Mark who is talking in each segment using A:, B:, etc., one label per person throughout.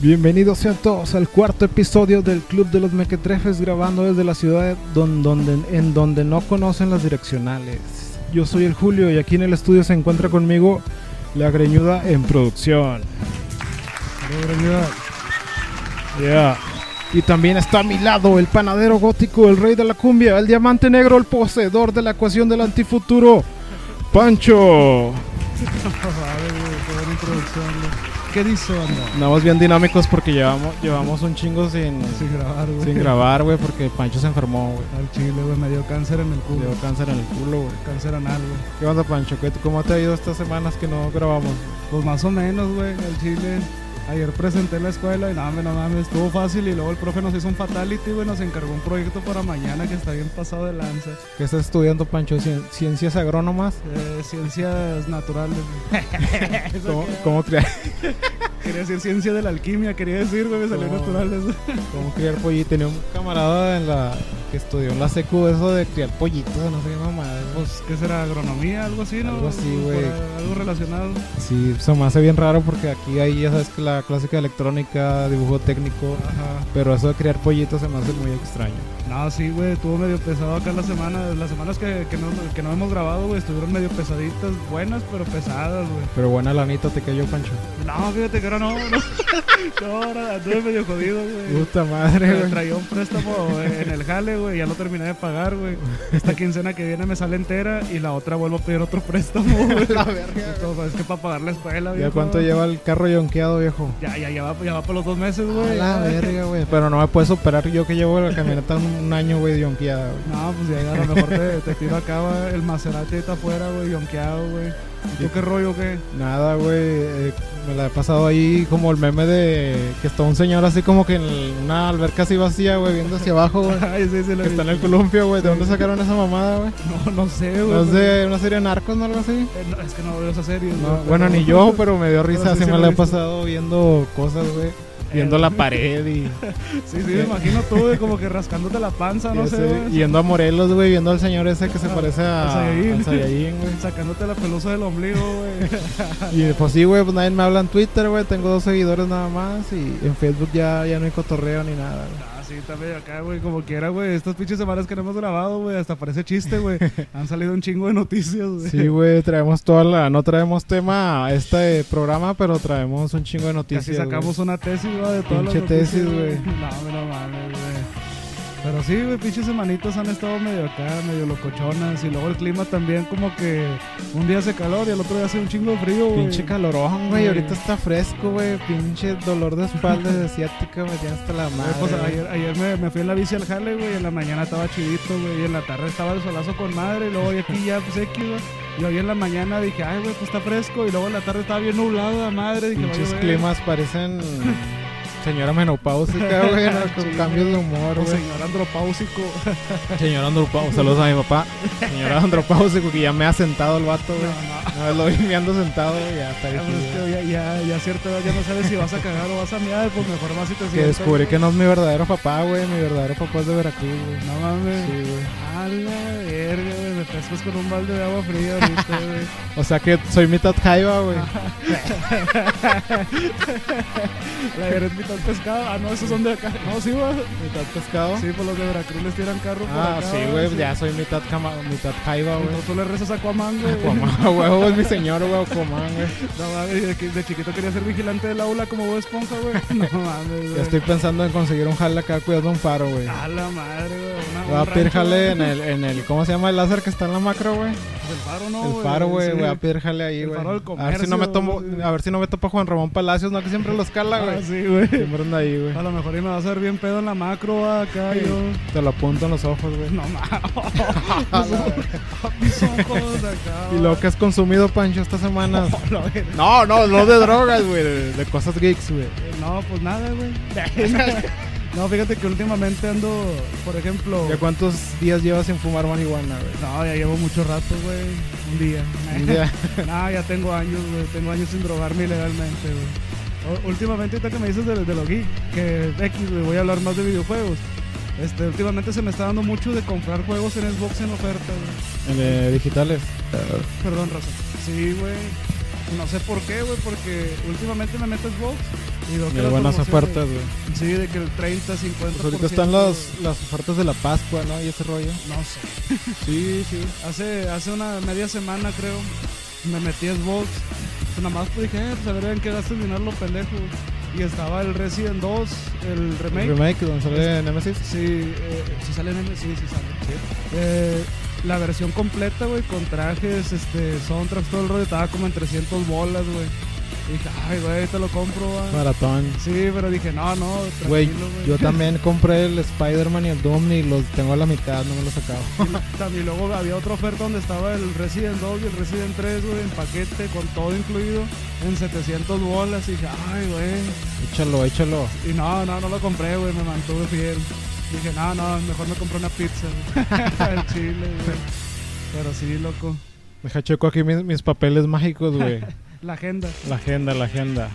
A: Bienvenidos sean todos al cuarto episodio del Club de los Mequetrefes grabando desde la ciudad don- donde, en donde no conocen las direccionales. Yo soy el Julio y aquí en el estudio se encuentra conmigo la greñuda en producción. Hola, greñuda. Yeah. Y también está a mi lado el panadero gótico, el rey de la cumbia, el diamante negro, el poseedor de la ecuación del antifuturo, Pancho.
B: ¿Qué dice, banda?
A: Andamos bien dinámicos porque llevamos, llevamos un chingo sin,
B: Sin grabar, güey.
A: sin grabar, güey, porque Pancho se enfermó, güey.
B: Al chile, güey, me dio cáncer en el
A: Le
B: culo.
A: dio cáncer en el culo, güey.
B: Cáncer anal, güey.
A: ¿Qué onda, Pancho? ¿Qué- ¿Cómo te ha ido estas semanas que no grabamos?
B: Pues más o menos, güey, al chile. Ayer presenté la escuela y nada, no mames, estuvo fácil y luego el profe nos hizo un fatality, güey, nos encargó un proyecto para mañana que está bien pasado de lanza.
A: ¿Qué estás estudiando, Pancho? Cien- ¿Ciencias agrónomas?
B: Eh, ciencias naturales, güey. Eso
A: ¿Cómo,
B: que-
A: cómo criar,
B: Quería decir ciencia de la alquimia, quería decir, güey, me salió
A: No.
B: naturales.
A: cómo criar pollitos? Tenía un camarada en la que estudió en la secu eso de criar pollitos, no sé qué mamada. güey.
B: Pues, ¿qué será? ¿Agronomía? ¿Algo así, no?
A: Algo así,
B: Por-
A: güey.
B: Algo relacionado.
A: Sí, se me hace bien raro porque aquí hay, ya sabes, que la clásica electrónica, dibujo técnico,
B: Ajá.
A: pero eso de criar pollitos se me hace muy extraño.
B: No, sí, güey, estuvo medio pesado acá la semana. Las semanas que, que, no, que no hemos grabado, güey, estuvieron medio pesaditas, buenas, pero pesadas, güey.
A: Pero buena lanita te cayó, Pancho.
B: No, fíjate que ahora no, no. No, ahora anduve medio jodido, güey.
A: Puta madre,
B: Me
A: güey.
B: traía un préstamo güey, en el jale, güey, ya lo terminé de pagar, güey. Esta quincena que viene me sale entera y la otra vuelvo a pedir otro préstamo, güey. Entonces, Es que para pagar la escuela, güey.
A: ¿Ya cuánto lleva el carro yonqueado, viejo?
B: Ya, ya, ya va, ya va para los dos meses, güey.
A: verga, güey. Pero no me puedes superar yo que llevo la camioneta un, un año, güey, de yonqueada, güey.
B: No, pues ya, a lo mejor te, te tiro acá, va, el Maserati está afuera, güey, yonqueado, güey. ¿Y tú qué rollo, qué?
A: Nada, güey. eh, me la he pasado ahí como el meme de que está un señor así como que en el- una alberca así vacía, güey, viendo hacia abajo, güey.
B: Ay, sí, sí,
A: Que
B: la
A: está en
B: vi.
A: el columpio, güey. ¿De dónde sacaron esa mamada, güey?
B: No, no sé, güey.
A: No es de una serie de narcos, ¿no? Algo así.
B: Eh, no, es que no veo esa serie.
A: No,
B: güey,
A: bueno,
B: pero-
A: ni yo, pero me dio risa.
B: Pero sí
A: Así
B: se Eh,
A: me
B: lo
A: la he
B: hizo.
A: pasado viendo cosas, güey. Viendo la pared y...
B: Sí, sí, me imagino tú, güey, como que rascándote la panza, no
A: Ya
B: sé,
A: sé,
B: güey.
A: Yendo a Morelos, güey, viendo al señor ese que se parece
B: al
A: a,
B: Saiyajin.
A: al Saiyajin, güey.
B: Sacándote la pelusa del ombligo, güey.
A: Y pues sí, güey, pues nadie me habla en Twitter, güey. Tengo dos seguidores nada más y en Facebook ya, ya no hay cotorreo ni nada, güey.
B: Ah, sí, también acá, güey, como quiera, güey. Estas pinches semanas que no hemos grabado, güey, hasta parece chiste, güey. Han salido un chingo de noticias, güey.
A: Sí, güey, traemos toda la... No traemos tema a este programa, pero traemos un chingo de noticias,
B: Casi sacamos una tesis, güey, de todas las
A: Pinche
B: noticias,
A: tesis,
B: No, hombre, no mames, güey. Pero sí, güey, pinches semanitas han estado medio acá, medio locochonas. Y luego el clima también como que un día hace calor y el otro día hace un chingo de frío,
A: güey.
B: güey.
A: Pinche calorón, güey.
B: Sí.
A: Ahorita está fresco, güey. Pinche dolor de espalda de ciática, me tiene hasta la
B: Güey,
A: madre.
B: pues,
A: güey.
B: ayer, ayer me, me fui en la bici al jale, güey, y en la mañana estaba chidito, güey, y en la tarde estaba el solazo con madre, y luego hoy aquí ya, pues, X, güey. Y hoy en la mañana dije, ay, güey, pues está fresco, y luego en la tarde estaba bien nublado, la madre, dije,
A: Pinches
B: vaya,
A: climas parecen... Señora menopáusica, güey, ¿no? con
B: Sí,
A: cambios de humor,
B: güey. O
A: güey.
B: pues, señor andropáusico.
A: Señor Andropau, saludos a mi papá. Señor Andropáusico, que ya me ha sentado el vato,
B: No,
A: güey.
B: no.
A: Una vez lo vi meando sentado, güey, ya está
B: Ya, pues, es
A: difícil.
B: que ya, ya, ya a cierta edad ya no sabes si vas a cagar o vas a miar, pues mejor vas y te
A: Que
B: sientas,
A: descubrí
B: güey.
A: que no es mi verdadero papá, güey. Mi verdadero papá es de Veracruz, güey.
B: No mames.
A: Sí, güey.
B: A la verga, güey, me pescas con un balde de agua fría ahorita, güey.
A: O sea que soy mitad jaiba, güey.
B: La verga es mitad pescado. Ah, no, esos son de acá. No, sí, güey.
A: Mitad pescado.
B: Sí, pues los de Veracruz les tiran carro por
A: ah,
B: acá,
A: sí, güey. Ya soy mitad, cama, mitad jaiba, güey.
B: Entonces tú le rezas a Cuamán, güey.
A: Comá, güey. Es mi señor, güey. Comá, güey.
B: No mames, de, que- de chiquito quería ser vigilante del aula como Bob Esponja, güey. No mames,
A: Ya
B: güey.
A: estoy pensando en conseguir un jale acá cuidando un faro, güey.
B: A la madre, güey. una-
A: Voy a
B: Ah, un
A: pedir
B: rancho,
A: jale
B: güey.
A: en el, en el, ¿cómo se llama el láser que está en la macro, güey?
B: Pues El faro, ¿no?
A: El faro, güey,
B: sí.
A: voy a pedir jale ahí,
B: El
A: güey.
B: faro del
A: A ver si no me tomo,
B: comercio, güey.
A: a ver si no me topa Juan Ramón Palacios, no que siempre los cala,
B: Ah,
A: güey.
B: sí, güey.
A: Siempre anda ahí, güey.
B: A lo mejor y me va a hacer bien pedo en la macro va, acá yo. pues,
A: Te lo apunto en los ojos, güey.
B: No mames. Mis ojos acá.
A: ¿Y lo que has consumido, Pancho, estas semanas?
B: va. La verga.
A: No, no, no de drogas, güey, de, de cosas geeks, güey.
B: No, pues nada, güey. No, fíjate que últimamente ando, por ejemplo.
A: ¿Ya cuántos días llevas sin fumar marihuana, güey?
B: No, ya llevo mucho rato, güey. Un día.
A: Un día.
B: no, ya tengo años, güey. Tengo años sin drogarme ilegalmente, güey. O- Últimamente, ahorita que me dices de, de lo geek, que X, güey, voy a hablar más de videojuegos. Este, últimamente se me está dando mucho de comprar juegos en Xbox en oferta, güey.
A: En, eh, digitales.
B: Perdón, Raza. Sí, güey. No sé por qué, güey, porque últimamente me meto Xbox y veo que
A: Y
B: la
A: buenas
B: promoción,
A: ofertas, güey.
B: güey, Sí, de que el 30, 50.
A: Pues ahorita están las, las ofertas de la Pascua, ¿no? Y ese rollo.
B: No sé.
A: Sí, sí.
B: Hace, hace una media semana, creo, me metí a Xbox. Pues nada más pues, dije, eh, pues a ver en qué gasto el dinero los pendejos. Y estaba el Resident 2, el remake. Este.
A: El remake donde sale Nemesis.
B: Sí, eh, si sale en el- sí, sí sale. Eh, la versión completa, güey, con trajes, este, soundtracks, todo el rollo, estaba como en 300 bolas, güey. Y dije, ay, güey, te lo compro, güey.
A: Maratón.
B: Sí, pero dije, no, no, tranquilo,
A: Güey,
B: güey.
A: yo también compré el Spider-Man y el Doom y los tengo a la mitad, no me los acabo.
B: También luego había otra oferta donde estaba el Resident 2 y el Resident 3, güey, en paquete, con todo incluido, en 700 bolas. Y dije, ay, güey.
A: Échalo, échalo.
B: Y no, no, no lo compré, güey, me mantuve fiel. Dije, no, no, mejor me compré una pizza, güey. El chile, güey. Pero sí, loco.
A: Deja checo aquí mis, mis papeles mágicos, güey.
B: La agenda.
A: La agenda, la agenda.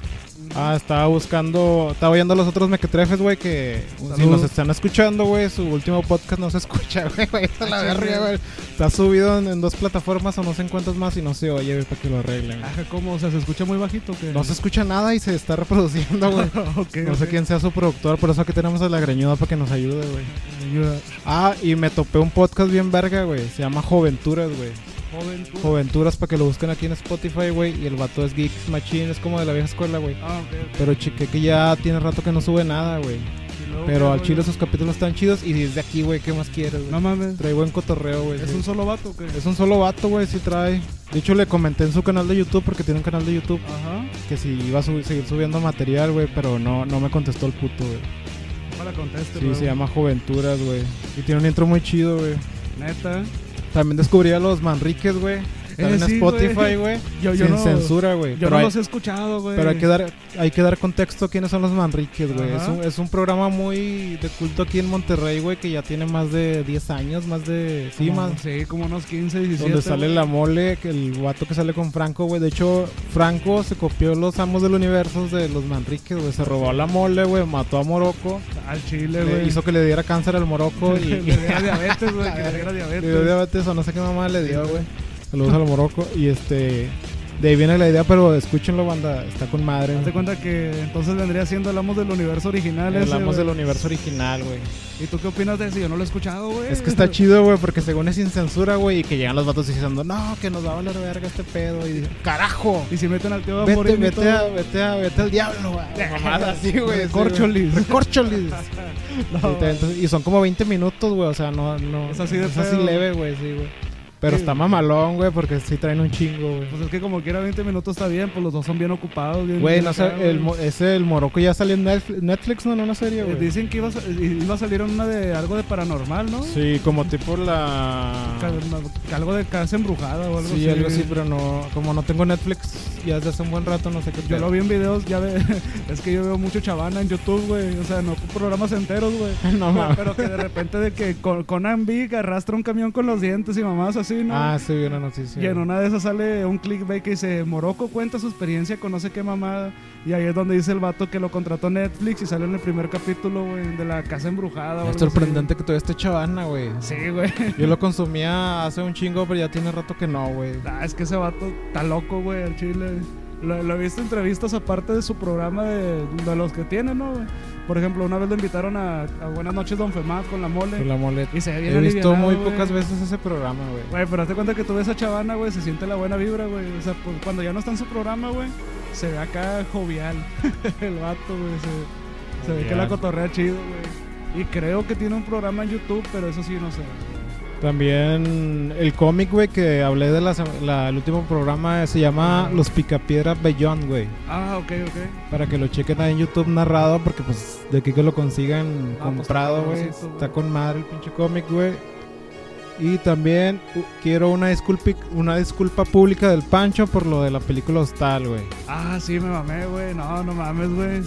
A: Ah, estaba buscando, estaba oyendo a los otros mequetrefes, güey, que si
B: Saludos.
A: nos están escuchando, güey, su último podcast no se escucha, güey, güey, está la
B: Ah,
A: verga,
B: sí.
A: güey. Está subido en, en dos plataformas o no se encuentras más y no se oye, güey, para que lo arreglen. güey.
B: Ajá, ¿cómo? O sea, ¿se escucha muy bajito o qué?
A: No se escucha nada y se está reproduciendo, güey.
B: Ok,
A: No sé
B: ok.
A: quién sea su productor, por eso aquí tenemos a la greñuda para que nos ayude, güey.
B: Ayuda.
A: Ah, y me topé un podcast bien verga, güey. Se llama Joventuras, güey.
B: Joven, tú.
A: Joventuras para que lo busquen aquí en Spotify, güey. Y el vato es Geeks Machine, es como de la vieja escuela, güey.
B: Ah, ok, ok.
A: Pero chequé que ya tiene rato que no sube nada, güey.
B: Y luego,
A: Pero
B: ¿qué,
A: al
B: güey?
A: chile sus capítulos están chidos y desde aquí, güey, ¿qué más quieres,
B: No
A: güey?
B: mames.
A: Trae buen cotorreo, güey.
B: ¿Es
A: sí.
B: un solo vato o qué?
A: Es un solo vato, güey, sí trae. De hecho, le comenté en su canal de YouTube, porque tiene un canal de YouTube,
B: Ajá.
A: que si iba a subir- seguir subiendo material, güey, pero no, no me contestó el puto, güey.
B: Para conteste,
A: Sí,
B: güey.
A: se llama Joventuras, güey. Y tiene un intro muy chido, güey.
B: Neta.
A: También descubrí a los Manriques, güey. Están
B: Eh,
A: en
B: sí,
A: Spotify,
B: güey.
A: güey.
B: Yo, yo
A: Sin
B: no,
A: censura, güey.
B: Yo
A: Pero
B: no
A: hay-
B: los he escuchado, güey.
A: Pero hay que dar, hay que dar contexto quiénes son los Manriques, güey.
B: Ajá.
A: Es un, es un programa muy de culto aquí en Monterrey, güey, que ya tiene más de 10 años, más de... Sí,
B: Como-
A: más.
B: Sí, como unos 15, 17.
A: Donde sale
B: güey.
A: la mole, que el guato que sale con Franco, güey. De hecho, Franco se copió los amos del universo de los Manriques, güey. Se robó a la mole, güey. Mató a Morocco.
B: Al chile,
A: le
B: güey.
A: hizo que le diera cáncer al Morocco y...
B: Le diera diabetes, güey.
A: La
B: Que le diera
A: Le
B: diabetes.
A: dio diabetes o no sé qué mamá le dio, güey. Saludos al Morocco. Y este. De ahí viene la idea, pero escúchenlo, banda. Está con madre.
B: Hazte cuenta que entonces vendría siendo el amos del universo original. ese,
A: Hablamos
B: güey.
A: del universo original, güey.
B: ¿Y tú qué opinas de eso? Yo no lo he escuchado, güey.
A: Es que está chido, güey, porque según es sin censura, güey, y que llegan los vatos diciendo, no, que nos va a valer verga este pedo. Y dicen, carajo,
B: Y si meten al tío Gamborín
A: vete,
B: y
A: vete,
B: todo.
A: a, vete, a, vete al diablo, güey. Mamada así, güey. sí,
B: Recorcholis.
A: güey. Recorcholis.
B: No,
A: Y te- entonces- y son como 20 minutos, güey, o sea, no, no.
B: Es así de
A: Es así
B: pedo.
A: leve, güey, sí, güey. Pero
B: Sí,
A: está
B: güey.
A: mamalón, güey, porque sí traen un chingo, güey.
B: Pues es que como quiera 20 minutos está bien, pues los dos son bien ocupados. bien-
A: Güey,
B: bien
A: no sé,
B: acá,
A: el,
B: güey.
A: mo- ese el Morocco ya salió en Netflix, Netflix, no, en una serie,
B: Eh,
A: güey.
B: Dicen que iba a, sa- iba a salir una de algo de paranormal, ¿no?
A: Sí, como tipo la...
B: Ca- una- Algo de casa embrujada o algo
A: Sí,
B: así.
A: algo así, pero no, como no tengo Netflix ya desde hace un buen rato, no sé qué.
B: Yo
A: pedo.
B: lo vi en videos, ya ve, es que yo veo mucho chavana en YouTube, güey. O sea, no programas enteros, güey.
A: No mames.
B: Pero que de repente de que Con- Conan Big arrastra un camión con los dientes y mamás así, ¿no?
A: Ah, sí, vi una noticia.
B: Y en una de esas sale un clickbait que dice, Morocco cuenta su experiencia con no sé qué mamada. Y ahí es donde dice el vato que lo contrató Netflix y sale en el primer capítulo, güey, de la casa embrujada. o
A: Es
B: algo
A: sorprendente que todavía esté chavana, güey.
B: así. Sí, güey.
A: Yo lo consumía hace un chingo, pero ya tiene rato que no, güey.
B: Ah, es que ese vato está loco, güey, al chile. Lo, lo he visto en entrevistas aparte de su programa de, de los que tiene, ¿no, güey? Por ejemplo, una vez lo invitaron a, a Buenas noches Don Femad con la mole.
A: Con Pues La moleta.
B: Y se ve bien
A: He visto
B: alivianado,
A: muy
B: güey.
A: pocas veces ese programa, güey.
B: Güey, pero hazte cuenta que tú ves a Chavana, güey, se siente la buena vibra, güey. O sea, pues, cuando ya no está en su programa, güey, se ve acá jovial el vato, güey. Se, se ve que
A: Jovial.
B: la cotorrea chido, güey. Y creo que tiene un programa en YouTube, pero eso sí, no sé.
A: También el cómic, güey, que hablé de la, sema- la- el último programa, se llama Los Picapiedras Beyond, güey.
B: Ah, ok, ok.
A: Para que lo chequen ahí en YouTube narrado, porque pues de aquí que lo consigan
B: Ah, pues,
A: comprado,
B: está
A: güey.
B: cabroncito,
A: Está
B: güey.
A: con madre el pinche cómic, güey. Y también uh, quiero una disculpa, una disculpa pública del Pancho por lo de la película Hostal, güey.
B: Ah, sí, me mamé, güey. No, no mames, güey.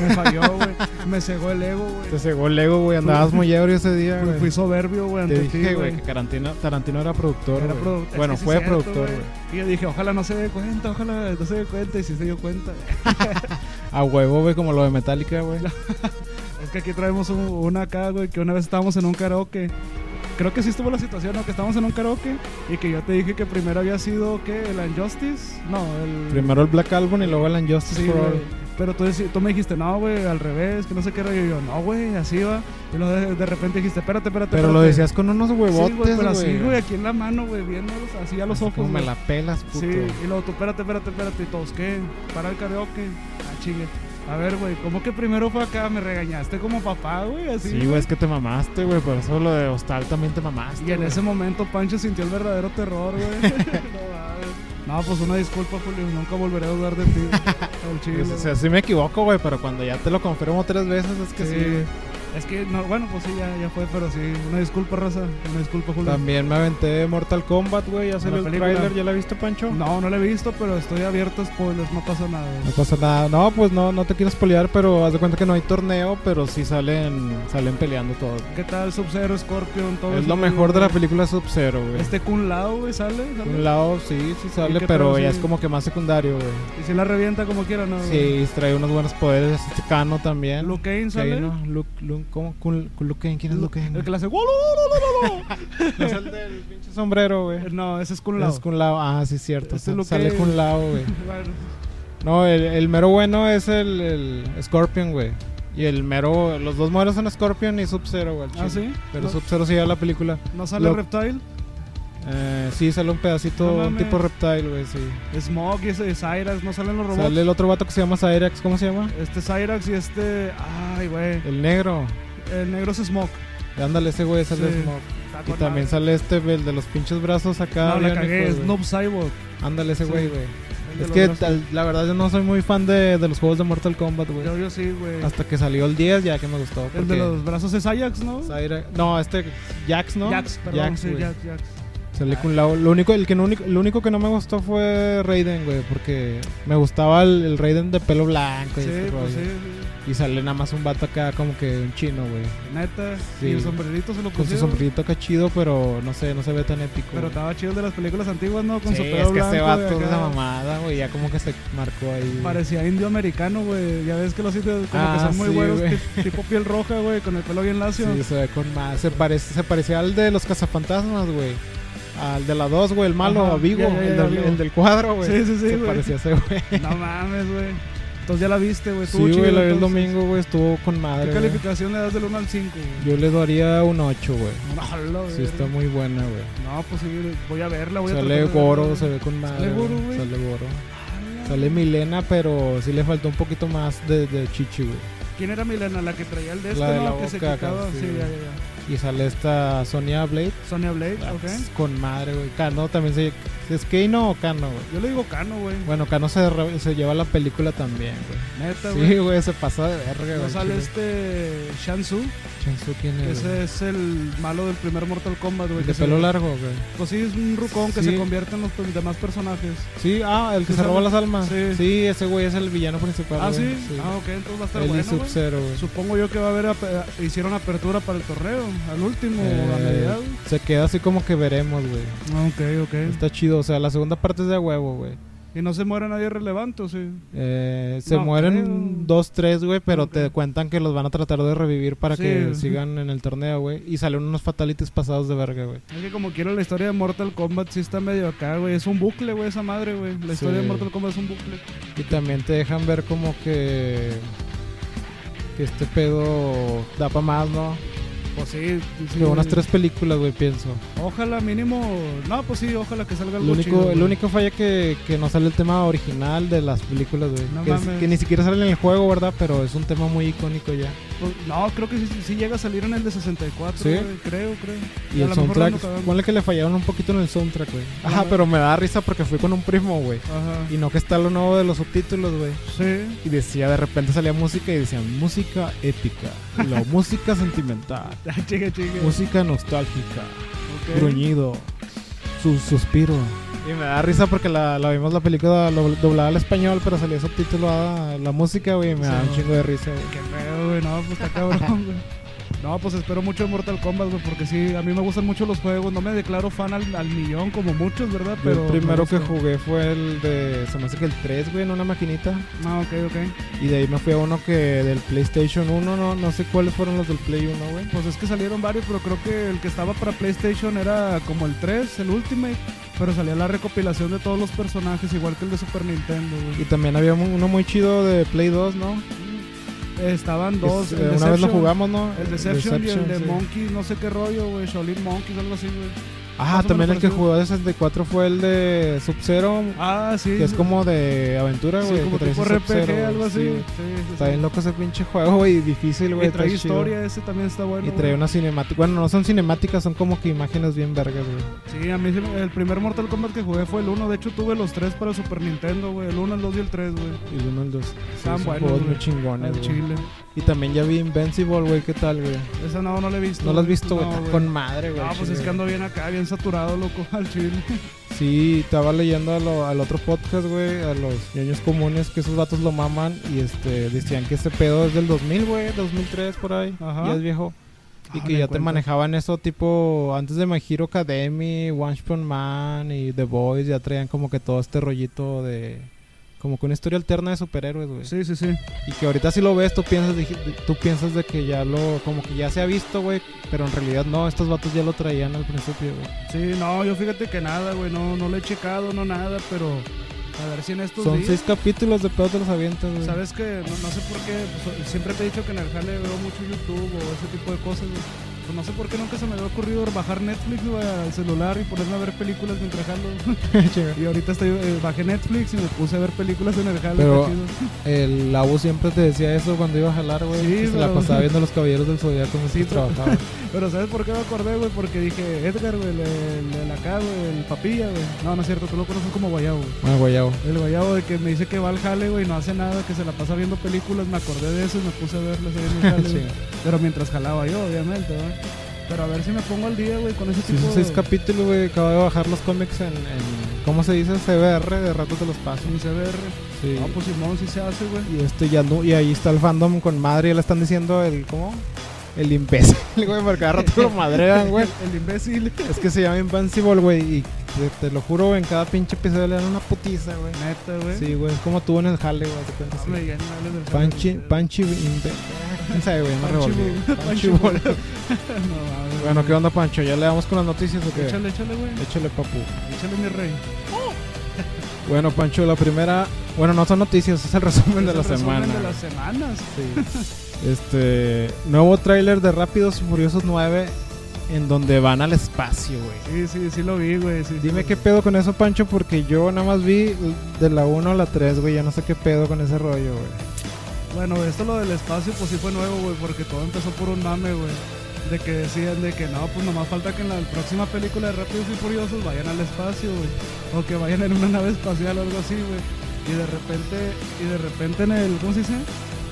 B: Me falló, güey. Me cegó el ego, güey.
A: Te cegó el ego, güey. Andabas muy ebrio ese día,
B: Fui,
A: güey.
B: fui soberbio, güey,
A: Te
B: ante ti,
A: dije, güey,
B: güey.
A: que Tarantino, Tarantino era productor,
B: Era
A: güey.
B: produ- es
A: Bueno,
B: que sí
A: fue
B: es cierto,
A: productor, güey.
B: Y yo dije, ojalá no se dé cuenta, ojalá no se dé cuenta. Y si se dio cuenta,
A: A huevo, güey, como lo de Metallica, güey.
B: Es que aquí traemos un- una acá, güey, que una vez estábamos en un karaoke creo que sí estuvo la situación, ¿no? Que estábamos en un karaoke y que yo te dije que primero había sido, ¿qué? ¿El Injustice? No, el...
A: Primero el Black Album y luego el Injustice
B: Sí,
A: for All.
B: güey. Pero tú, deci- tú me dijiste, no, güey, al revés, que no sé qué rollo. Y yo, no, güey, así va. Y luego de, de repente dijiste, espérate, espérate.
A: Pero lo
B: espérate".
A: decías con unos
B: Sí,
A: huevotes,
B: güey, pero así,
A: güey.
B: güey, aquí en la mano, güey, viéndolos así a los
A: Así
B: ojos.
A: como me
B: güey.
A: la pelas, puto.
B: Sí, y luego tú, espérate, espérate, espérate. Y todos, ¿qué? Para el karaoke. Ah, chingue. A ver, güey, ¿cómo que primero fue acá? Me regañaste como papá, güey, así.
A: Sí, güey, es que te mamaste, güey. Por eso lo de Hostal también te mamaste.
B: Y en
A: güey.
B: ese momento Pancho sintió el verdadero terror, güey. no, mames. no, pues una disculpa, Julio. Nunca volveré a dudar de ti. Al chile,
A: Pues, o sea, sí me equivoco, güey, pero cuando ya te lo confirmo tres veces es que sí.
B: Sí,
A: güey.
B: Es que, no, bueno, pues sí, ya, ya fue, pero sí. Una disculpa, Rosa. Una disculpa, Julio.
A: También me aventé Mortal Kombat, güey. Ya salió el
B: película.
A: trailer, ¿ya la viste, Pancho?
B: No, no la he visto, pero estoy abierto a spoilers, no pasa nada.
A: No pasa nada. No, pues no, no te quiero spoilear, pero haz de cuenta que no hay torneo, pero sí salen, salen peleando todos.
B: ¿Qué tal Sub-Zero, Scorpion, todo
A: es
B: eso,
A: lo
B: güey?
A: mejor de la película Sub-Zero, güey.
B: Este Kun Lao, güey, sale.
A: De
B: ¿Sale?
A: un lado sí, sí
B: ¿Y
A: sale,
B: qué
A: pero
B: pedo,
A: ya
B: sí?
A: es como que más secundario, güey.
B: Y si la revienta como quiera, ¿no? güey?
A: Sí, trae unos buenos poderes. Este Cano también.
B: Luke Kane
A: Que ahí,
B: sale.
A: ¿no? Luke, Luke, ¿cómo? Kun- Kun- Luke Kane, ¿quién es Luke Kane?
B: El
A: güey?
B: que le hace. "Wolo, wolo, wolo,
A: No es el del pinche sombrero, güey.
B: wolo". No, ese es Kun Lao.
A: Es Kun Lao. Ah, sí, cierto.
B: Este es Luke
A: sale
B: Cage.
A: Kun Lao, güey.
B: Bueno,
A: No, el, el mero bueno es el, el Scorpion, güey. Y el mero, los dos modelos son Scorpion y Sub-Zero, güey. al
B: ah,
A: chile.
B: sí.
A: Pero
B: no,
A: Sub-Zero sí ya la película.
B: no sale
A: lo-
B: Reptile.
A: Eh, sí, sale un pedacito,
B: No
A: un
B: mames.
A: tipo reptile, güey, sí.
B: Smog y ese Cyrax, no salen los robots.
A: Sale el otro vato que se llama Cyrax, ¿cómo se llama?
B: Este Cyrax y este. Ay, güey.
A: El negro.
B: El negro es Smog.
A: Ándale, ese güey, sale
B: Sí.
A: Smoke.
B: Está
A: Y
B: con
A: también
B: madre.
A: sale este, el de los pinches brazos acá.
B: No, la
A: biónicos,
B: cagué, es
A: güey.
B: Noob Cyborg.
A: Ándale, ese
B: Sí.
A: güey, güey.
B: el de
A: Es
B: los
A: que
B: brazos.
A: tal- la verdad yo no soy muy fan de, de los juegos de Mortal Kombat, güey.
B: Yo, yo sí, güey.
A: Hasta que salió el 10 ya que me gustó. Porque
B: El de los brazos es Ajax, ¿no?
A: Cyrax- No, este Jax, ¿no?
B: Jax, perdón, sí,
A: güey.
B: Jax, Ah. Jax.
A: Salí con la- Lo único, el que no único, lo único que no me gustó fue Raiden, güey, porque me gustaba el, el Raiden de pelo blanco y
B: Sí,
A: ese rollo.
B: pues sí, sí.
A: Y sale nada más un vato acá como que un chino, güey.
B: Neta.
A: Sí.
B: Y el sombrerito se lo
A: Con su
B: pusieron.
A: sombrerito acá chido, pero no sé, no se ve tan épico.
B: Pero
A: güey.
B: estaba chido el de las películas antiguas, ¿no? Con
A: Sí,
B: su pelo
A: es que ese
B: blanco,
A: vato
B: güey,
A: de
B: acá.
A: la mamada, güey, ya como que se marcó ahí.
B: Parecía indio americano, güey. Ya ves que los indios como
A: Ah,
B: que son muy
A: sí,
B: güeros,
A: güey.
B: ti- tipo piel roja, güey, con el pelo bien lacio.
A: Sí, se ve con más. Se, parece, se parecía al de los cazafantasmas, güey. Al de la 2, güey, el malo,
B: Ajá,
A: a Vigo,
B: ya, ya,
A: el,
B: ya,
A: del,
B: Vigo.
A: el del cuadro, güey.
B: Sí, sí, sí,
A: Se
B: güey.
A: parecía a ese, güey.
B: No mames, güey. Entonces ya la viste, güey.
A: Sí,
B: estuvo chido,
A: güey, la vi el
B: entonces.
A: domingo, güey, estuvo con
B: ¿Qué
A: madre. güey.
B: calificación le das del 1 al 5, güey?
A: Yo le daría un 8, güey.
B: No, la
A: Sí, está
B: verga.
A: muy buena, güey.
B: No, pues sí, voy a verla, voy a
A: Sale
B: tratar de
A: Goro,
B: verla.
A: se ve con madre.
B: Sale Goro, güey.
A: Sale Goro.
B: Ah,
A: Sale Milena, pero sí le faltó un poquito más de, de chichi, güey.
B: ¿Quién era Milena? La que traía el de este,
A: La de
B: ¿no?
A: la
B: que se
A: boca acá,
B: quitaba.
A: sí,
B: Sí,
A: güey.
B: ya, ya, ya.
A: Y sale esta Sonia Blade.
B: Sonia Blade,
A: Ah,
B: ok.
A: pues, Con madre, güey. Kano también se. ¿Es Keino o Kano, güey?
B: Yo le digo Cano, güey.
A: Bueno, Kano se, re- se lleva la película también, güey.
B: Neta,
A: Sí,
B: güey.
A: güey, se pasó de verga,
B: no
A: güey.
B: sale
A: chile.
B: este Shansu,
A: Chansu, ¿quién
B: que
A: es? güey?
B: ese es el malo del primer Mortal Kombat, güey.
A: El
B: que
A: de
B: se-
A: pelo largo, güey.
B: Pues sí, es un rucón que
A: Sí.
B: se convierte en los pe- demás personajes.
A: Sí, ah, el que
B: Sí
A: se
B: sale.
A: roba las almas. Sí,
B: Sí.
A: ese güey es el villano principal.
B: Ah,
A: güey.
B: ¿sí? Ah, ok, entonces va a estar
A: Él y
B: bueno, güey.
A: Sub-Zero, güey.
B: Supongo yo que va a haber, ape- hicieron apertura para el torneo, al último, a
A: Eh,
B: mediados.
A: se queda así como que veremos, güey.
B: Ah, Ok, ok.
A: Está chido, o sea, la segunda parte es de huevo, güey.
B: Y no se muere nadie relevante, ¿o sí.
A: Eh, se
B: No
A: mueren
B: creo.
A: dos, tres, güey, pero
B: Ok.
A: te cuentan que los van a tratar de revivir para
B: Sí.
A: que sigan en el torneo, güey. Y salen unos fatalities pasados de verga, güey.
B: Es que como quiero la historia de Mortal Kombat sí está medio acá, güey. Es un bucle, güey, esa madre, güey. La historia
A: Sí.
B: de Mortal Kombat es un bucle.
A: Y también te dejan ver como que. que este pedo da pa' más, ¿no?
B: Pues sí, sí.
A: Que unas tres películas, güey, pienso.
B: Ojalá mínimo... No, pues sí, ojalá que salga
A: El
B: algo
A: único,
B: chido,
A: el
B: güey.
A: único falla que, que no sale el tema original de las películas, güey.
B: No
A: que, es-
B: mames.
A: que ni siquiera sale en el juego, ¿verdad? Pero es un tema muy icónico ya.
B: Pues, no, creo que sí, sí llega a salir en el de 64,
A: ¿Sí?
B: güey. Creo, creo.
A: Y
B: a
A: el
B: lo mejor la ando
A: soundtrack,
B: cagando.
A: ponle que le fallaron un poquito en el soundtrack, güey.
B: No
A: Ajá,
B: mames.
A: pero me da risa porque fui con un primo, güey.
B: Ajá.
A: Y no que está lo nuevo de los subtítulos, güey.
B: Sí.
A: Y decía, de repente salía música y decían música épica, la música sentimental,
B: Ah, Chica, chica.
A: música nostálgica,
B: Ok.
A: gruñido, su- suspiro. Y me da risa porque la, la vimos la película lo- doblada al español, pero salía subtitulada la música, güey. y Me
B: Sí,
A: da un
B: no.
A: chingo de risa, güey.
B: Qué feo, güey. No, pues está cabrón, güey. No, pues espero mucho de Mortal Kombat, güey, porque sí, a mí me gustan mucho los juegos. No me declaro fan al, al millón como muchos, ¿verdad?
A: Yo
B: Pero
A: el primero
B: me gusta.
A: que jugué fue el de. Se me hace que el 3, güey, en una maquinita.
B: Ah, ok, ok.
A: Y de ahí me fui a uno que del PlayStation 1, no, no sé cuáles fueron los del Play 1, güey.
B: Pues es que salieron varios, pero creo que el que estaba para PlayStation era como el 3, el Ultimate. Pero salía la recopilación de todos los personajes, igual que el de Super Nintendo, güey.
A: Y también había mu- uno muy chido de Play 2, ¿no?
B: Estaban
A: Que es-
B: dos. el
A: eh, una vez lo
B: Deception-
A: jugamos, ¿no?
B: El Deception, y el de
A: sí.
B: Monkey, no sé qué rollo, güey. Shaolin Monkeys, algo así, güey.
A: Ah,
B: Más o
A: también
B: menos
A: el que
B: parecido.
A: jugó de 64 fue el de Sub-Zero,
B: Ah, sí.
A: que es como de aventura,
B: sí,
A: güey.
B: como
A: que traes
B: tipo
A: un Sub-Zero,
B: RPG,
A: güey,
B: algo así.
A: sí,
B: Sí,
A: güey.
B: sí, sí.
A: Está bien loco ese pinche juego, güey, y difícil, güey.
B: Y
A: está
B: trae
A: chido.
B: historia, ese también está bueno.
A: Y trae
B: güey.
A: una cinemática. Bueno, no son cinemáticas, son como que imágenes bien vergas, güey.
B: Sí, a mí sí me- el primer Mortal Kombat que jugué fue el 1. De hecho, tuve los tres para Super Nintendo, güey. El 1, el 2 y el 3, güey.
A: Y uno el dos. Sí,
B: Están
A: son
B: buenos,
A: juegos
B: güey.
A: muy chingones,
B: Al
A: güey.
B: chile.
A: Y también ya vi Invincible, güey, ¿qué tal, güey?
B: Esa no, no la he visto.
A: No lo has visto, güey,
B: No,
A: Está
B: güey.
A: con madre, güey.
B: Ah, pues es
A: chile.
B: que ando bien acá, bien saturado, loco, al chile.
A: Sí, estaba leyendo a lo- al otro podcast, güey, a los niños comunes, que esos vatos lo maman y este decían que este pedo es del 2000, güey, 2003 por ahí,
B: Ajá.
A: ya es viejo. Y
B: Ah,
A: que
B: me
A: ya te
B: cuenta.
A: manejaban eso tipo antes de My Hero Academy, One Punch Man y The Boys, ya traían como que todo este rollito de como que una historia alterna de superhéroes, güey.
B: Sí, sí, sí.
A: Y que ahorita si lo ves, tú piensas de, tú piensas de que ya lo como que ya se ha visto, güey, pero en realidad no, estos vatos ya lo traían al principio, güey.
B: Sí, no, yo fíjate que nada, güey. No, no lo he checado, no nada, pero a ver si en estos
A: Son
B: días.
A: seis capítulos de pedo te los avientas, güey.
B: Sabes que no, no sé por qué, pues, siempre te he dicho que en el jale veo mucho YouTube o ese tipo de cosas. güey. Pues no sé por qué nunca se me había ocurrido bajar Netflix güey, al celular y ponerme a ver películas mientras jalo.
A: Chinga.
B: y ahorita estoy, eh, bajé Netflix y me puse a ver películas en el jale.
A: Pero-
B: está chido.
A: El Labo siempre te decía eso cuando iba a jalar, güey.
B: Sí,
A: que se la
B: pero-
A: pasaba viendo los caballeros del zodiaco mientras
B: Sí, pero-
A: trabajaba.
B: Pero ¿sabes por qué me acordé, güey? Porque dije, Edgar, güey, el, el, el acá, güey, el papilla, güey. No, no es cierto, tú lo conoces como Guayabo, güey.
A: Bueno, guayabo.
B: El Guayabo de que me dice que va al jale, güey, y no hace nada, que se la pasa viendo películas. Me acordé de eso y me puse a verlas ahí en el jale, güey.
A: Chinga.
B: Pero mientras jalaba yo, obviamente, ¿verdad? Pero a ver si me pongo al día, güey, con ese
A: Sí,
B: tipo
A: son seis
B: de...
A: capítulos, güey. Acabo de bajar los cómics en, en- ¿Cómo se dice? CBR, de rato te los paso.
B: sin CBR.
A: Sí.
B: No, pues Simón sí se hace, güey.
A: Y este ya no, y ahí está el fandom con madre, ya le están diciendo el ¿cómo? El imbécil, güey, porque cada rato lo madrean, güey.
B: El imbécil.
A: Es que se llama Invincible, güey, y te, te lo juro, güey, en cada pinche episodio le dan una putiza, güey.
B: Neta, güey.
A: Sí, güey, es como tú en el jale, güey, te cuento
B: No,
A: así.
B: hombre, ya no me hables del jale,
A: Panchi,
B: güey.
A: Panchi, Imbe- ¿Quién sabe, güey? Me
B: Panchi
A: revolví.
B: Bol-
A: Panchi
B: Panchi Bol.
A: Bol.
B: No, mames,
A: Bueno, ¿qué
B: güey.
A: onda, Pancho? ¿Ya le damos con las noticias o qué?
B: Échale, échale, güey.
A: Échale, papu.
B: Échale, mi rey.
A: Bueno, Pancho, la primera... Bueno, no son noticias, es el resumen de
B: Es
A: la
B: el resumen
A: semana.
B: de las semanas.
A: Sí. Este... Nuevo tráiler de Rápidos y Furiosos 9 en donde van al espacio, güey.
B: Sí, sí, sí lo vi, güey. sí, sí
A: Dime
B: lo
A: qué
B: vi.
A: pedo con eso, Pancho, porque yo nada más vi de la 1 a la 3, güey. Ya no sé qué pedo con ese rollo, güey.
B: Bueno, esto lo del espacio, pues sí fue nuevo, güey, porque todo empezó por un mame, güey. De que decían de que no, pues nomás falta que en la próxima película de Rápidos y Furiosos vayan al espacio, güey. O que vayan en una nave espacial o algo así, güey. Y de repente, y de repente en el, ¿cómo se dice?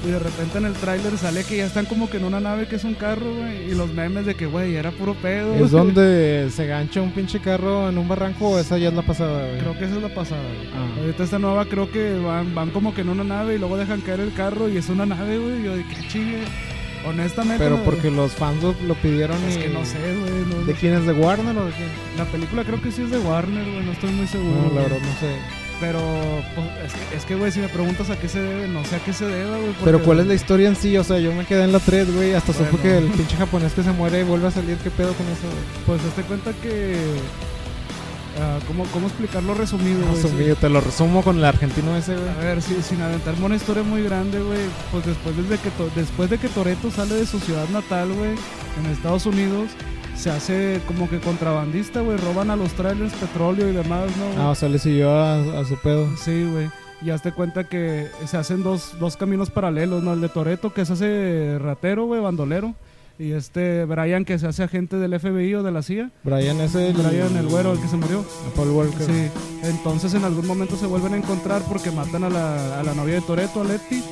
B: Y de repente en el tráiler sale que ya están como que en una nave que es un carro, güey. Y los memes de que, güey, era puro pedo. güey.
A: ¿Es donde se gancha un pinche carro en un barranco o esa ya es la pasada, güey?
B: Creo que esa es la pasada, güey.
A: Ah.
B: Ahorita esta nueva creo que van, van como que en una nave y luego dejan caer el carro y es una nave, güey. Yo de que chingue. Honestamente.
A: Pero
B: no-
A: porque los fans lo, lo pidieron
B: Es
A: y-
B: que no sé, güey. no-
A: ¿De quién es? ¿De Warner o de quién?
B: La película creo que sí es de Warner, güey. No estoy muy seguro.
A: No, la
B: güey.
A: verdad no sé.
B: Pero pues, es que- es que, güey, si me preguntas a qué se debe, no sé a qué se debe, güey.
A: Pero
B: porque-
A: ¿cuál es la historia en sí? O sea, yo me quedé en la 3, güey. Hasta supe
B: Bueno.
A: que el pinche japonés que se muere y vuelve a salir. ¿Qué pedo con eso, güey?
B: Pues hazte cuenta que. ah, ¿cómo, ¿Cómo explicarlo resumido, güey? Sí.
A: Resumido, Ah, te lo resumo con el argentino ese, güey.
B: A ver, si- sin aventarme una historia muy grande, güey, pues después, desde que To- después de que Toreto sale de su ciudad natal, güey, en Estados Unidos, se hace como que contrabandista, güey, roban a los trailers petróleo y demás, ¿no? güey?
A: Ah, o sea, le siguió a, a su pedo.
B: Sí, güey. Y hazte cuenta que se hacen dos, dos caminos paralelos, ¿no? El de Toreto, que se hace ratero, güey, bandolero. Y este Brian, que se hace agente del FBI o de la CIA.
A: Brian ese.
B: Brian, el güero, el que se murió.
A: Paul Walker.
B: Sí, entonces en algún momento se vuelven a encontrar porque matan a la, a la novia de Toreto, a Letty.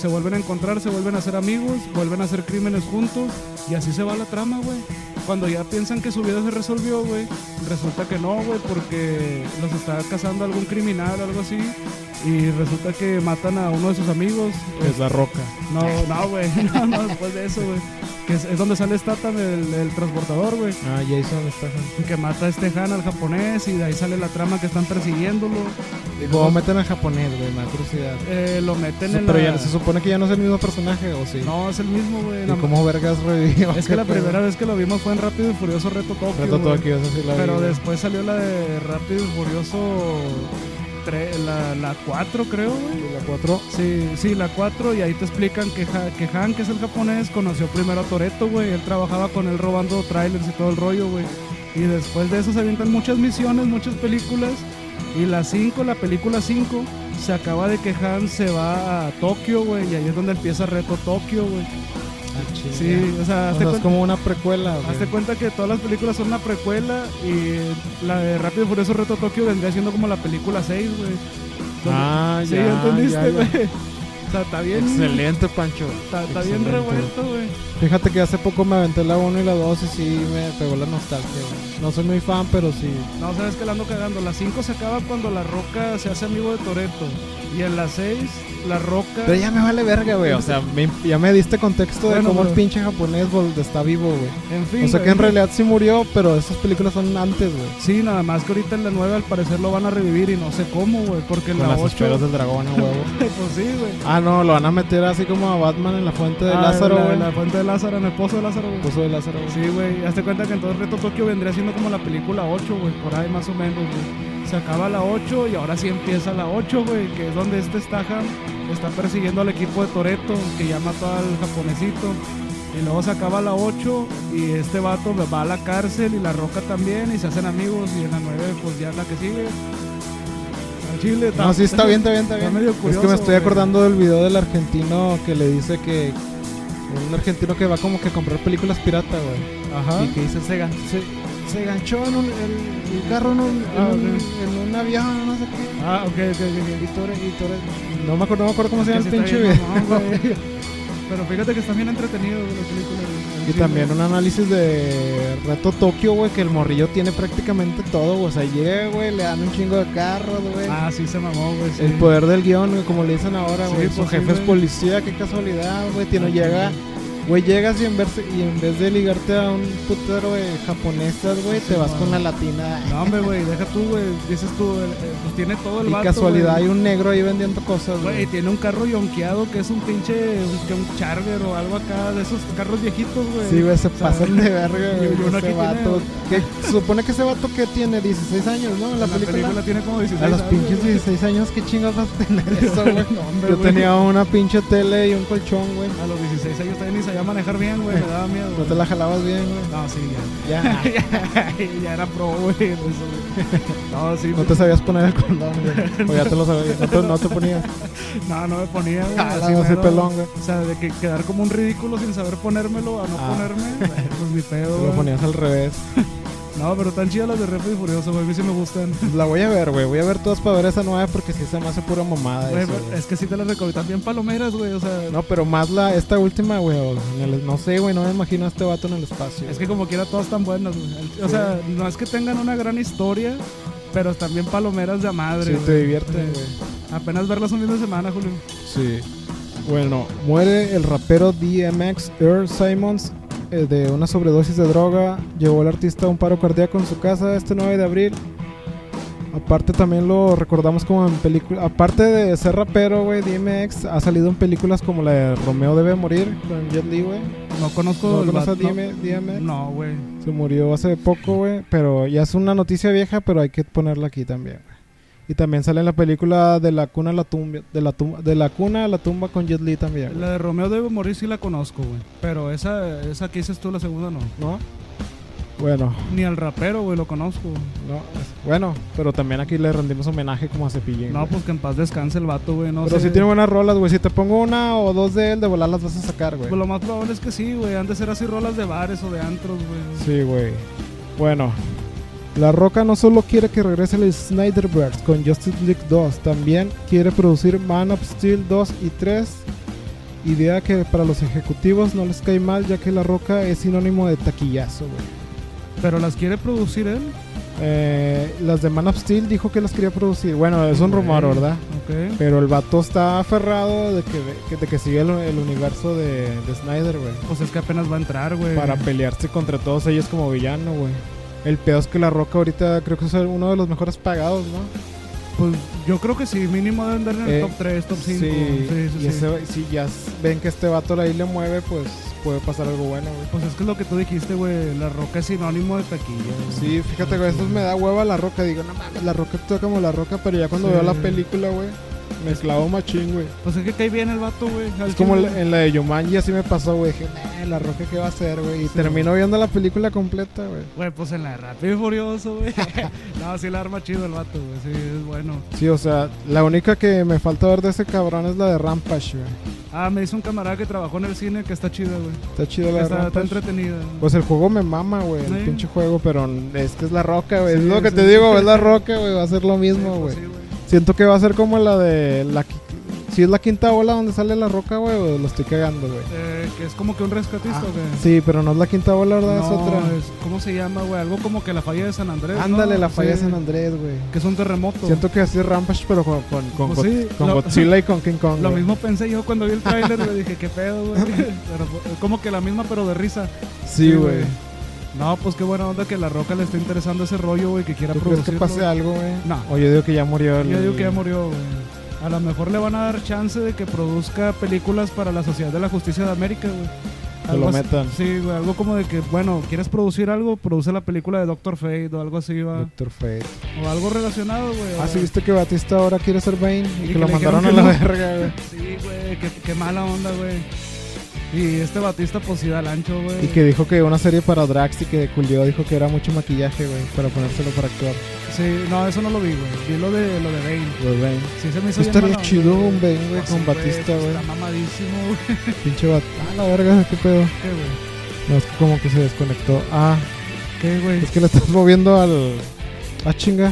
B: Se vuelven a encontrar, se vuelven a hacer amigos, vuelven a hacer crímenes juntos y así se va la trama, güey. Cuando ya piensan que su vida se resolvió, güey, resulta que no, güey, porque los está cazando algún criminal o algo así Y resulta que matan a uno de sus amigos.
A: Es la roca.
B: No, no, güey. No, no, después de eso, güey. Que es, es donde sale Statham, el, el transportador, güey.
A: Ah, Jason Statham.
B: Que mata a este Han al japonés y de ahí sale la trama que están persiguiéndolo.
A: Digo, "Oh, meten al japonés, güey, me da curiosidad.
B: Eh, lo meten en
A: Pero
B: la...
A: ya se supone que ya no es el mismo personaje, ¿o sí?
B: No, es el mismo, güey.
A: ¿Y
B: nada
A: cómo vergas revivió?
B: más- Es que la primera vez que lo vimos fue en Rápido y Furioso Reto Tokio.
A: Reto
B: güey.
A: Tokio, eso sí la vi,
B: Pero
A: güey.
B: después salió la de Rápido y Furioso tre- la, la 4, creo, güey.
A: Y La 4.
B: Sí, sí, la 4, y ahí te explican que, Ja- que Han, que es el japonés, conoció primero a Toreto, güey. Él trabajaba con él robando trailers y todo el rollo, güey. Y después de eso se avientan muchas misiones, muchas películas. Y la 5, la película 5, se acaba de que Han se va a Tokio, güey. Y ahí es donde empieza Reto Tokio, güey. Sí, o
A: O sea,
B: sea, hazte
A: es
B: cuenta-
A: como una precuela, güey.
B: Hazte cuenta que todas las películas son una precuela y la de Rápido y Furioso Reto Tokio vendría siendo como la película 6, güey.
A: Ah,
B: Sí,
A: ya, ya,
B: entendiste,
A: ya.
B: güey. O sea, está bien.
A: Excelente, Pancho.
B: Está, está bien
A: Excelente.
B: revuelto, güey.
A: Fíjate que hace poco me aventé la 1 y la 2 y sí me pegó la nostalgia. güey. No soy muy fan, pero sí.
B: No, sabes que la ando cagando. La 5 se acaba cuando la roca se hace amigo de Toreto. Y en la 6, la roca.
A: Pero ya me vale verga, güey. O sea, me- ya me diste contexto de
B: Bueno,
A: cómo el
B: pero-
A: pinche japonés vol- está vivo, güey.
B: En fin.
A: O sea
B: güey.
A: que en realidad sí murió, pero esas películas son antes, güey.
B: Sí, nada más que ahorita en la 9 al parecer lo van a revivir y no sé cómo, güey. Porque en
A: Con
B: la
A: las
B: 8.
A: esferas del dragón, a huevo.
B: Pues sí, güey.
A: Ah, no, lo van a meter así como a Batman en la fuente de
B: Ah, en
A: Lázaro,
B: la-
A: güey.
B: en La fuente de Lázaro, en el pozo de Lázaro, güey.
A: Pozo de Lázaro, güey.
B: Sí, güey, hazte cuenta que entonces Reto Tokio vendría siendo como la película 8, güey, por ahí más o menos, güey. Se acaba la 8 y ahora sí empieza la 8, güey, que es donde este Stahan está persiguiendo al equipo de Toreto, que ya mató al japonesito. Y luego se acaba la 8 y este vato va a la cárcel y la roca también y se hacen amigos y en la 9 pues ya es la que sigue. Al Chile,
A: No, sí, está bien, está bien, está
B: Está
A: bien.
B: medio
A: es que
B: curioso,
A: me estoy
B: güey.
A: acordando del video del argentino que le dice que. Un argentino que va como que a comprar películas pirata, güey.
B: Ajá.
A: Y que dice, se, gan- se, se ganchó en un, el, el carro en un,
B: Ah,
A: en, un,
B: ok.
A: en un avión, no sé qué.
B: Ah, ok, ok, ok.
A: Y Tore- y Tore- No me acuerdo, no me acuerdo cómo se llama
B: Es
A: el
B: que sí
A: pinche
B: está bien
A: video.
B: mamón, güey. Pero fíjate que está bien entretenido güey, la película. güey.
A: Y
B: Sí,
A: también
B: güey.
A: un análisis de Reto Tokio, güey, que el morrillo tiene prácticamente todo, güey. O sea, llega, güey, le dan un chingo de carros, güey.
B: Ah, sí se mamó, güey. sí.
A: El poder del guión, güey, como le dicen ahora,
B: Sí,
A: güey. Su
B: pues sí,
A: jefe es
B: güey.
A: policía, qué casualidad, güey. Tiene,
B: Ah,
A: llega, güey, llegas y en, vez, y en vez de ligarte a un putero de japonesas, güey, te vas
B: man.
A: con la latina.
B: No, hombre, güey, deja tú, güey. Dices tú, el- el- pues tiene todo el
A: y
B: vato,
A: casualidad
B: güey.
A: hay un negro ahí vendiendo cosas,
B: Güey,
A: güey.
B: tiene un carro yonqueado que es un pinche, un, que un charger o algo acá, de esos carros viejitos, güey.
A: Sí, güey, se
B: O sea,
A: pasan de verga,
B: y
A: güey.
B: uno
A: ese
B: aquí
A: vato. Que, se supone que ese vato que tiene 16 años, ¿no? En la,
B: La película,
A: película.
B: tiene como 16
A: A los
B: años,
A: pinches
B: güey.
A: 16 años, ¿qué chingas vas a tener eso, güey?
B: No, hombre,
A: Yo
B: güey.
A: tenía una pinche tele y un colchón, güey.
B: A los 16 años también ni sabía manejar bien, güey. Me daba miedo.
A: No te
B: güey.
A: la jalabas bien, güey.
B: No, sí,
A: Ya.
B: ya. ya era pro, güey. en eso, güey. No, sí.
A: No te sabías poner el condón, güey. O ya te lo sabías. No te, no te ponías.
B: No, no me ponía, güey.
A: Ah,
B: así
A: la voz de
B: mero.
A: pelón, güey.
B: O sea, de que quedar como un ridículo sin saber ponérmelo a no
A: Ah.
B: ponerme, güey, pues mi pedo.
A: Te lo
B: güey.
A: ponías al revés.
B: No, pero tan chidas las de Rápido y Furioso, güey. A mí sí me gustan.
A: La voy a ver, güey. Voy a ver todas para ver esa nueva porque si se me hace pura mamada.
B: Güey, pues,
A: eso, güey.
B: es que sí te las recomiendan bien palomeras, güey. O sea,
A: No, pero más la esta última, güey. o en el- No sé, güey. No me imagino a este vato en el espacio.
B: es
A: güey.
B: que como quiera todas están buenas, güey. El- O
A: Sí.
B: sea, no es que tengan una gran historia, pero están bien palomeras de a madre.
A: Sí,
B: güey.
A: te divierte,
B: Sí.
A: güey.
B: Apenas verlas un fin de semana, Julio.
A: Sí. Bueno, muere el rapero DMX Earl Simons eh, de una sobredosis de droga. Llevó al artista a un paro cardíaco en su casa este 9 de abril. Aparte también lo recordamos como en películas... Aparte de ser rapero, güey, DMX ha salido en películas como la de Romeo debe morir con Jet Li, güey.
B: No conozco
A: ¿No
B: el
A: conoces a
B: vato, no-
A: DM- DMX?
B: No, güey.
A: Se murió hace poco, güey. Pero ya es una noticia vieja, pero hay que ponerla aquí también, güey. Y también sale en la película de la cuna a la tumba, de la tumba, de la cuna a la tumba con Jet Li también, güey.
B: La de Romeo debe morir sí la conozco, güey. Pero esa, esa que dices tú, la segunda no.
A: ¿No? Bueno,
B: Ni al rapero, güey, lo conozco.
A: no, es- bueno, pero también aquí le rendimos homenaje como a Cepillín.
B: No,
A: güey.
B: pues que en paz descanse el vato, güey. No
A: pero
B: sé.
A: si tiene buenas rolas, güey. Si te pongo una o dos de él, de volar las vas a sacar, güey.
B: Pues lo más probable es que sí, güey. Antes era así rolas de bares o de antros, güey.
A: Sí, güey. Bueno, La Roca no solo quiere que regrese el Snyderverse con Justice League 2, también quiere producir Man of Steel 2 y 3. Idea que para los ejecutivos no les cae mal, ya que La Roca es sinónimo de taquillazo, güey.
B: Pero las quiere producir él.
A: Eh, las de Man of Steel dijo que las quería producir. Bueno, es un
B: Güey.
A: rumor, ¿verdad?
B: Ok.
A: Pero el vato está aferrado de que, que- de que sigue el, el universo de, de Snyder, güey.
B: Pues es que apenas va a entrar, güey.
A: Para pelearse contra todos ellos como villano, güey. El pedo es que La Roca ahorita creo que es uno de los mejores pagados, ¿no?
B: Pues yo creo que sí, mínimo deben darle en el
A: Eh,
B: top 3, top 5.
A: Sí,
B: Sí, sí, sí.
A: y ese- si ya s- ven que este vato ahí le mueve, pues puede pasar algo bueno, güey.
B: Pues es que es lo que tú dijiste, güey. La roca es sinónimo de taquilla. güey.
A: Sí, fíjate, güey, esto me da hueva la roca. Digo, no mames, la roca actúa como la roca, pero ya cuando
B: Sí.
A: veo la película, güey, me clavo machín, güey.
B: Pues es que cae bien el vato, güey. al
A: Es como
B: chile.
A: la- en la de Yumanji, así me pasó, güey. Dije, "Nah, la roca, ¿qué va a hacer, güey? Y
B: Sí.
A: termino viendo la película completa, güey.
B: Güey, pues en la de Rápido y Furioso, güey. no, sí, la arma chido el vato, güey. Sí, es bueno.
A: Sí, o sea, la única que me falta ver de ese cabrón es la de Rampage, güey.
B: Ah, me hizo un camarada que trabajó en el cine que está chida, güey.
A: Está chida la de
B: Está, está
A: Rampage.
B: entretenida.
A: Pues el juego me mama, güey, el
B: Sí.
A: pinche juego, pero es que es la roca, güey.
B: Sí,
A: es lo que
B: sí.
A: te digo, güey, es la roca, güey. Va a ser lo
B: Sí,
A: mismo,
B: pues
A: güey.
B: sí, güey.
A: Siento que va a ser como la de la si es la quinta ola donde sale la roca, güey, o lo estoy cagando, güey.
B: Eh, que es como que un rescatista,
A: Ah,
B: ¿o qué?
A: sí, pero no es la quinta ola, ¿verdad? es
B: No,
A: otra.
B: es- ¿Cómo se llama, güey? Algo como que la falla de San Andrés. ¿no?
A: Ándale, la falla de
B: Sí,
A: San Andrés, güey.
B: Que es un terremoto.
A: Siento que así es Rampage, pero con, con, con,
B: Pues
A: Go-
B: sí,
A: con
B: lo-
A: Godzilla y con King Kong.
B: Lo
A: güey.
B: mismo pensé yo cuando vi el tráiler, güey. Dije, qué pedo, güey. Pero, eh, Como que la misma, pero de risa.
A: Sí,
B: Sí,
A: güey.
B: güey. No, pues qué buena onda que la Roca le esté interesando ese rollo, güey, que quiera
A: ¿Tú crees que
B: producirlo.
A: pase algo, güey?
B: No.
A: O yo digo que ya murió el...
B: Yo digo que ya murió, güey. A lo mejor le van a dar chance de que produzca películas para la Sociedad de la Justicia de América, güey.
A: Que lo
B: Algo así-
A: metan.
B: Sí, güey, algo como de que, bueno, ¿quieres producir algo? Produce la película de Doctor Fate o algo así, va.
A: Doctor Fate.
B: O algo relacionado, güey.
A: Ah,
B: o-
A: sí, viste que Batista ahora quiere ser Bane y,
B: Y
A: que,
B: que
A: lo
B: le
A: mandaron a la
B: dijeron que
A: verga, güey.
B: Sí, güey, qué, qué mala onda, güey. Y este Batista, pues sí da al ancho, güey.
A: Y que dijo que una serie para Drax y que Julio dijo que era mucho maquillaje, güey, para ponérselo para actuar.
B: Sí, no, eso no lo vi, güey. Vi lo de, lo de Bane.
A: Lo Bane.
B: Sí, se me
A: Eso
B: hizo bien
A: estaría
B: mala onda,
A: chido un Bane, güey,
B: Pues sí,
A: con Batista,
B: pues
A: güey.
B: Está mamadísimo, güey.
A: Pinche Batista. Ah, la verga, qué pedo.
B: ¿Qué, güey?
A: No, es que como que se desconectó. Ah,
B: ¿Qué, güey?
A: es que le estás moviendo al. Ah, chinga.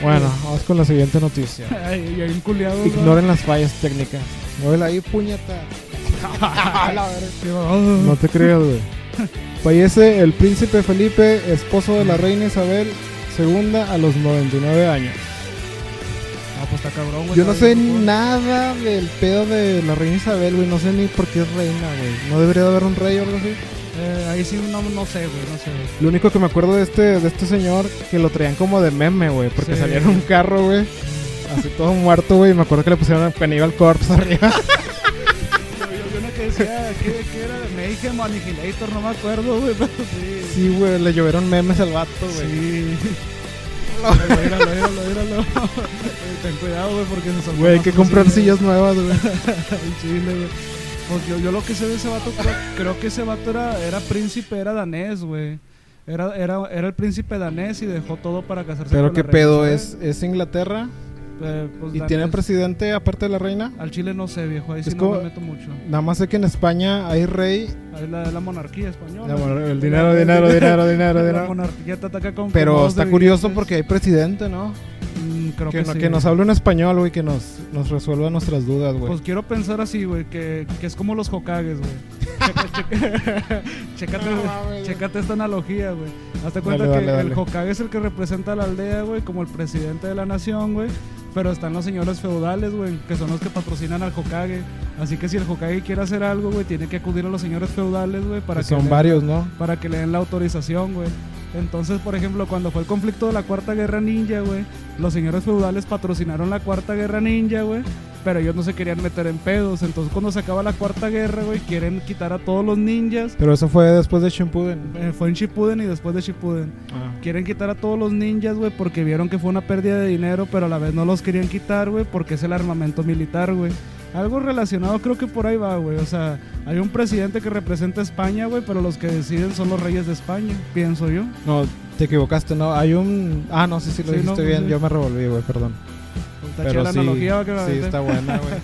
A: Bueno, vamos con la siguiente noticia.
B: Ay, y hay un culiado, güey.
A: Ignoren las fallas técnicas. Muévela ahí, puñeta. A la verga.
B: Sí, oh.
A: No te creas, güey. Fallece el príncipe Felipe, esposo de la reina Isabel II a los 99 años.
B: Ah, pues está cabrón, güey.
A: Yo no
B: está
A: sé
B: bien, güey.
A: nada del pedo de la reina Isabel, güey. No sé ni por qué es reina, güey. No debería de haber un rey o algo así.
B: Eh, ahí sí, no, no sé, güey, no sé. güey.
A: Lo único que me acuerdo de este, de este señor, que lo traían como de meme, güey. Porque
B: Sí.
A: salía en un carro, güey. Así todo muerto, güey. y Me acuerdo que le pusieron Cannibal Corpse arriba.
B: Yo vi una que decía, ¿qué, qué era? Mayhem o Annihilator, no me acuerdo, güey, pero sí.
A: Sí, güey. Le llovieron memes al vato, güey.
B: Sí. Míralo, míralo, míralo, míralo. Oye, Ten cuidado, güey, porque se soltó
A: Güey, hay
B: más
A: que
B: un
A: comprar
B: cine.
A: sillas nuevas, güey.
B: En Chile, güey. Pues yo, yo lo que sé de ese vato, creo, creo que ese vato era, era príncipe, era danés, güey. Era, era, era el príncipe danés y dejó todo para casarse
A: Pero
B: con la
A: qué pedo
B: reina,
A: es, es Inglaterra
B: ¿sabes? Eh, pues
A: y
B: danés.
A: tiene presidente aparte de la reina.
B: Al Chile no sé, viejo, ahí
A: Es
B: sí no
A: como-
B: me meto mucho.
A: Nada más sé que en España hay rey.
B: Ahí la, la monarquía española.
A: el dinero, dinero, dinero, dinero,
B: La
A: dinero.
B: monarquía te ataca con
A: Pero
B: quemados
A: está
B: de
A: curioso
B: billetes.
A: porque hay presidente, ¿no?
B: Mm, creo
A: Que,
B: que,
A: no-
B: sí.
A: que nos hable un español, güey, que nos, nos resuelva nuestras dudas, güey.
B: Pues quiero pensar así, güey, que, que es como los Hokages, güey. Checa- checa- chécate,
A: No mames.
B: chécate esta analogía, güey. Hazte cuenta
A: Dale,
B: que
A: dale,
B: el
A: dale.
B: Hokage es el que representa a la aldea, güey, como el presidente de la nación, güey. Pero están los señores feudales, güey, que son los que patrocinan al Hokage. Así que si el Hokage quiere hacer algo, güey, tiene que acudir a los señores feudales, güey, para
A: Que
B: que
A: Pues son
B: le-
A: varios, ¿no?
B: para que le den la autorización, güey. Entonces, por ejemplo, cuando fue el conflicto de la Cuarta Guerra Ninja, güey, los señores feudales patrocinaron la Cuarta Guerra Ninja, güey, pero ellos no se querían meter en pedos. Entonces, cuando se acaba la Cuarta Guerra, güey, quieren quitar a todos los ninjas.
A: Pero eso fue después de Ah. Shimpuden.
B: Eh, fue en Shippuden y después de Shippuden. Quieren quitar a todos los ninjas, güey, porque vieron que fue una pérdida de dinero, pero a la vez no los querían quitar, güey, porque es el armamento militar, güey. Algo relacionado creo que por ahí va, güey. O sea, hay un presidente que representa a España, güey, pero los que deciden son los reyes de España, pienso yo.
A: No, te equivocaste, ¿no? Hay un... Ah, no, sí, sí, lo
B: Sí,
A: dijiste
B: no,
A: bien.
B: sí.
A: Yo me revolví, güey, perdón.
B: Está chida
A: Pero
B: la
A: sí,
B: analogía, va, que la
A: sí,
B: neta.
A: está buena, güey.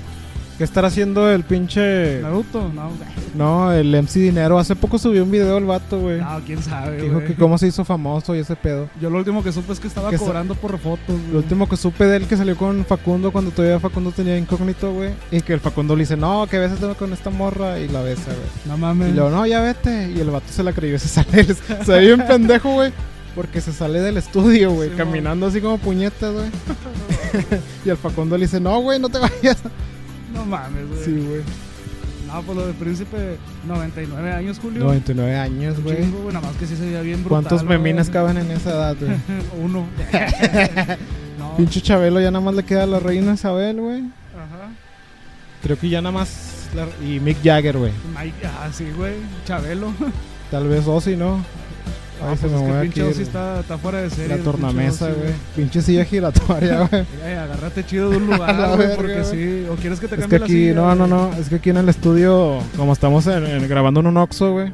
A: ¿Qué estará haciendo el pinche.
B: Naruto, no, güey.
A: No, el MC Dinero. Hace poco subió un video el vato, güey.
B: No, quién sabe,
A: Dijo
B: güey.
A: que cómo se hizo famoso y ese pedo.
B: Yo lo último que supe es que estaba
A: Que sa-
B: cobrando por fotos, güey.
A: Lo último que supe de él que salió con Facundo cuando todavía Facundo tenía incógnito, güey. Y que el Facundo le dice, no, que besate con esta morra. Y la besa, güey.
B: No mames.
A: Y luego, no, ya vete. Y el vato se la creyó y se sale. del- Se ve bien pendejo, güey. Porque se sale del estudio, güey.
B: Sí,
A: caminando así como puñetas, güey. y el Facundo le dice, no, güey, no te vayas.
B: No mames, güey.
A: Sí, güey.
B: No, pues lo de Príncipe, 99 años, Julio.
A: 99 años,
B: Un
A: güey.
B: chingo, güey, nada más que sí se veía bien brutal.
A: ¿Cuántos
B: güey.
A: meminas caben en esa edad, güey?
B: Uno. no.
A: Pinche Chabelo ya nada más le queda a la reina Isabel, güey.
B: Ajá.
A: Creo que ya nada más. la- Y Mick Jagger, güey.
B: Mike, ah, sí, güey. Chabelo.
A: Tal vez Ozzy, ¿no? Ay,
B: Ah,
A: se
B: pues
A: me
B: es que
A: voy
B: el
A: a
B: pinche
A: ir,
B: Ozzy
A: güey.
B: está, está fuera de serie.
A: La
B: el
A: tornamesa,
B: pinche Ozzy,
A: güey. Pinche silla giratoria, güey.
B: Ay, agárrate chido de un
A: A la
B: lugar, güey,
A: verga,
B: porque
A: güey.
B: sí. O quieres que te
A: Es que
B: cambie
A: aquí,
B: la
A: no,
B: silla.
A: no, no. Es que aquí en el estudio, como estamos en- en- grabando en un Oxxo, güey,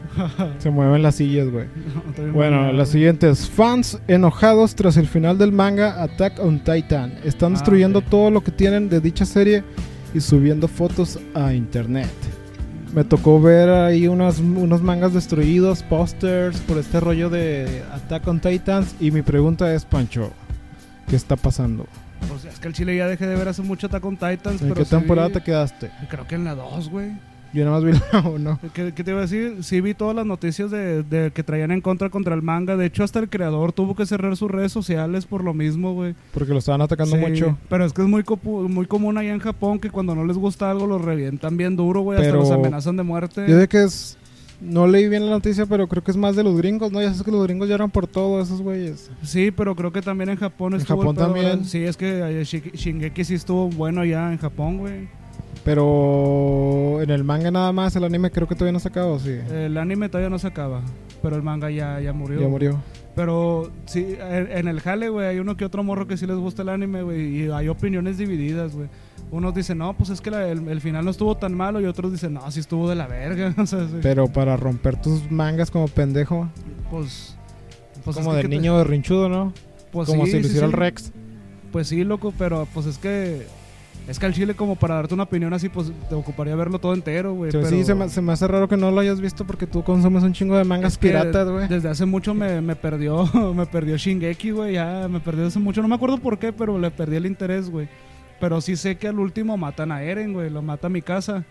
A: se mueven las sillas, güey. Bueno, las siguientes. Fans enojados tras el final del manga Attack on Titan. Están
B: Ah,
A: destruyendo
B: ok.
A: todo lo que tienen de dicha serie y subiendo fotos a internet. Me tocó ver ahí unas, unos mangas destruidos, pósters, por este rollo de Attack on Titans. Y mi pregunta es, Pancho, ¿qué está pasando?
B: Pues es que el Chile ya dejé de ver hace mucho Attack on Titans.
A: ¿En
B: pero
A: qué
B: sí
A: temporada
B: vi-
A: te quedaste?
B: Creo que en la 2, güey.
A: Yo nada más vi la 1.
B: ¿Qué, qué te iba a decir? Sí vi todas las noticias de, de que traían en contra contra el manga. De hecho, hasta el creador tuvo que cerrar sus redes sociales por lo mismo, güey.
A: Porque lo estaban atacando
B: Sí,
A: mucho.
B: Pero es que es muy, copu- muy común allá en Japón que cuando no les gusta algo lo revientan bien duro, güey.
A: Pero-
B: Hasta los amenazan de muerte.
A: Yo sé que es. No leí bien la noticia, pero creo que es más de los gringos, ¿no? Ya sabes que los gringos lloran por todo, esos güeyes.
B: Sí, pero creo que también en Japón
A: En
B: estuvo el
A: Japón
B: pedo,
A: también.
B: ¿verdad? Sí, es que eh, Shi- Shingeki sí estuvo bueno allá en Japón, güey.
A: Pero en el manga nada más, el anime creo que todavía no ha sacado, sí.
B: El anime todavía no se acaba, pero el manga ya, ya Eh, murió.
A: Ya murió.
B: Pero sí, en, en el jale, güey, hay uno que otro morro que sí les gusta el anime, güey, y hay opiniones divididas, güey. Unos dicen, no, pues es que la- el, el final no estuvo tan malo, y otros dicen, no, sí estuvo de la verga. o sea, sí.
A: Pero para romper tus mangas como pendejo,
B: pues. pues
A: como
B: es que
A: del
B: ¿qué te-
A: niño berrinchudo, ¿no?
B: pues
A: como
B: sí,
A: si lo
B: sí,
A: hiciera
B: sí.
A: el Rex.
B: Pues sí, loco, pero pues es que. Es que al chile, como para darte una opinión así, pues te ocuparía verlo todo entero, güey.
A: Pero
B: pero-
A: Pues Sí, se me, se me hace raro que no lo hayas visto porque tú consumes un chingo de mangas
B: Es que
A: piratas, güey.
B: Desde hace mucho me, me perdió, me perdió Shingeki, güey, ya me perdió hace mucho, no me acuerdo por qué, pero le perdí el interés, güey. Pero sí sé que al último matan a Eren, güey, lo mata a mi casa.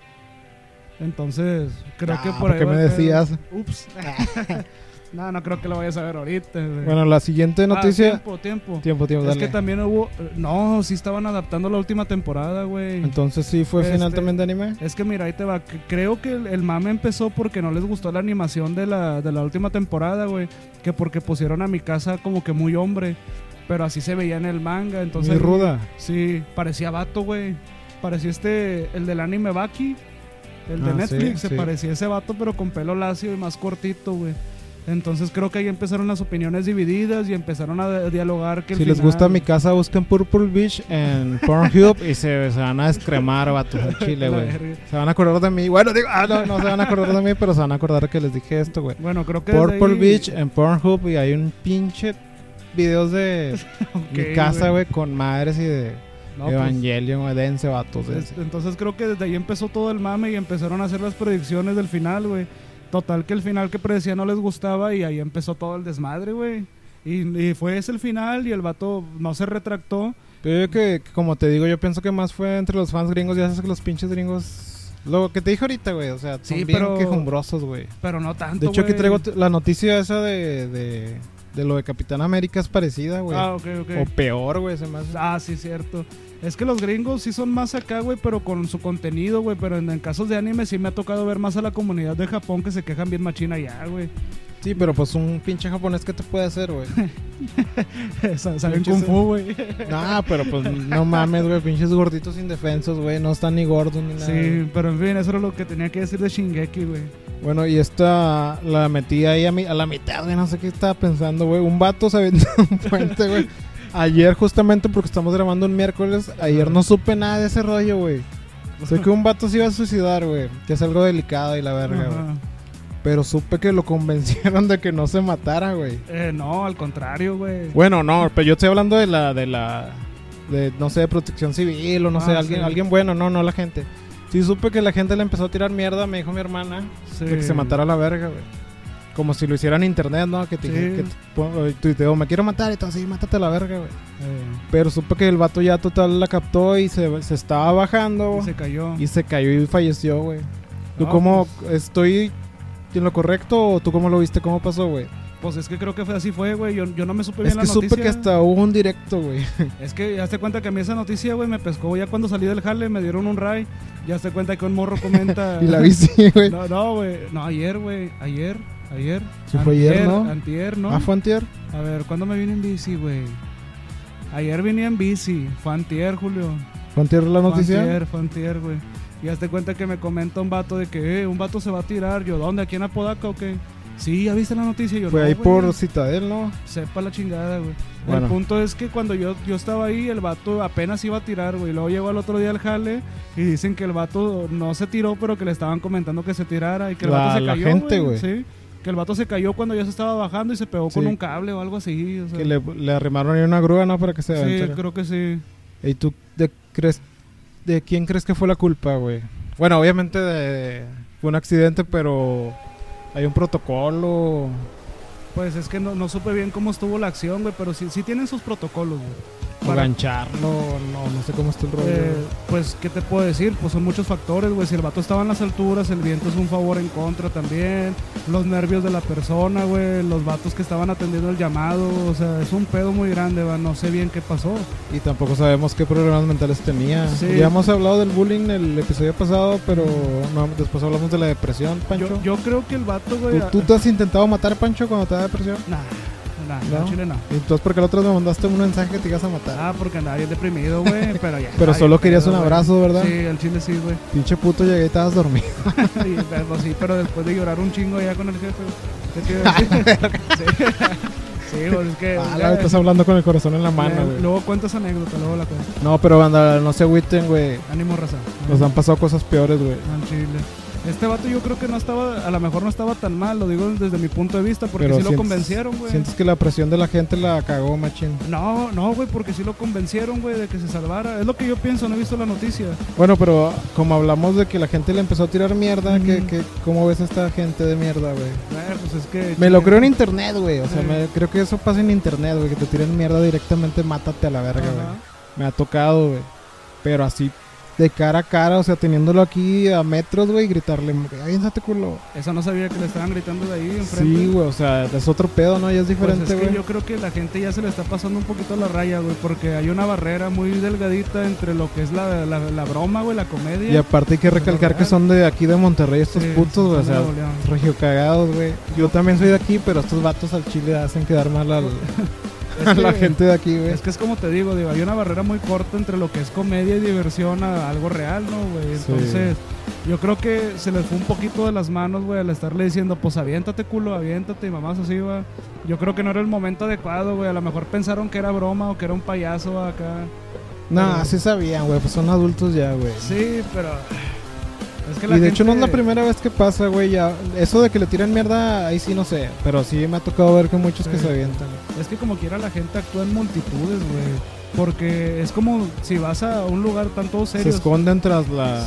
B: Entonces, creo
A: Ah,
B: que por
A: ¿por
B: ahí
A: qué
B: va
A: me
B: el pedo.
A: decías?
B: Ups. no, no creo que lo vayas a ver ahorita, güey.
A: Bueno, la siguiente
B: Ah,
A: noticia.
B: tiempo, tiempo.
A: tiempo, tiempo,
B: Es
A: dale.
B: que también hubo no, sí estaban adaptando la última temporada, güey.
A: Entonces sí fue final
B: Este-
A: también de anime.
B: Es que mira, ahí te va. C- Creo que el, el mame empezó porque no les gustó la animación de la, de la última temporada, güey. Que porque pusieron a mi casa como que muy hombre. Pero así se veía en el manga. Entonces,
A: Muy ruda.
B: Sí, parecía vato, güey. Parecía este, el del anime Baki. El de
A: Ah, sí,
B: Netflix. se
A: sí.
B: parecía ese vato, pero con pelo lacio y más cortito, güey. Entonces creo que ahí empezaron las opiniones divididas y empezaron a de- dialogar que el
A: Si les
B: final-
A: gusta mi casa, busquen Purple Beach en Pornhub y se, se van a descremar, vatos, en Chile,
B: La
A: güey.
B: verga.
A: Se van a acordar de mí. Bueno, digo, ah, no, no se van a acordar de mí, pero se van a acordar que les dije esto, güey.
B: Bueno, creo que desde
A: Purple
B: ahí-
A: Beach en Pornhub y hay un pinche videos de
B: Ok,
A: mi casa, güey, con madres y de
B: No, pues,
A: Evangelion, güey. Dense, vatos,
B: Es-
A: dense.
B: Entonces creo que desde ahí empezó todo el mame y empezaron a hacer las predicciones del final, güey. Total que el final que predecía no les gustaba y ahí empezó todo el desmadre, güey. Y, y fue ese el final y el vato no se retractó.
A: Pero yo que, que como te digo, yo pienso que más fue entre los fans gringos. Ya sabes que los pinches gringos... Lo que te dije ahorita, güey. O sea, son
B: Sí,
A: bien
B: pero-
A: quejumbrosos, güey.
B: Pero no tanto.
A: De hecho, aquí
B: güey.
A: traigo t- la noticia esa de, de, de lo de Capitán América es parecida, güey.
B: Ah, ok, ok.
A: O peor, güey, se me hace.
B: Ah, sí, cierto. Es que los gringos sí son más acá, güey, pero con su contenido, güey. Pero en, en casos de anime sí me ha tocado ver más a la comunidad de Japón que se quejan bien machina ya, güey.
A: Sí, pero pues un pinche japonés, ¿qué te puede hacer, güey?
B: Sa- Saben
A: Pinches-
B: Kung Fu, güey.
A: no, pero pues no mames, güey, pinches gorditos indefensos, güey. No están ni gordos ni nada.
B: Sí, pero en fin, eso era lo que tenía que decir de Shingeki, güey.
A: Bueno, y esta la metí ahí a, mi- a la mitad, güey. No sé qué estaba pensando, güey. Un vato se aventó un puente, güey. Ayer, justamente porque estamos grabando un miércoles, ayer no supe nada de ese rollo, güey. Sé que un vato se iba a suicidar, güey. Que es algo delicado y la verga, güey.
B: Ajá.
A: Pero supe que lo convencieron de que no se matara, güey.
B: Eh, no, al contrario, güey.
A: Bueno, no, pero yo estoy hablando de la, de la, de, no sé, de protección civil o no
B: Ah,
A: sé, alguien,
B: sí.
A: alguien bueno, no, no la gente. Sí, supe que la gente le empezó a tirar mierda, me dijo mi hermana,
B: Sí.
A: de que se matara a la verga, güey. Como si lo hicieran en internet, ¿no? Que te
B: Sí.
A: que te pon- eh, tuiteo, me quiero matar y todo así, mátate a la verga, güey.
B: Eh,
A: Pero supe que el vato ya total la captó y se, se estaba bajando
B: y se cayó.
A: y se cayó y falleció, güey. ¿Tú
B: No, pues.
A: cómo estoy en lo correcto o tú cómo lo viste? ¿Cómo pasó, güey?
B: Pues es que creo que fue así fue, güey. Yo, yo no me supe
A: Es
B: bien
A: que
B: Pues la
A: supe
B: noticia.
A: que hasta hubo un directo, güey.
B: Es que ya se cuenta que a mí esa noticia, güey, me pescó. Ya cuando salí del jale me dieron un ray. Ya se cuenta que un morro comenta.
A: Y la bici, güey.
B: No, no, güey. No, ayer, güey. Ayer, ayer.
A: Sí fue ayer, ¿no? Ah,
B: Antier, ¿no?
A: ¿A Fuantier?
B: A ver, ¿cuándo me vine en bici, güey? Ayer vine en bici. Fue antier, Julio.
A: ¿Fuantier la noticia?
B: Fue antier, fue antier, güey. Y hazte cuenta que me comenta un vato de que, eh, un vato se va a tirar. Yo, ¿dónde? ¿Aquí en Apodaca o qué? Sí, ¿ya viste la noticia? Yo,
A: Fue
B: "No,
A: ahí
B: güey".
A: por Citadel, ¿no?
B: Sepa la chingada, güey.
A: Bueno.
B: El punto es que cuando yo, yo estaba ahí, el vato apenas iba a tirar, güey. Luego llegó al otro día al jale y dicen que el vato no se tiró, pero que le estaban comentando que se tirara y que el
A: La-
B: vato se
A: la
B: cayó.
A: gente, güey.
B: Sí. Que el vato se cayó cuando ya se estaba bajando y se pegó
A: Sí.
B: con un cable o algo así. o sea.
A: Que le, le arrimaron ahí una grúa, ¿no? Para que se
B: sí,
A: aventara.
B: creo que sí.
A: ¿Y tú de, crees, de quién crees que fue la culpa, güey? Bueno, obviamente de, fue un accidente, pero hay un protocolo.
B: Pues es que no, no supe bien cómo estuvo la acción, güey, pero sí, sí tienen sus protocolos, güey.
A: O
B: Para-
A: gancharlo, no, no sé cómo está el rollo.
B: Eh, pues, ¿qué te puedo decir? Pues son muchos factores, güey. Si el vato estaba en las alturas, el viento es un favor en contra también. Los nervios de la persona, güey. Los vatos que estaban atendiendo el llamado. O sea, es un pedo muy grande, va. No sé bien qué pasó.
A: Y tampoco sabemos qué problemas mentales tenía.
B: Sí.
A: Ya hemos hablado del bullying en el episodio pasado, pero no, después hablamos de la depresión, Pancho.
B: Yo, yo creo que el vato, güey.
A: ¿Tú, tú te has intentado matar, Pancho, cuando te da depresión?
B: Nah, nah,
A: ¿No?
B: no, chile, no.
A: Entonces, porque el otro me mandaste un mensaje que te ibas a matar.
B: Ah, porque andaba bien deprimido, güey. pero ya.
A: pero
B: ay,
A: solo querías
B: pedo,
A: un
B: güey.
A: abrazo, ¿verdad?
B: Sí, el chile sí, güey.
A: Pinche puto, llegué y estabas dormido.
B: Y, pero sí, pero después de llorar un chingo ya con el jefe. ¿qué te iba a decir? sí, sí, güey, es que.
A: Ah,
B: ya-
A: la estás hablando con el corazón en la mano,
B: Eh,
A: güey.
B: Luego cuentas anécdota, luego la cuento.
A: No, pero banda, no se agüiten, güey.
B: Ánimo raza.
A: Nos han pasado cosas peores, güey.
B: Al chile. Este vato yo creo que no estaba, a lo mejor no estaba tan mal, lo digo desde mi punto de vista, porque
A: Pero
B: sí
A: sientes-
B: lo convencieron, güey.
A: Sientes que la presión de la gente la cagó, machín.
B: No, no, güey, porque sí lo convencieron, güey, de que se salvara. Es lo que yo pienso, no he visto la noticia.
A: Bueno, pero como hablamos de que la gente le empezó a tirar mierda,
B: Ujú.
A: que, que, ¿cómo ves a esta gente de mierda, güey?
B: Eh, pues es que...
A: Me lo creo en internet, güey. O sea,
B: Sí.
A: me, creo que eso pasa en internet, güey. Que te tiren mierda directamente, mátate a la verga, güey.
B: Ajá.
A: Me ha tocado, güey. Pero así, de cara a cara, o sea, teniéndolo aquí a metros, güey, y gritarle, aviéntate culo.
B: Eso no sabía que le estaban gritando de ahí enfrente.
A: Sí, güey, o sea, es otro pedo, ¿no? Ya es
B: Pues
A: diferente,
B: es
A: güey.
B: que yo creo que la gente ya se le está pasando un poquito la raya, güey, porque hay una barrera muy delgadita entre lo que es la, la, la broma, güey, la comedia.
A: Y aparte hay que recalcar que son de aquí de Monterrey estos
B: Sí,
A: putos, güey. O
B: son de
A: sea,
B: Nuevo León.
A: regio cagados, güey. Yo también soy de aquí, pero estos vatos al chile hacen quedar mal al-
B: Es
A: a la
B: que-
A: gente de aquí, güey.
B: Es que es como te digo, digo, hay una barrera muy corta entre lo que es comedia y diversión a algo real, ¿no, güey?
A: Sí.
B: Entonces, yo creo que se les fue un poquito de las manos, güey, al estarle diciendo, pues aviéntate, culo, aviéntate, y mamás así, va. Yo creo que no era el momento adecuado, güey. A lo mejor pensaron que era broma o que era un payaso va, acá.
A: No,
B: pero-
A: así sabían, güey. Pues son adultos ya, güey.
B: Sí, pero. Es que
A: Y
B: la
A: de hecho no es la
B: gente-
A: primera vez que pasa, güey. Ya eso de que le tiran mierda, ahí sí no sé. Pero sí me ha tocado ver que muchos que
B: Sí.
A: se avientan.
B: Es que como quiera la gente actúa en multitudes, güey. Porque es como si vas a un lugar tan todo
A: Se
B: serio.
A: esconden tras la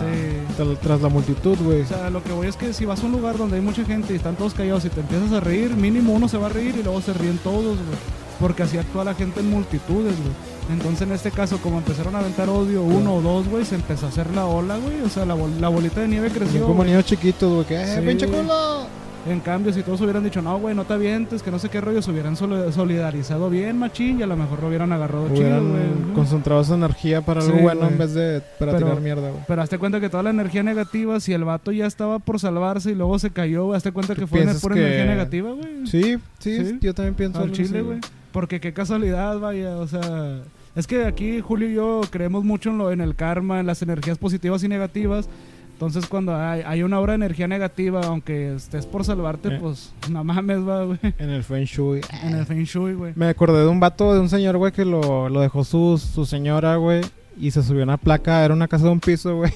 A: tra- tras la multitud, güey.
B: O sea, lo que voy es que si vas a un lugar donde hay mucha gente y están todos callados y te empiezas a reír, mínimo uno se va a reír y luego se ríen todos, güey. Porque así actúa la gente en multitudes, güey. Entonces, en este caso, como empezaron a aventar odio uno o dos, güey, se empezó a hacer la ola, güey. O sea, la, bol- la bolita de nieve
A: Son
B: creció.
A: como
B: güey.
A: niños chiquitos, güey. Que, ¡eh,
B: Sí.
A: pinche culo!
B: En cambio, si todos hubieran dicho, no, güey, no te avientes, que no sé qué rollo, se hubieran solo- solidarizado bien, machín, y a lo mejor lo hubieran agarrado chido,
A: Hubieran
B: güey. Ujú.
A: concentrado esa energía para algo
B: Sí,
A: bueno en
B: güey.
A: vez de para
B: Pero-
A: tirar mierda, güey.
B: Pero hazte cuenta que toda la energía negativa, si el vato ya estaba por salvarse y luego se cayó, güey, hazte cuenta
A: ¿Tú
B: que fue una
A: piensas
B: pura
A: que-
B: energía negativa, güey.
A: Sí, sí,
B: Sí.
A: yo también pienso
B: al
A: algo
B: Chile,
A: así,
B: güey. Porque qué casualidad, vaya, o sea, es que aquí Julio y yo creemos mucho en lo en el karma, en las energías positivas y negativas. Entonces, cuando hay, hay una obra de energía negativa, aunque estés por salvarte,
A: Eh.
B: pues no mames, va, güey.
A: En el Feng Shui.
B: En el Feng Shui, güey.
A: Me acordé de un vato, de un señor, güey, que lo, lo dejó su, su señora, güey. Y se subió a una placa, era una casa de un piso, güey.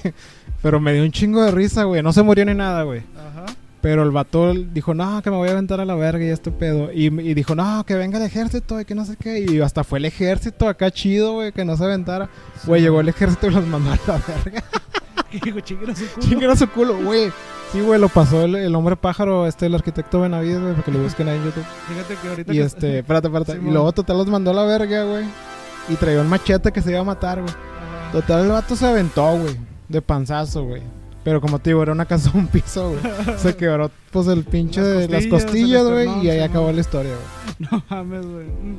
A: Pero me dio un chingo de risa, güey. No se murió ni nada, güey.
B: Ajá.
A: Pero el vato dijo, no, que me voy a aventar a la verga y este pedo. Y, y dijo, no, que venga el ejército y que no sé qué. Y hasta fue el ejército acá chido, güey, que no se aventara. Güey, llegó el ejército y los mandó a la verga.
B: Y digo, chinguen a su culo.
A: Chinguen a su culo, güey. Sí, güey, lo pasó el, el hombre pájaro, este, el arquitecto Benavides, güey, porque lo busquen ahí en YouTube.
B: Fíjate que ahorita
A: Y
B: que-
A: este, espérate, espérate. y
B: Simón.
A: luego total los mandó a la verga, güey. Y traía un machete que se iba a matar, güey.
B: Ajá.
A: Total, el vato se aventó, güey. De panzazo, güey. Pero como te digo, era una casa de un piso, güey. Se quebró, pues, el pinche
B: Las
A: de las
B: costillas,
A: costillas,
B: el
A: güey.
B: esternón,
A: Y ahí
B: Simón.
A: acabó la historia, güey.
B: No mames, güey. Mm.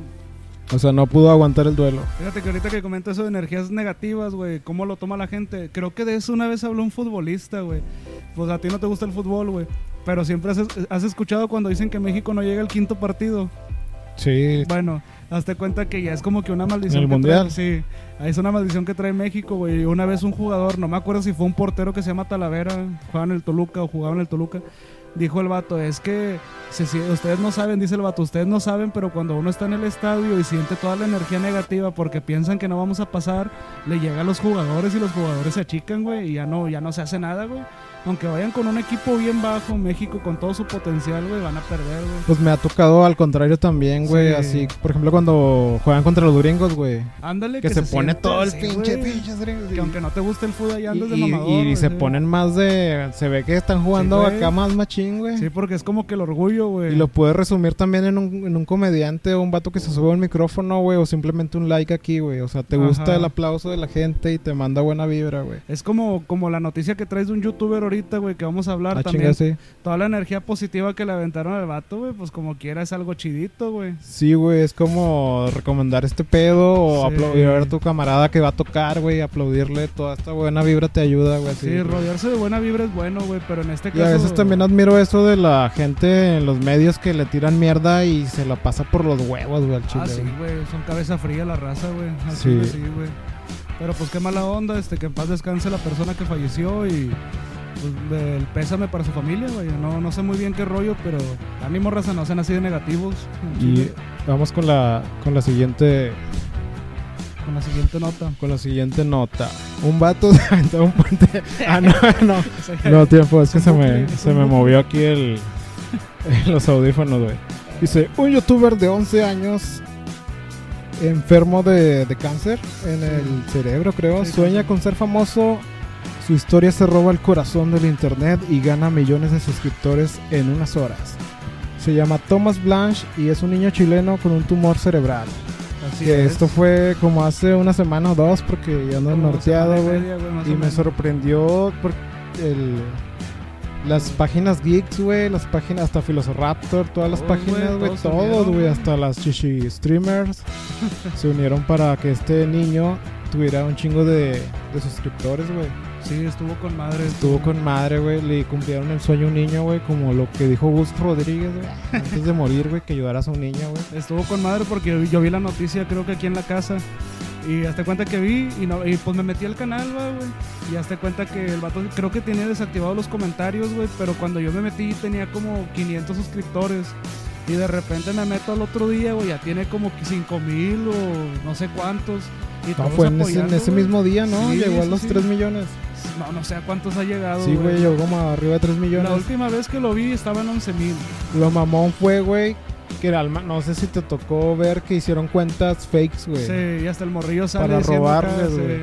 A: O sea, no pudo aguantar el duelo.
B: Fíjate que ahorita que comento eso de energías negativas, güey, cómo lo toma la gente. Creo que de eso una vez habló un futbolista, güey. Pues a ti no te gusta el fútbol, güey. Pero siempre has, has escuchado cuando dicen que México no llega al quinto partido.
A: Sí.
B: Bueno, hazte cuenta que ya es como que una
A: ¿En
B: maldición.
A: el
B: que
A: Mundial?
B: trae- sí, es una maldición que trae México, güey. Una vez un jugador, no me acuerdo si fue un portero que se llama Talavera, jugaba en el Toluca o jugaba en el Toluca. Dijo el vato, es que se sie- ustedes no saben, dice el vato, ustedes no saben, pero cuando uno está en el estadio y siente toda la energía negativa porque piensan que no vamos a pasar, le llega a los jugadores y los jugadores se achican, güey, y ya no, ya no se hace nada, güey. Aunque vayan con un equipo bien bajo, México con todo su potencial, güey, van a perder, güey.
A: Pues me ha tocado al contrario también, güey.
B: Sí.
A: Así, por ejemplo, cuando juegan contra los gringos, güey.
B: Ándale,
A: Que, se, pone
B: siente
A: todo el
B: así,
A: pinche,
B: güey.
A: pinche gringos.
B: Que aunque no te guste el fútbol, ahí andas de
A: Y- y-
B: mamador.
A: y
B: güey,
A: se
B: sí.
A: ponen más de. Se ve que están jugando
B: Sí, güey.
A: acá más machín, güey.
B: Sí, porque es como que el orgullo, güey.
A: Y lo puedes resumir también en un, en un comediante o un vato que se sube al micrófono, güey, o simplemente un like aquí, güey. O sea, te gusta
B: Ajá.
A: el aplauso de la gente y te manda buena vibra, güey.
B: Es como, como la noticia que traes de un youtuber ahorita, güey, que vamos a hablar
A: Ah,
B: también.
A: chinga, sí.
B: Toda la energía positiva que le aventaron al vato, güey, pues como quiera es algo chidito, güey.
A: Sí, güey, es como recomendar este pedo o
B: Sí.
A: aplaudir a ver a tu camarada que va a tocar, güey, aplaudirle. Toda esta buena vibra te ayuda, güey. así,
B: Sí,
A: güey.
B: rodearse de buena vibra es bueno, güey, pero en este
A: Y
B: caso...
A: a veces también admiro eso de la gente en los medios que le tiran mierda y se la pasa por los huevos, güey, al chile.
B: Ah, sí,
A: güey.
B: güey, son cabeza fría la raza, güey. Al
A: Sí.
B: chile Sí, güey. Pero pues qué mala onda, este, que en paz descanse la persona que falleció y pues, el pésame para su familia, güey. No, no sé muy bien qué rollo, pero ánimo raza, no sean así de negativos. al
A: Y
B: chile.
A: vamos con la, con la siguiente
B: Con la siguiente nota.
A: Con la siguiente nota. Un vato se aventó un puente. Ah, no, no. No, tiempo, es que se me, se me movió aquí el, los audífonos, güey. Dice, un youtuber de 11 años enfermo de, de cáncer en el cerebro, creo,
B: Sí, sí,
A: sueña
B: sí.
A: con ser famoso. Su historia se roba el corazón del internet y gana millones de suscriptores en unas horas. Se llama Thomas Blanche y es un niño chileno con un tumor cerebral.
B: Así
A: Que
B: es.
A: esto fue como hace una semana o dos porque ya no
B: Como ¿eh?
A: norteado,
B: semana y
A: güey.
B: media, más
A: Y
B: o
A: me
B: menos.
A: sorprendió por el, las páginas geeks, güey, las páginas hasta Filosoraptor, todas las
B: Todos,
A: páginas,
B: güey,
A: güey,
B: todos se
A: todos,
B: unieron,
A: güey,
B: güey.
A: hasta las chichi streamers se unieron para que este niño tuviera un chingo de, de suscriptores, güey.
B: Sí, estuvo con madre.
A: Estuvo con madre, güey, le cumplieron el sueño a un niño, güey, como lo que dijo Gus Rodríguez, güey, antes de morir, güey, que ayudaras a un niño, güey.
B: Estuvo con madre porque yo, yo vi la noticia, creo que aquí en la casa. Y hasta cuenta que vi y, no- y pues me metí al canal, va, güey. Y hasta cuenta que el vato creo que tenía desactivados los comentarios, güey. Pero cuando yo me metí tenía como 500 suscriptores. Y de repente me meto al otro día, güey. Ya tiene como 5 mil o no sé cuántos. Y
A: No,
B: todos
A: fue en ese, en
B: apoyando,
A: ese
B: güey.
A: mismo día, ¿no?
B: Sí,
A: Llegó a
B: sí,
A: los
B: sí.
A: 3 millones.
B: No, no sé a cuántos ha llegado.
A: Sí, güey, llegó como arriba de 3 millones.
B: La última vez que lo vi estaba en 11 mil.
A: Lo mamón fue, güey, que era alma. No sé si te tocó ver que hicieron cuentas fakes, güey.
B: Sí, y hasta el morrillo sale
A: Para
B: diciendo
A: robarles,
B: acá, sí.
A: güey.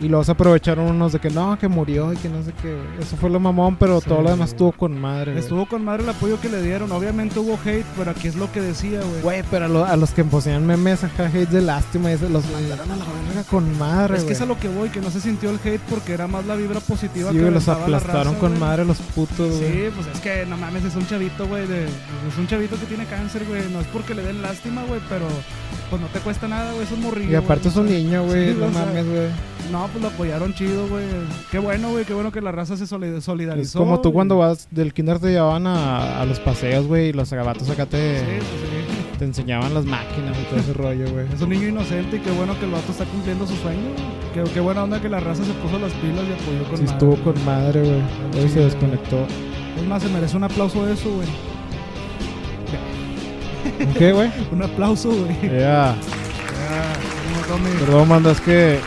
A: Y los aprovecharon unos de que no, que murió y que no sé qué, güey. Eso fue lo mamón, pero
B: Sí,
A: todo lo demás
B: güey.
A: estuvo con madre, güey.
B: Estuvo con madre el apoyo que le dieron. Obviamente hubo hate, pero aquí es lo que decía, güey.
A: Güey, pero a, lo- a los que poseían memes, ajá, hate de lástima, y eso, los mandaron a la verga con madre,
B: Es
A: güey.
B: que es a lo que voy, que no se sintió el hate porque era más la vibra positiva
A: Sí,
B: que
A: güey, los
B: aventaba la
A: aplastaron
B: raza,
A: con
B: güey.
A: madre los putos, güey.
B: Sí, pues es que no mames, es un chavito, güey. de- Es un chavito que tiene cáncer, güey. No es porque le den lástima, güey, pero pues no te cuesta nada, güey. Es un morrillo.
A: y aparte
B: güey,
A: es un
B: o sea.
A: niño, güey.
B: Sí,
A: no
B: o sea,
A: mames, güey.
B: No, pues lo apoyaron chido, güey. Qué bueno, güey. Qué bueno que la raza se solid- solidarizó.
A: Es como tú
B: güey.
A: cuando vas del kinder te llevaban a, a los paseos, güey, y los gabatos acá
B: Sí,
A: te,
B: pues, sí.
A: te enseñaban las máquinas y todo ese rollo, güey.
B: Es un niño inocente y qué bueno que el vato está cumpliendo su sueño. güey. Qué, qué buena onda que la raza se puso las pilas y apoyó con
A: Sí,
B: madre,
A: estuvo
B: güey.
A: con madre, güey. Hoy se
B: chido,
A: desconectó.
B: Es más, se merece un aplauso de eso, güey.
A: ¿Con qué, güey?
B: Un aplauso, güey.
A: Ya.
B: Ya, no, Tommy.
A: Perdón, manda, es que.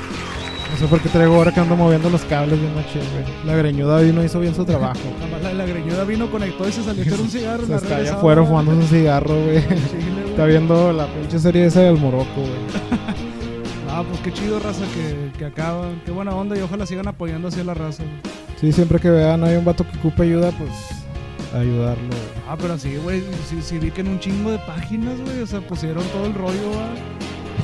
A: No sé por qué traigo ahora que ando moviendo los cables bien machín, güey. La greñuda vino hizo bien su trabajo.
B: Nada más La, la greñuda vino, conectó y se salió a echar un cigarro.
A: Se
B: la
A: está allá
B: regresaba.
A: afuera fumando un cigarro, güey.
B: Chile, güey.
A: Está viendo la pinche serie esa del Morocco, güey.
B: Ah, pues qué chido, raza, que, que acaban. Qué buena onda y ojalá sigan apoyando así a la raza. güey.
A: Sí, siempre que vean hay un vato que ocupe ayuda, pues ayudarlo. güey.
B: Ah, pero sí, güey, sí, sí vi que en un chingo de páginas, güey, o sea, pusieron todo el rollo, va.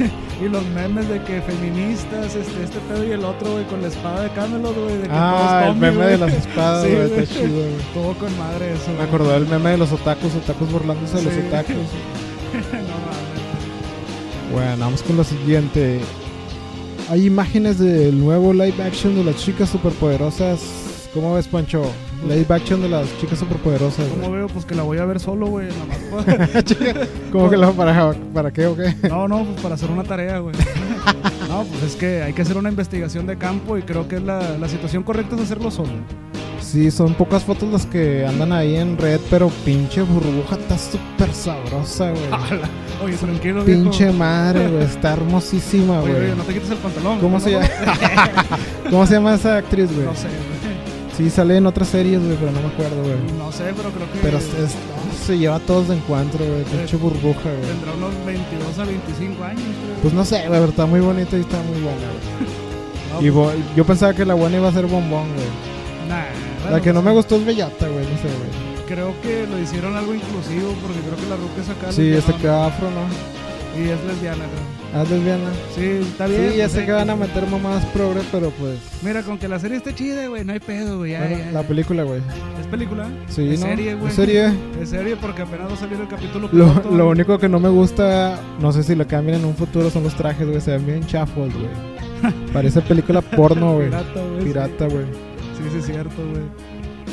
B: y los memes de que feministas, este, este pedo y el otro, güey, con la espada de Camelot, güey, de que
A: Ah,
B: todos
A: el
B: Tommy,
A: meme
B: güey.
A: de las espadas,
B: Sí,
A: güey,
B: güey.
A: está chido, güey.
B: Todo con madre eso,
A: Me
B: güey.
A: acordaba el meme de los otakus, otakus burlándose de
B: Sí.
A: los otakus.
B: no mames.
A: Bueno, vamos con lo siguiente. Hay imágenes del nuevo live action de las chicas superpoderosas. ¿Cómo ves, Pancho? Live action de las chicas superpoderosas. güey.
B: ¿Cómo veo? Pues que la voy a ver solo, güey, nada más.
A: Chica, ¿Cómo que la para, para qué o qué?
B: No, no, pues para hacer una tarea, güey. No, pues es que hay que hacer una investigación de campo y creo que es la, la situación correcta es hacerlo solo.
A: Sí, son pocas fotos las que andan ahí en red, pero pinche burbuja está súper sabrosa, güey.
B: Oye, tranquilo, viejo.
A: Pinche madre, güey, está hermosísima,
B: Oye,
A: güey.
B: oye, no te quites el pantalón.
A: ¿Cómo se llama? ¿Cómo se llama esa actriz, güey?
B: No sé, güey.
A: Sí, sale en otras series, güey, pero no me acuerdo, güey.
B: No sé, pero creo que.
A: Pero es- es- se lleva a todos de encuentro, güey. Pinche burbuja, güey.
B: Tendrá unos 22 a 25 años, creo.
A: Pues no sé, güey, pero está muy bonita y está muy buena, güey.
B: No,
A: Pues,
B: pues,
A: Y bo- yo pensaba que la buena iba a ser bombón, güey.
B: nah,
A: La que no
B: sé.
A: me gustó es Bellata, güey, no sé, güey.
B: Creo que lo hicieron algo inclusivo porque creo que la ruca es acá.
A: Sí,
B: lesbiana,
A: esta que afro, ¿no?
B: Y es lesbiana, creo.
A: Ah, es lesbiana.
B: Sí, está bien.
A: Sí, ya
B: pues,
A: sé
B: eh,
A: que van a meter mamadas progres, pero pues.
B: Mira, con que la serie esté chida, güey, no hay pedo, güey. ya,
A: Bueno,
B: ya,
A: la
B: ya.
A: película, güey.
B: ¿Es película?
A: Sí,
B: ¿Es
A: ¿no?
B: serie, güey?
A: ¿Es serie?
B: Es serie porque apenas va a salir el capítulo.
A: Lo,
B: piloto.
A: lo único que no me gusta, no sé si lo cambian en un futuro, son los trajes, güey. Se ven bien chafos, güey. Parece película porno, güey.
B: Pirata, güey.
A: Pirata, güey.
B: Sí, sí, es cierto, güey.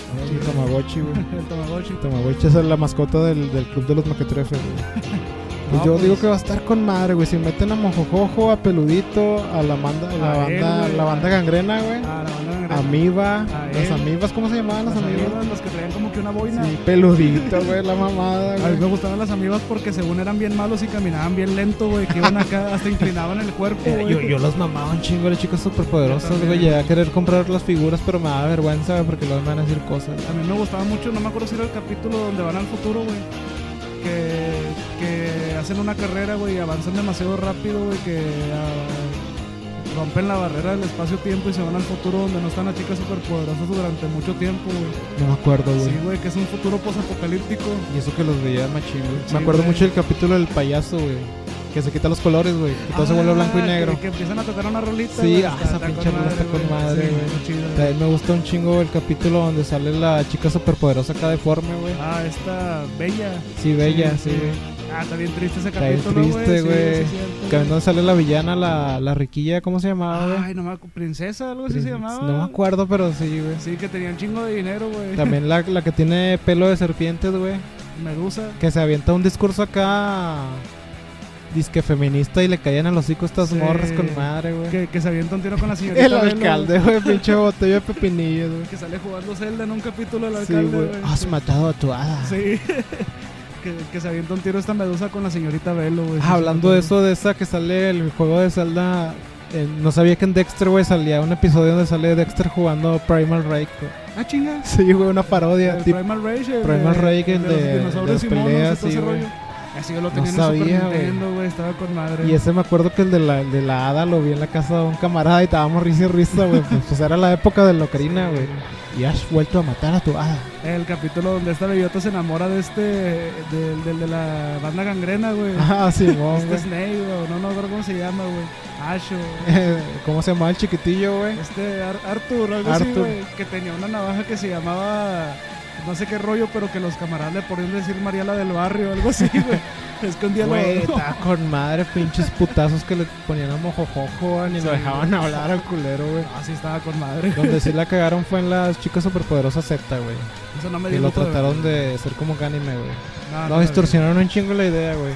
B: Ah,
A: El Tamagotchi, güey.
B: El Tamagotchi.
A: Tamagotchi es la mascota del, del club de los maquetrefes, güey. Pues
B: No,
A: yo
B: pues.
A: digo que va a estar con madre, güey. Si meten a Mojojojo, a Peludito, a la banda, la
B: A él,
A: banda,
B: güey,
A: la banda
B: a-
A: gangrena, güey.
B: Ah, la banda negra.
A: Amiba,
B: A
A: las
B: él.
A: amibas, ¿cómo se llamaban las,
B: Las
A: amibas?
B: amibas, los que traían como que una boina.
A: Sí, peludito, güey, la mamada,
B: A mí me
A: güey.
B: gustaban las amibas porque según eran bien malos y caminaban bien lento, güey, que iban acá, hasta inclinaban el cuerpo,
A: Eh,
B: güey.
A: Yo, yo los mamaba un chingo de chicas
B: Yo
A: superpoderosas,
B: también.
A: güey. Llegué a querer comprar las figuras, pero me da vergüenza, güey, porque luego me van a decir cosas.
B: A mí me gustaba mucho, no me acuerdo si era el capítulo donde van al futuro, güey. Que, que hacen una carrera, güey, y avanzan demasiado rápido, güey, que ah, rompen la barrera del espacio-tiempo y se van al futuro donde no están las chicas superpoderosas durante mucho tiempo, güey.
A: No me acuerdo, güey.
B: Sí, güey, que es un futuro posapocalíptico.
A: Y eso que los veía machín, güey.
B: Sí,
A: me acuerdo
B: güey.
A: mucho del capítulo del payaso, güey. Que se quita los colores, güey. Que todo se vuelve
B: Ah,
A: blanco y
B: que-
A: negro.
B: Que, empiezan a tocar una rolita.
A: Sí,
B: güey,
A: ah, esa pinche rola está con madre,
B: Sí,
A: güey.
B: está chida, güey.
A: También me gusta un chingo el capítulo donde sale la chica superpoderosa acá deforme, güey.
B: Ah, esta bella.
A: Sí, bella, sí, güey.
B: Ah, está bien triste ese
A: Está bien
B: capítulo, güey.
A: triste,
B: sí,
A: güey.
B: sí, es cierto,
A: Que donde sale la villana, la, la riquilla, ¿cómo se llamaba, güey?
B: Ay, no me acu- princesa, algo así se llamaba.
A: No me acuerdo, pero sí, güey.
B: Sí, que tenía un chingo de dinero, güey.
A: También la, la que tiene pelo de serpientes, güey.
B: Medusa.
A: Que se avienta un discurso acá. Disque feminista y le caían a los hocico estas
B: Sí.
A: morras con madre, güey.
B: Que, que se avienta un tiro con la señorita.
A: El
B: Velo,
A: alcalde, güey, pinche botella de pepinillos, güey.
B: güey, Que sale jugando Zelda en un capítulo del
A: Sí,
B: alcalde,
A: güey. Ah,
B: güey.
A: Has matado a tu hada.
B: Sí. que, que se avienta un tiro esta medusa con la señorita Velo, güey.
A: Ah, hablando de eso, de esa que sale el juego de Zelda. eh, no sabía que en Dexter, güey, salía un episodio donde sale Dexter jugando Primal Rage. güey.
B: Ah, chinga.
A: Sí, güey, una parodia.
B: El
A: tipo-
B: Primal Rage. el
A: Primal
B: de-
A: Rage, el de-
B: los dinosaurios
A: de
B: y
A: las
B: monos y
A: peleas,
B: todo
A: sí,
B: ese
A: güey.
B: rollo. Así yo lo
A: No
B: tenía en el
A: sabía,
B: Super
A: güey.
B: Nintendo, güey. Estaba con madre.
A: y ese me acuerdo que el de la, el de la hada lo vi en la casa de un camarada y estábamos risa y risa, güey. Pues, pues era la época de la ocarina, güey. Y has vuelto a matar a tu hada.
B: El capítulo donde esta bellota se enamora de este. del del de la banda gangrena, güey.
A: Ah, Simón,
B: Este
A: güey.
B: Snape, güey, no, no me acuerdo cómo se llama, güey. Asho, güey.
A: ¿Cómo se llamaba el chiquitillo, güey?
B: este Ar- Arthur, algo así,
A: Arthur.
B: güey. Que tenía una navaja que se llamaba no sé qué rollo, pero que los camaradas le ponían decir María la del barrio, algo así, güey. es que un día lo-
A: Güey, estaba con madre, pinches putazos que le ponían a mojojojo, güey, ni
B: Sí,
A: lo dejaban
B: güey.
A: hablar al culero, güey.
B: Ah, sí, estaba con madre.
A: Donde sí la cagaron fue en las chicas superpoderosas Z, güey.
B: Eso no me
A: Y
B: dio
A: lo
B: gusto de ver.
A: trataron de ser como un anime, güey.
B: No, no
A: No,
B: me
A: distorsionaron un chingo la idea, güey.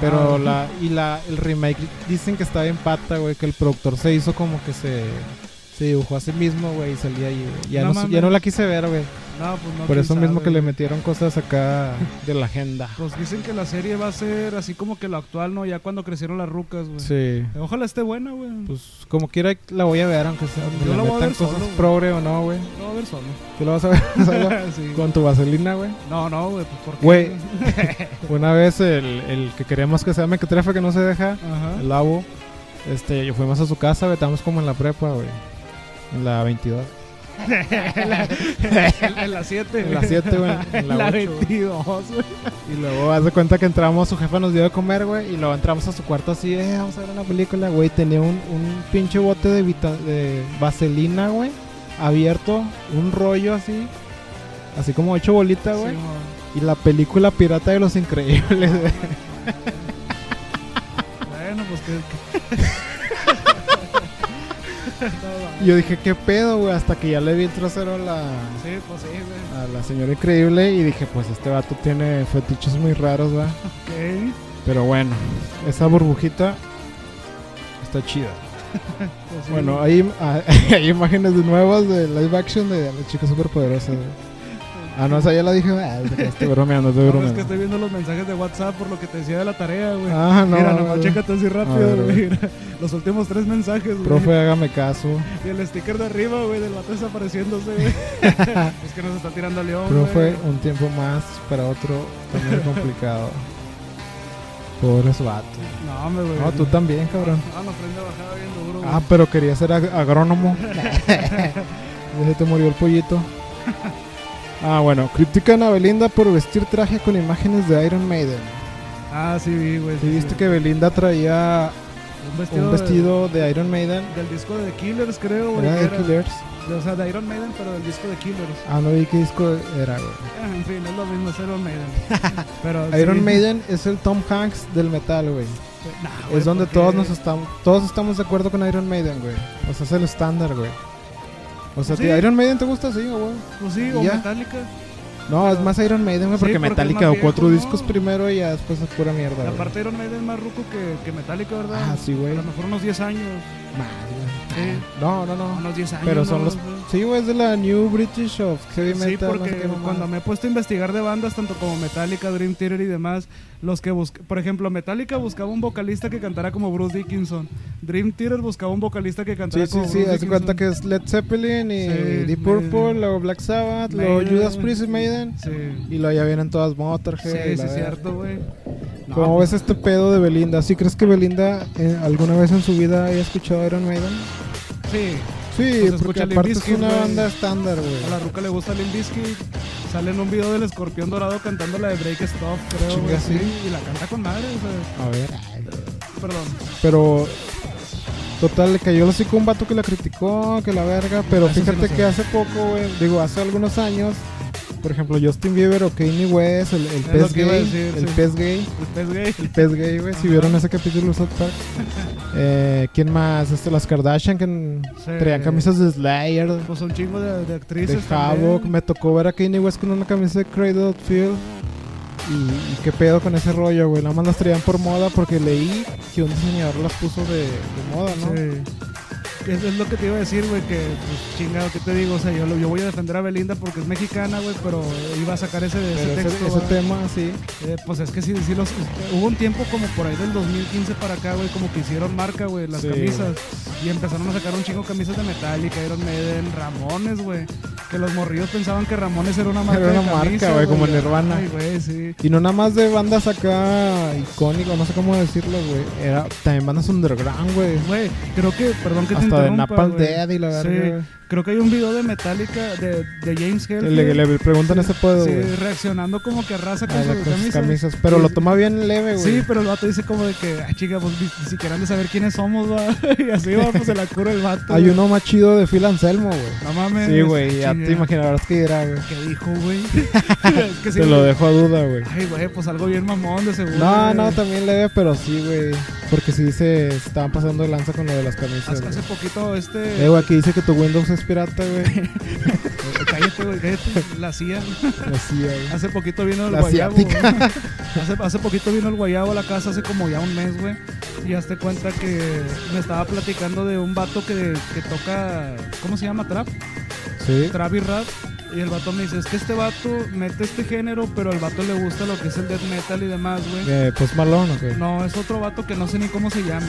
A: Pero
B: Ah.
A: la y la el remake dicen que está bien pata, güey, que el productor se hizo como que se se dibujó a sí mismo, güey, y salía ahí, güey. Ya
B: No
A: no, su- ya
B: mames.
A: no la quise ver, güey.
B: dio. No, pues no,
A: Por eso
B: quién
A: mismo que
B: sabe,
A: le
B: güey.
A: metieron cosas acá de la agenda.
B: Pues dicen que la serie va a ser así como que lo actual, ¿no? Ya cuando crecieron las rucas, güey.
A: Sí.
B: Ojalá esté buena, güey.
A: Pues como quiera la voy a ver, aunque sea me
B: Yo
A: le
B: la voy a
A: metan
B: ver
A: cosas
B: solo, güey.
A: progre o no, güey.
B: Lo voy a ver solo.
A: Tú la vas a ver solo
B: Sí.
A: con tu vaselina, güey.
B: No, no, güey, pues porque.
A: Güey. Una vez el, el que queremos que sea mequetrefe que no se deja,
B: Ajá.
A: el Labo, Este, yo fuimos a su casa, güey, estábamos como en la prepa, güey. En la 22.
B: En, en la 7.
A: En la 7, güey. En la,
C: La,
A: 8, güey.
C: 22, güey.
A: Y luego haz de cuenta que entramos, su jefa nos dio de comer, güey, y luego entramos a su cuarto así, eh, vamos a ver una película, güey. Tenía un, un pinche bote de, vita- de vaselina, güey, abierto, un rollo así, así como hecho bolita, güey. y la película Pirata de los Increíbles, güey.
B: Bueno, pues que.
A: Y Yo dije, ¿qué pedo, güey? Hasta que ya le vi el trasero a la,
B: Sí, pues sí, güey.
A: a la señora Increíble y dije, pues este vato tiene fetiches muy raros, güey.
B: Ok.
A: Pero bueno, esa burbujita está chida.
B: pues sí.
A: Bueno, hay, ah, hay imágenes de nuevas de live action de las chicas superpoderosas. güey. Ah, no, esa ya la dije. Ah, estoy bromeando, estoy
B: No, es que
A: bromeando.
B: estoy viendo los mensajes de WhatsApp por lo que te decía de la tarea, güey.
A: Ah, no.
B: Mira,
A: güey.
B: nomás chécate así rápido,
A: A ver,
B: güey. Los últimos tres mensajes, güey.
A: Profe, hágame caso.
B: Y el sticker de arriba, güey, del vato desapareciéndose, güey. es que nos está tirando león,
A: Profe,
B: güey.
A: un tiempo más para otro también complicado. Pobres vatos.
B: No, hombre, güey.
A: No, tú también, cabrón.
B: Ah, nos prende bajada bien duro, güey.
A: Ah, pero quería ser ag- agrónomo. Ya se te murió el pollito. Ah, bueno, critican a Belinda por vestir traje con imágenes de Iron Maiden.
B: Ah, sí, vi, güey.
A: ¿Sí
B: sí,
A: viste
B: sí.
A: que Belinda traía
B: Un vestido,
A: un
B: de-
A: vestido de Iron Maiden?
B: del disco de Killers, creo, güey.
A: ¿Era
B: que
A: de Killers?
B: de- O sea, de Iron Maiden, pero del disco de Killers.
A: Ah, no vi qué disco era, güey.
B: Ah, En fin, es lo mismo, es Iron Maiden. pero, sí.
A: Iron Maiden es el Tom Hanks del metal, güey.
B: Nah, güey,
A: Es donde
B: ¿por qué?
A: todos nos estamos todos estamos de acuerdo con Iron Maiden, güey. O sea, es el estándar, güey. O sea,
B: Sí.
A: ¿te- ¿Iron Maiden te gusta? Sí, güey.
B: Pues sí,
A: ¿Y
B: o
A: ya?
B: Metallica.
A: No, es más Iron Maiden, güey,
B: Sí,
A: porque
B: porque es
A: Metallica
B: más
A: o
B: viejo,
A: cuatro
B: ¿no?
A: discos primero y ya después es pura mierda, güey.
B: Aparte, Iron Maiden es más ruco que, que Metallica, ¿verdad?
A: Ah, sí, güey.
B: A lo mejor unos 10 años.
A: Más, güey.
B: Sí.
A: No, no, no.
B: Unos 10 años.
A: Pero son
B: ¿no?
A: los- Sí, güey, es de la New British of Heavy Metal.
B: Sí,
A: no sé
B: porque
A: qué mamada.
B: cuando me he puesto a investigar de bandas, tanto como Metallica, Dream Theater y demás, los que busc- por ejemplo, Metallica buscaba un vocalista que cantara como Bruce Dickinson. Dream Theater buscaba un vocalista que cantara
A: Sí, sí,
B: como
A: sí,
B: Bruce
A: haz de cuenta que
B: Dickinson.
A: es Led Zeppelin y
B: Sí,
A: Deep
B: Maiden.
A: Purple, luego Black Sabbath, luego
B: Maiden,
A: Judas
B: güey.
A: Priest y Maiden.
B: Sí,
A: Y luego ya vienen todas Motorhead.
B: sí,
A: y
B: sí,
A: la
B: es
A: verga.
B: cierto, güey. No,
A: ¿Cómo ves este pedo de Belinda? ¿Sí crees que Belinda eh, alguna vez en su vida haya escuchado Iron Maiden?
B: Sí,
A: Sí,
B: Pues
A: porque
B: escucha Limp
A: aparte es
B: Bizkit,
A: una
B: güey.
A: banda estándar, güey.
B: a la ruca le gusta Limp Bizkit. Sale en un video del escorpión dorado cantando la de Break Stuff, creo.
A: Chinga,
B: güey,
A: sí.
B: Y la canta con madre, o sea,
A: A ver.
B: perdón.
A: Pero, total, le cayó el hocico a un vato que la criticó, que la verga. Pero
B: Eso sí
A: fíjate
B: no sé.
A: que hace poco, güey, digo, hace algunos años, por ejemplo, Justin Bieber o Kanye West, el, el
B: lo
A: pez
B: que iba a
A: gay,
B: decir,
A: el
B: sí.
A: pez gay,
B: El pez gay.
A: el pez gay, güey, si vieron ese capítulo de South Park. Eh, ¿Quién más? Este, las Kardashian, que en-
B: Sí.
A: traían camisas de Slayer.
B: Pues un chingo de, de
A: de
B: actrices.
A: Havoc.
B: también.
A: Me tocó ver a Kanye West con una camisa de Cradle of Field. Y, y qué pedo con ese rollo, güey. Nada más las traían por moda porque leí que un diseñador las puso de, de moda, ¿no?
B: Sí. Que Es, es lo que te iba a decir, güey, que pues, chingado, ¿qué te digo? O sea, yo, lo- yo voy a defender a Belinda porque es mexicana, güey, pero iba a sacar ese, ese
A: Pero ese,
B: texto.
A: ese
B: ¿va?
A: tema, sí.
B: Eh, pues es que sí, sí los, hubo un tiempo como por ahí del 2015 para acá, güey, como que hicieron marca, güey, las
A: Sí,
B: camisas. Y empezaron a sacar un chingo de camisas de Metallica, Iron Maiden, Ramones, güey. Que los morrillos pensaban que Ramones era una marca
A: Era una
B: de
A: marca,
B: camisas,
A: güey, como Nirvana.
B: Ay, güey, sí.
A: Y no nada más de bandas acá icónicas, no sé cómo decirlo, güey. Era también bandas underground, güey.
B: Güey, creo que, perdón que te
A: Hasta de
B: interrumpa,
A: Napalm
B: güey.
A: Dead y la
B: Sí.
A: verga.
B: Creo que hay un video de Metallica de, de James Hetfield.
A: Le, le preguntan ese pedo,
B: Sí,
A: güey.
B: reaccionando como que arrasa con
A: a la- con
B: sus
A: sus
B: camisas.
A: camisas. Pero
B: Sí,
A: lo toma bien leve, güey.
B: Sí, pero el vato dice como de que, ah, chica, pues ni, ni siquiera han de saber quiénes somos, va. Y así va, pues se la cura el vato.
A: Hay
B: güey.
A: uno más chido de Phil Anselmo, güey.
B: No mames.
A: Sí, güey. Ya
B: chinga.
A: te imaginarás que era, güey.
B: ¿Qué dijo, güey? es que sí.
A: Te lo
B: güey.
A: dejo a duda, güey.
B: Ay, güey, pues algo bien mamón de seguro.
A: No,
B: güey.
A: no, también leve, pero sí, güey. Porque sí se estaban pasando de lanza con lo de las camisas.
B: Hace,
A: güey.
B: hace poquito este. eh,
A: Eh, güey, aquí dice que tu Windows es pirata, güey.
B: cállate, güey, cállate. La CIA.
A: Así, Pues güey.
B: Hace poquito vino el
A: La
B: guayabo.
A: asiática.
B: güey. Hace, hace poquito vino el guayabo a la casa, hace como ya un mes, güey. Y hazte cuenta que me estaba platicando de un vato que, que toca. ¿Cómo se llama? Trap.
A: Sí.
B: Trap y rap. Y el vato me dice: Es que este vato mete este género, pero al vato le gusta lo que es el death metal y demás, güey.
A: Eh, pues malón, ok.
B: No, es otro vato que no sé ni cómo se llame.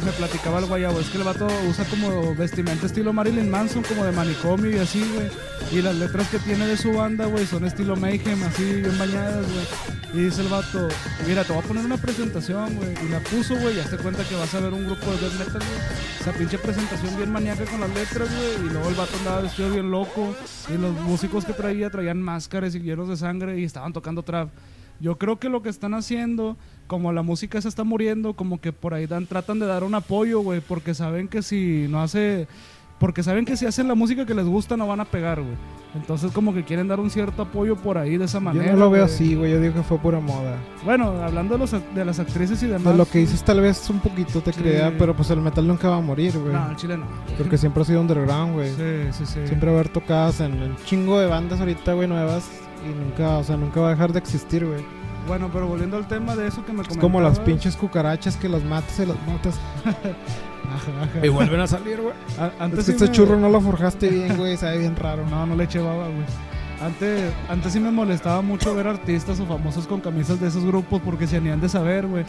B: Y me platicaba el guayabo. Es que el vato usa como vestimenta estilo Marilyn Manson, como de manicomio y así, güey. Y las letras que tiene de su banda, güey, son estilo Mayhem, así, bien bañadas, güey. Y dice el vato, mira, te voy a poner una presentación, güey. Y la puso, güey, ya se cuenta que vas a ver un grupo de death metal, güey. Esa pinche presentación bien maníaca con las letras, güey. Y luego el vato andaba vestido bien loco. Y los músicos que traía traían máscaras y llenos de sangre y estaban tocando trap. Yo creo que lo que están haciendo, como la música se está muriendo, como que por ahí dan, tratan de dar un apoyo, güey, porque saben que si no hace. Porque saben que si hacen la música que les gusta no van a pegar, güey. Entonces, como que quieren dar un cierto apoyo por ahí de esa manera.
A: Yo no lo veo
B: güey.
A: así, güey. Yo digo que fue pura moda.
B: Bueno, hablando de, los act- de las actrices y
A: O
B: demás.
A: sea, lo que dices tal vez un poquito te
B: Sí.
A: crea, pero pues el metal nunca va a morir, güey.
B: No, en Chile no.
A: Porque siempre ha sido underground, güey.
B: Sí, sí, sí.
A: Siempre va a haber tocadas en un chingo de bandas ahorita, güey, nuevas. Y nunca, o sea, nunca va a dejar de existir, güey.
B: Bueno, pero volviendo al tema de eso que me
A: Es
B: comentabas.
A: como las pinches cucarachas que las matas y las matas. Ajá, ajá.
C: Y vuelven a salir, güey.
B: A- antes
A: Es que
B: sí
A: este
B: me-
A: churro no lo forjaste bien, güey. Sabe bien raro.
B: No, no le eché baba, güey. Antes, antes sí me molestaba mucho ver artistas o famosos con camisas de esos grupos porque se anían de saber, güey.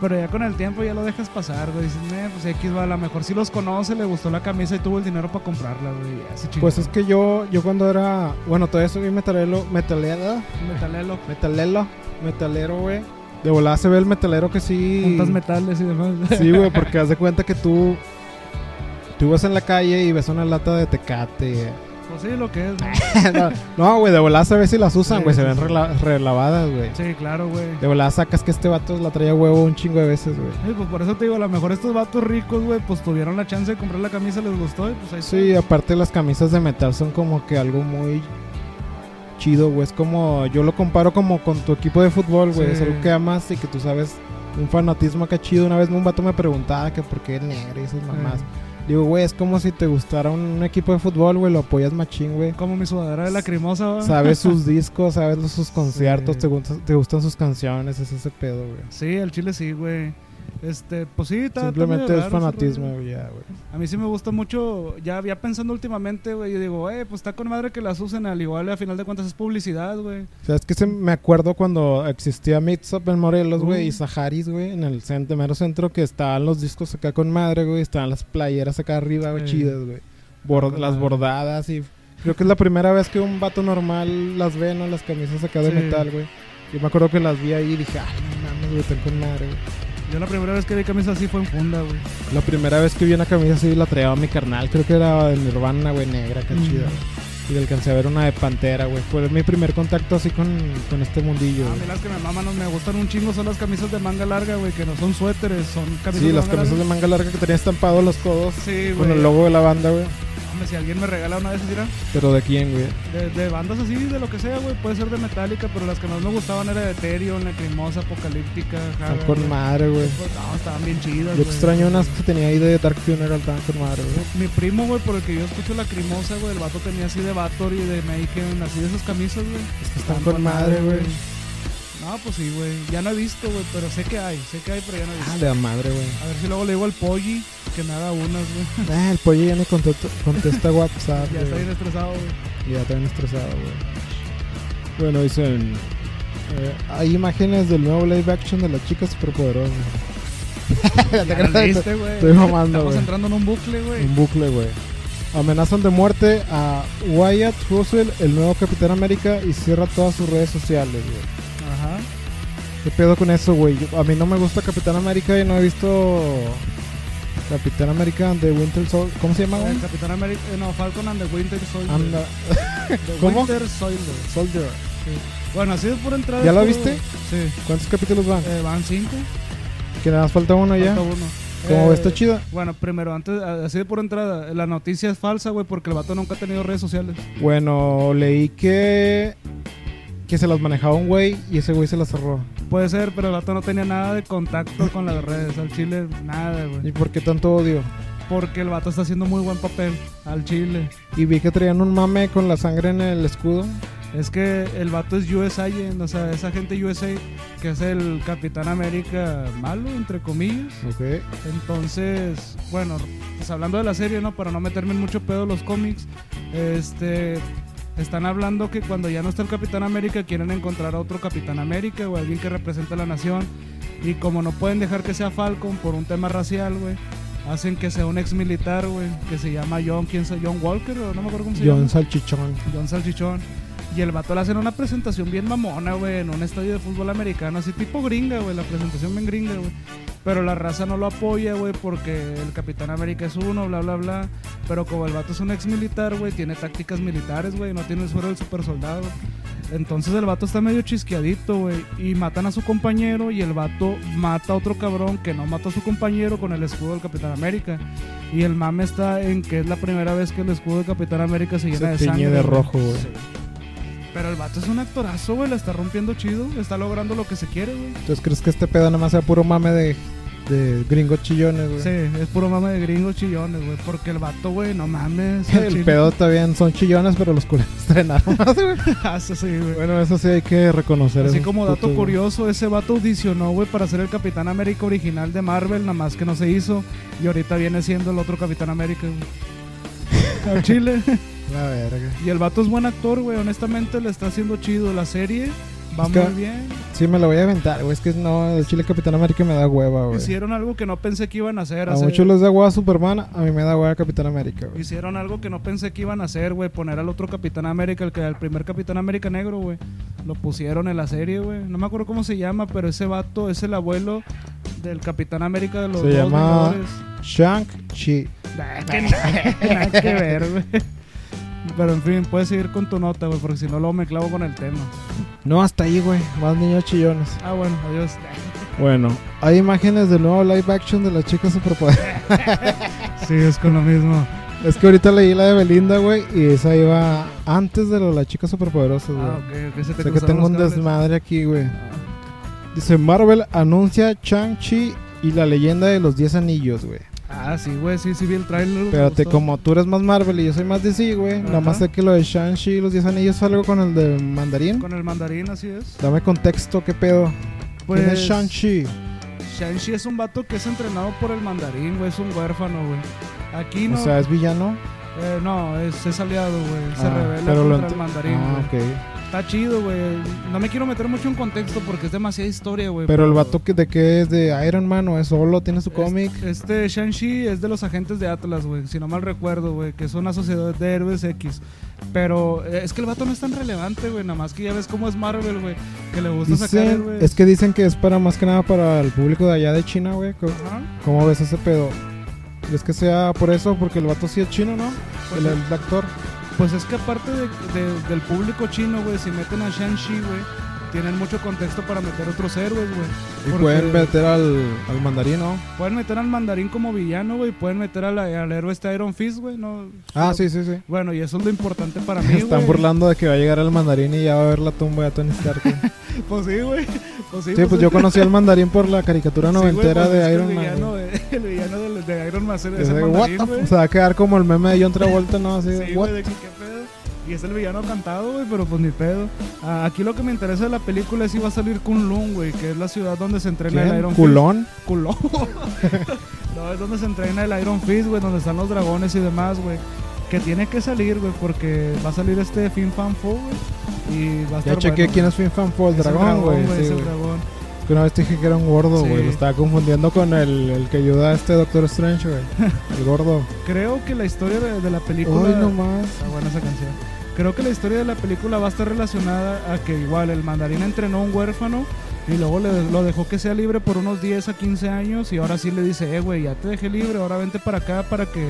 B: Pero ya con el tiempo ya lo dejas pasar, güey. Dices, "Neh, pues X va, a lo mejor si los conoce, le gustó la camisa y tuvo el dinero para comprarla, güey. Ya se chingó.
A: Pues es que yo, yo cuando era, bueno, todavía soy metalero, metalero,
B: metalelo.
A: metalero, metalero, güey. De volada se ve el metalero que sí.
B: Juntas metales y demás.
A: Sí, güey, porque haz de cuenta que tú. Tú vas en la calle y ves una lata de tecate.
B: Pues sí, lo que es. ¿no?
A: No, no, güey, de volada se ve si las usan,
B: Sí,
A: güey. Se
B: sí,
A: ven
B: sí.
A: rela- relavadas, güey.
B: Sí, claro, güey.
A: De volada sacas que este vato la traía huevo un chingo de veces, güey.
B: Sí, pues por eso te digo, a lo mejor estos vatos ricos, güey, pues tuvieron la chance de comprar la camisa, les gustó y pues ahí
A: Sí, aparte las camisas de metal son como que algo muy chido, güey. Es como, yo lo comparo como con tu equipo de fútbol, güey.
B: Sí.
A: Es algo que amas y que tú sabes, un fanatismo acá chido. Una vez un vato me preguntaba que por qué es negro y esas mamás.
B: Sí.
A: Digo, güey, es como si te gustara un equipo de fútbol, güey. Lo apoyas machín, güey.
B: Como mi sudadera de lacrimosa, güey.
A: Sabes sus discos, sabes los- sus conciertos,
B: Sí.
A: te, gustan, te gustan sus canciones, es ese pedo, güey.
B: Sí, el chile sí, güey. Este, pues sí, está- está
A: Simplemente
B: medio
A: es
B: raro ese
A: fanatismo,
B: rollo.
A: güey, ya, güey.
B: A mí sí me gusta mucho, ya, ya pensando últimamente, güey, yo digo, eh, pues está con madre que las usen, al igual a final de cuentas es publicidad, güey.
A: O sea, es que se- me acuerdo cuando existía Mix Up en Morelos, güey,
B: Uh.
A: y Saharis, güey, en el centro, mero centro, que estaban los discos acá con madre, güey, estaban las playeras acá arriba, güey,
B: Eh.
A: chidas, güey. Bor-
B: Con
A: las
B: madre.
A: bordadas y... Creo que es la primera vez que un vato normal las ve, ¿no? Las camisas acá de
B: Sí.
A: metal, güey. Yo me acuerdo que las vi ahí y dije, ah, no mames, güey, están con madre, güey.
B: Yo la primera vez que vi camisa así fue en funda, güey.
A: La primera vez que vi una camisa así la traía mi carnal, creo que era de Nirvana, güey, negra, qué
B: Mm.
A: chida, güey. Y le alcancé a ver una de Pantera, güey. Fue mi primer contacto así con, con este mundillo,
B: A
A: güey.
B: mí las que me maman, no me gustan un chingo, son las camisas de manga larga, güey, que no son suéteres, son camisas
A: Sí,
B: de
A: las
B: manga
A: camisas de
B: larga.
A: manga larga que tenía estampado los codos
B: Sí,
A: con
B: güey.
A: el logo de la banda, güey.
B: Hombre, si alguien me regala una de esas, mira,
A: Pero de quién, güey.
B: de, de bandas así, de lo que sea, güey, puede ser de Metallica, pero las que más me gustaban era de Ethereum, Lacrimosa, Apocalíptica,
A: Están
B: Hagar,
A: con
B: Ah, güey.
A: madre, güey.
B: Pues, No, estaban bien chidas.
A: Yo
B: güey.
A: extraño unas que tenía ahí de Dark Funeral, estaban con madre, güey.
B: Mi primo, güey, por el que yo escucho lacrimosa, güey, el vato tenía así de Bathory, de Mayhem, así de esas camisas, güey.
A: Es que están con madre, güey.
B: No, pues sí, güey. Ya no he visto, güey, pero sé que hay, sé que hay, pero ya no he
A: Ah,
B: visto.
A: de la madre, güey.
B: A ver si luego le digo al Polly que me haga unas, güey.
A: Ah, el pollo ya ni contesta, contesta WhatsApp,
B: ya está
A: güey.
B: bien estresado, güey.
A: Y ya también estresado, güey. Bueno, dicen... eh, hay imágenes del nuevo live action de las chicas superpoderosas. Ya te
B: Ya las
A: creas,
B: viste, güey.
A: Estoy mamando,
B: Estamos
A: güey.
B: entrando en un bucle, güey.
A: Un bucle, güey. Amenazan de muerte a Wyatt Russell, el nuevo Capitán América, y cierra todas sus redes sociales, güey.
B: Ajá.
A: ¿Qué pedo con eso, güey? Yo- A mí no me gusta Capitán América y no he visto Capitán América de Winter Soldier. ¿Cómo se llama, güey?
B: El Capitán América, eh, no, Falcon and the Winter Soldier.
A: And the
B: The
A: ¿Cómo?
B: Winter Soldier.
A: Soldier.
B: Bueno, así es por entrar.
A: ¿Ya la
B: puro-
A: viste?
B: Sí.
A: ¿Cuántos capítulos van?
B: Eh, van cinco.
A: Que nada más falta uno ya.
B: Falta uno.
A: ¿Cómo
B: Eh,
A: ves? ¿Está chido?
B: Bueno, primero, antes, a- así de por entrada, la noticia es falsa, güey, porque el vato nunca ha tenido redes sociales.
A: Bueno, leí que... Que se las manejaba un güey y ese güey se las cerró.
B: Puede ser, pero el vato no tenía nada de contacto con las redes. Al chile, nada,
A: ¿Y
B: güey.
A: por qué tanto odio?
B: Porque el vato está haciendo muy buen papel al chile.
A: Y vi que traían un mame con la sangre en el escudo.
B: Es que el vato es US Agent, o sea, esa gente USA que es el Capitán América malo, entre comillas.
A: Ok.
B: Entonces, bueno, pues hablando de la serie, ¿no? Para no meterme en mucho pedo los cómics, este, están hablando que cuando ya no está el Capitán América quieren encontrar a otro Capitán América o alguien que represente a la nación. Y como no pueden dejar que sea Falcon por un tema racial, güey, hacen que sea un ex militar, güey, que se llama John, ¿quién es? John Walker, o no me acuerdo cómo se
A: John
B: llama.
A: Salchichón.
B: John Salchichón. Y el vato le hacen una presentación bien mamona, güey, en un estadio de fútbol americano, así tipo gringa, güey, la presentación bien gringa, güey. Pero la raza no lo apoya, güey, porque el Capitán América es uno, bla, bla, bla. Pero como el vato es un ex militar, güey, tiene tácticas militares, güey, no tiene el suero del super soldado. Entonces el vato está medio chisqueadito, güey, y matan a su compañero y el vato mata a otro cabrón que no mata a su compañero con el escudo del Capitán América. Y el mame está en que es la primera vez que el escudo del Capitán América se llena
A: Se
B: de
A: tiñe
B: sangre.
A: de
B: güey.
A: rojo, güey.
B: Pero el vato es un actorazo, güey, la está rompiendo chido, está logrando lo que se quiere, güey.
A: Entonces, ¿crees que este pedo nada más sea puro mame de, de gringos chillones, güey?
B: Sí, es puro mame de gringos chillones, güey, porque el vato, güey, no mames. al
A: El
B: chile.
A: pedo también son chillones, pero los culeros estrenaron.
B: Ah, sí, sí, güey.
A: bueno, eso sí hay que reconocer.
B: Así
A: esos
B: como dato
A: putos, güey.
B: curioso, ese vato audicionó, güey, para ser el Capitán América original de Marvel, nada más que no se hizo. Y ahorita viene siendo el otro Capitán América, güey. Al Chile.
A: La verga.
B: Y el vato es buen actor, güey. Honestamente, le está haciendo chido la serie. Va
A: Es que-
B: muy bien.
A: Sí, me lo voy a aventar, güey. Es que no, el Chile Capitán América me da hueva, güey.
B: Hicieron algo que no pensé que iban a hacer.
A: A
B: hacer-
A: muchos les da hueva Superman, a mí me da hueva Capitán América, güey.
B: Hicieron algo que no pensé que iban a hacer, güey. Poner al otro Capitán América, el, que, el primer Capitán América negro, güey. Lo pusieron en la serie, güey. No me acuerdo cómo se llama, pero ese vato es el abuelo del Capitán América de los
A: Se
B: dos
A: llama-
B: Vengadores.
A: Shang-Chi.
B: Nah, que no, nada que ver, güey. Pero en fin, puedes seguir con tu nota, güey, porque si no, luego me clavo con el tema.
A: No, hasta ahí, güey. Más niños chillones.
B: Ah, bueno, adiós.
A: Bueno, hay imágenes del nuevo live action de las chicas superpoderosas.
B: Sí, es con lo mismo.
A: es que ahorita leí la de Belinda, güey, y esa iba antes de lo de las chicas superpoderosas, güey.
B: Ah, ok, ok, se te
A: O sea que
B: cruzaron
A: tengo
B: los
A: un
B: cables.
A: desmadre aquí, güey.
B: Ah,
A: Dice Marvel anuncia Shang-Chi y la leyenda de los 10 anillos, güey.
B: Ah, sí, güey, sí, sí vi el trailer. me
A: Espérate,
B: gustó.
A: como tú eres más Marvel y yo soy más DC, güey. Nada
B: Ajá.
A: más sé que lo de Shang-Chi y los 10 anillos es algo con el de Mandarín.
B: Con el mandarín, así es.
A: Dame contexto, qué pedo.
B: Pues,
A: ¿Quién es Shang-Chi?
B: Shang-Chi es un vato que es entrenado por el mandarín, güey, es un huérfano, güey. Aquí no,
A: O sea, es villano.
B: eh, no, es, es aliado, güey, se
A: Ah,
B: revela
A: pero lo
B: contra el
A: ent-
B: mandarín,
A: Ah,
B: güey.
A: ok.
B: Está chido, güey, no me quiero meter mucho en contexto porque es demasiada historia, güey.
A: Pero el vato que de qué es de Iron Man o es solo, tiene su cómic.
B: Este Shang-Chi es de los agentes de Atlas, güey, si no mal recuerdo, güey, que es una sociedad de héroes X. Pero eh, es que el vato no es tan relevante, güey, nada más que ya ves cómo es Marvel, güey, que le gusta sacar
A: Dicen-
B: héroes.
A: es que dicen que es para más que nada para el público de allá de China, güey. Co-
B: Ajá,
A: ¿Cómo ves ese pedo? ¿Crees que sea por eso? Porque el vato sí es chino, ¿no?
B: pues,
A: El, el actor.
B: Pues es que aparte de- de- del público chino, güey, si meten a Shang-Chi, güey, tienen mucho contexto para meter otros héroes, güey.
A: Y
B: Porque
A: pueden meter al, al mandarín, ¿no?
B: pueden meter al mandarín como villano, güey, pueden meter a la- al héroe este Iron Fist, güey, ¿no?
A: Ah, sí, sí, sí.
B: Bueno, y eso es lo importante para mí,
A: Me Están
B: güey.
A: burlando de que va a llegar el mandarín y ya va a ver la tumba de Tony Stark. güey.
B: Pues sí, güey. Pues sí,
A: Sí, pues yo conocí al mandarín por la caricatura
B: Sí, güey,
A: noventera
B: pues es que
A: de Iron
B: el
A: Man.
B: villano
A: güey.
B: de- el villano del- de, Iron Man es el
A: Desde,
B: mandarín,
A: what the
B: güey.
A: f- Se va a quedar como el meme de John Travolta, ¿no? Así,
B: Sí,
A: what?
B: güey, de que qué pedo. Y es el villano cantado, güey, pero pues ni pedo. Ah, aquí lo que me interesa de la película es si va a salir Kunlun, güey, que es la ciudad donde se entrena el
A: ¿Quién?
B: Iron
A: ¿Culón?
B: Fist. Culón. no, es donde se entrena el Iron Fist, güey, donde están los dragones y demás, güey. Que tiene que salir, güey, porque va a salir este Fin Fan Fo, güey. Y va a estar
A: Ya chequé
B: bueno,
A: quién es Finfan Fall,
B: Es el
A: dragón, güey. sí,
B: es el
A: güey.
B: dragón.
A: Que una vez te dije que era un gordo, güey.
B: Sí.
A: Lo estaba confundiendo con el, el que ayuda a este Doctor Strange, güey. El gordo.
B: Creo que la historia de, de la película...
A: Uy, nomás.
B: Está buena esa canción. Creo que la historia de la película va a estar relacionada a que igual el mandarín entrenó a un huérfano y luego le- lo dejó que sea libre por unos 10 a 15 años y ahora sí le dice, eh, güey, ya te dejé libre, ahora vente para acá para que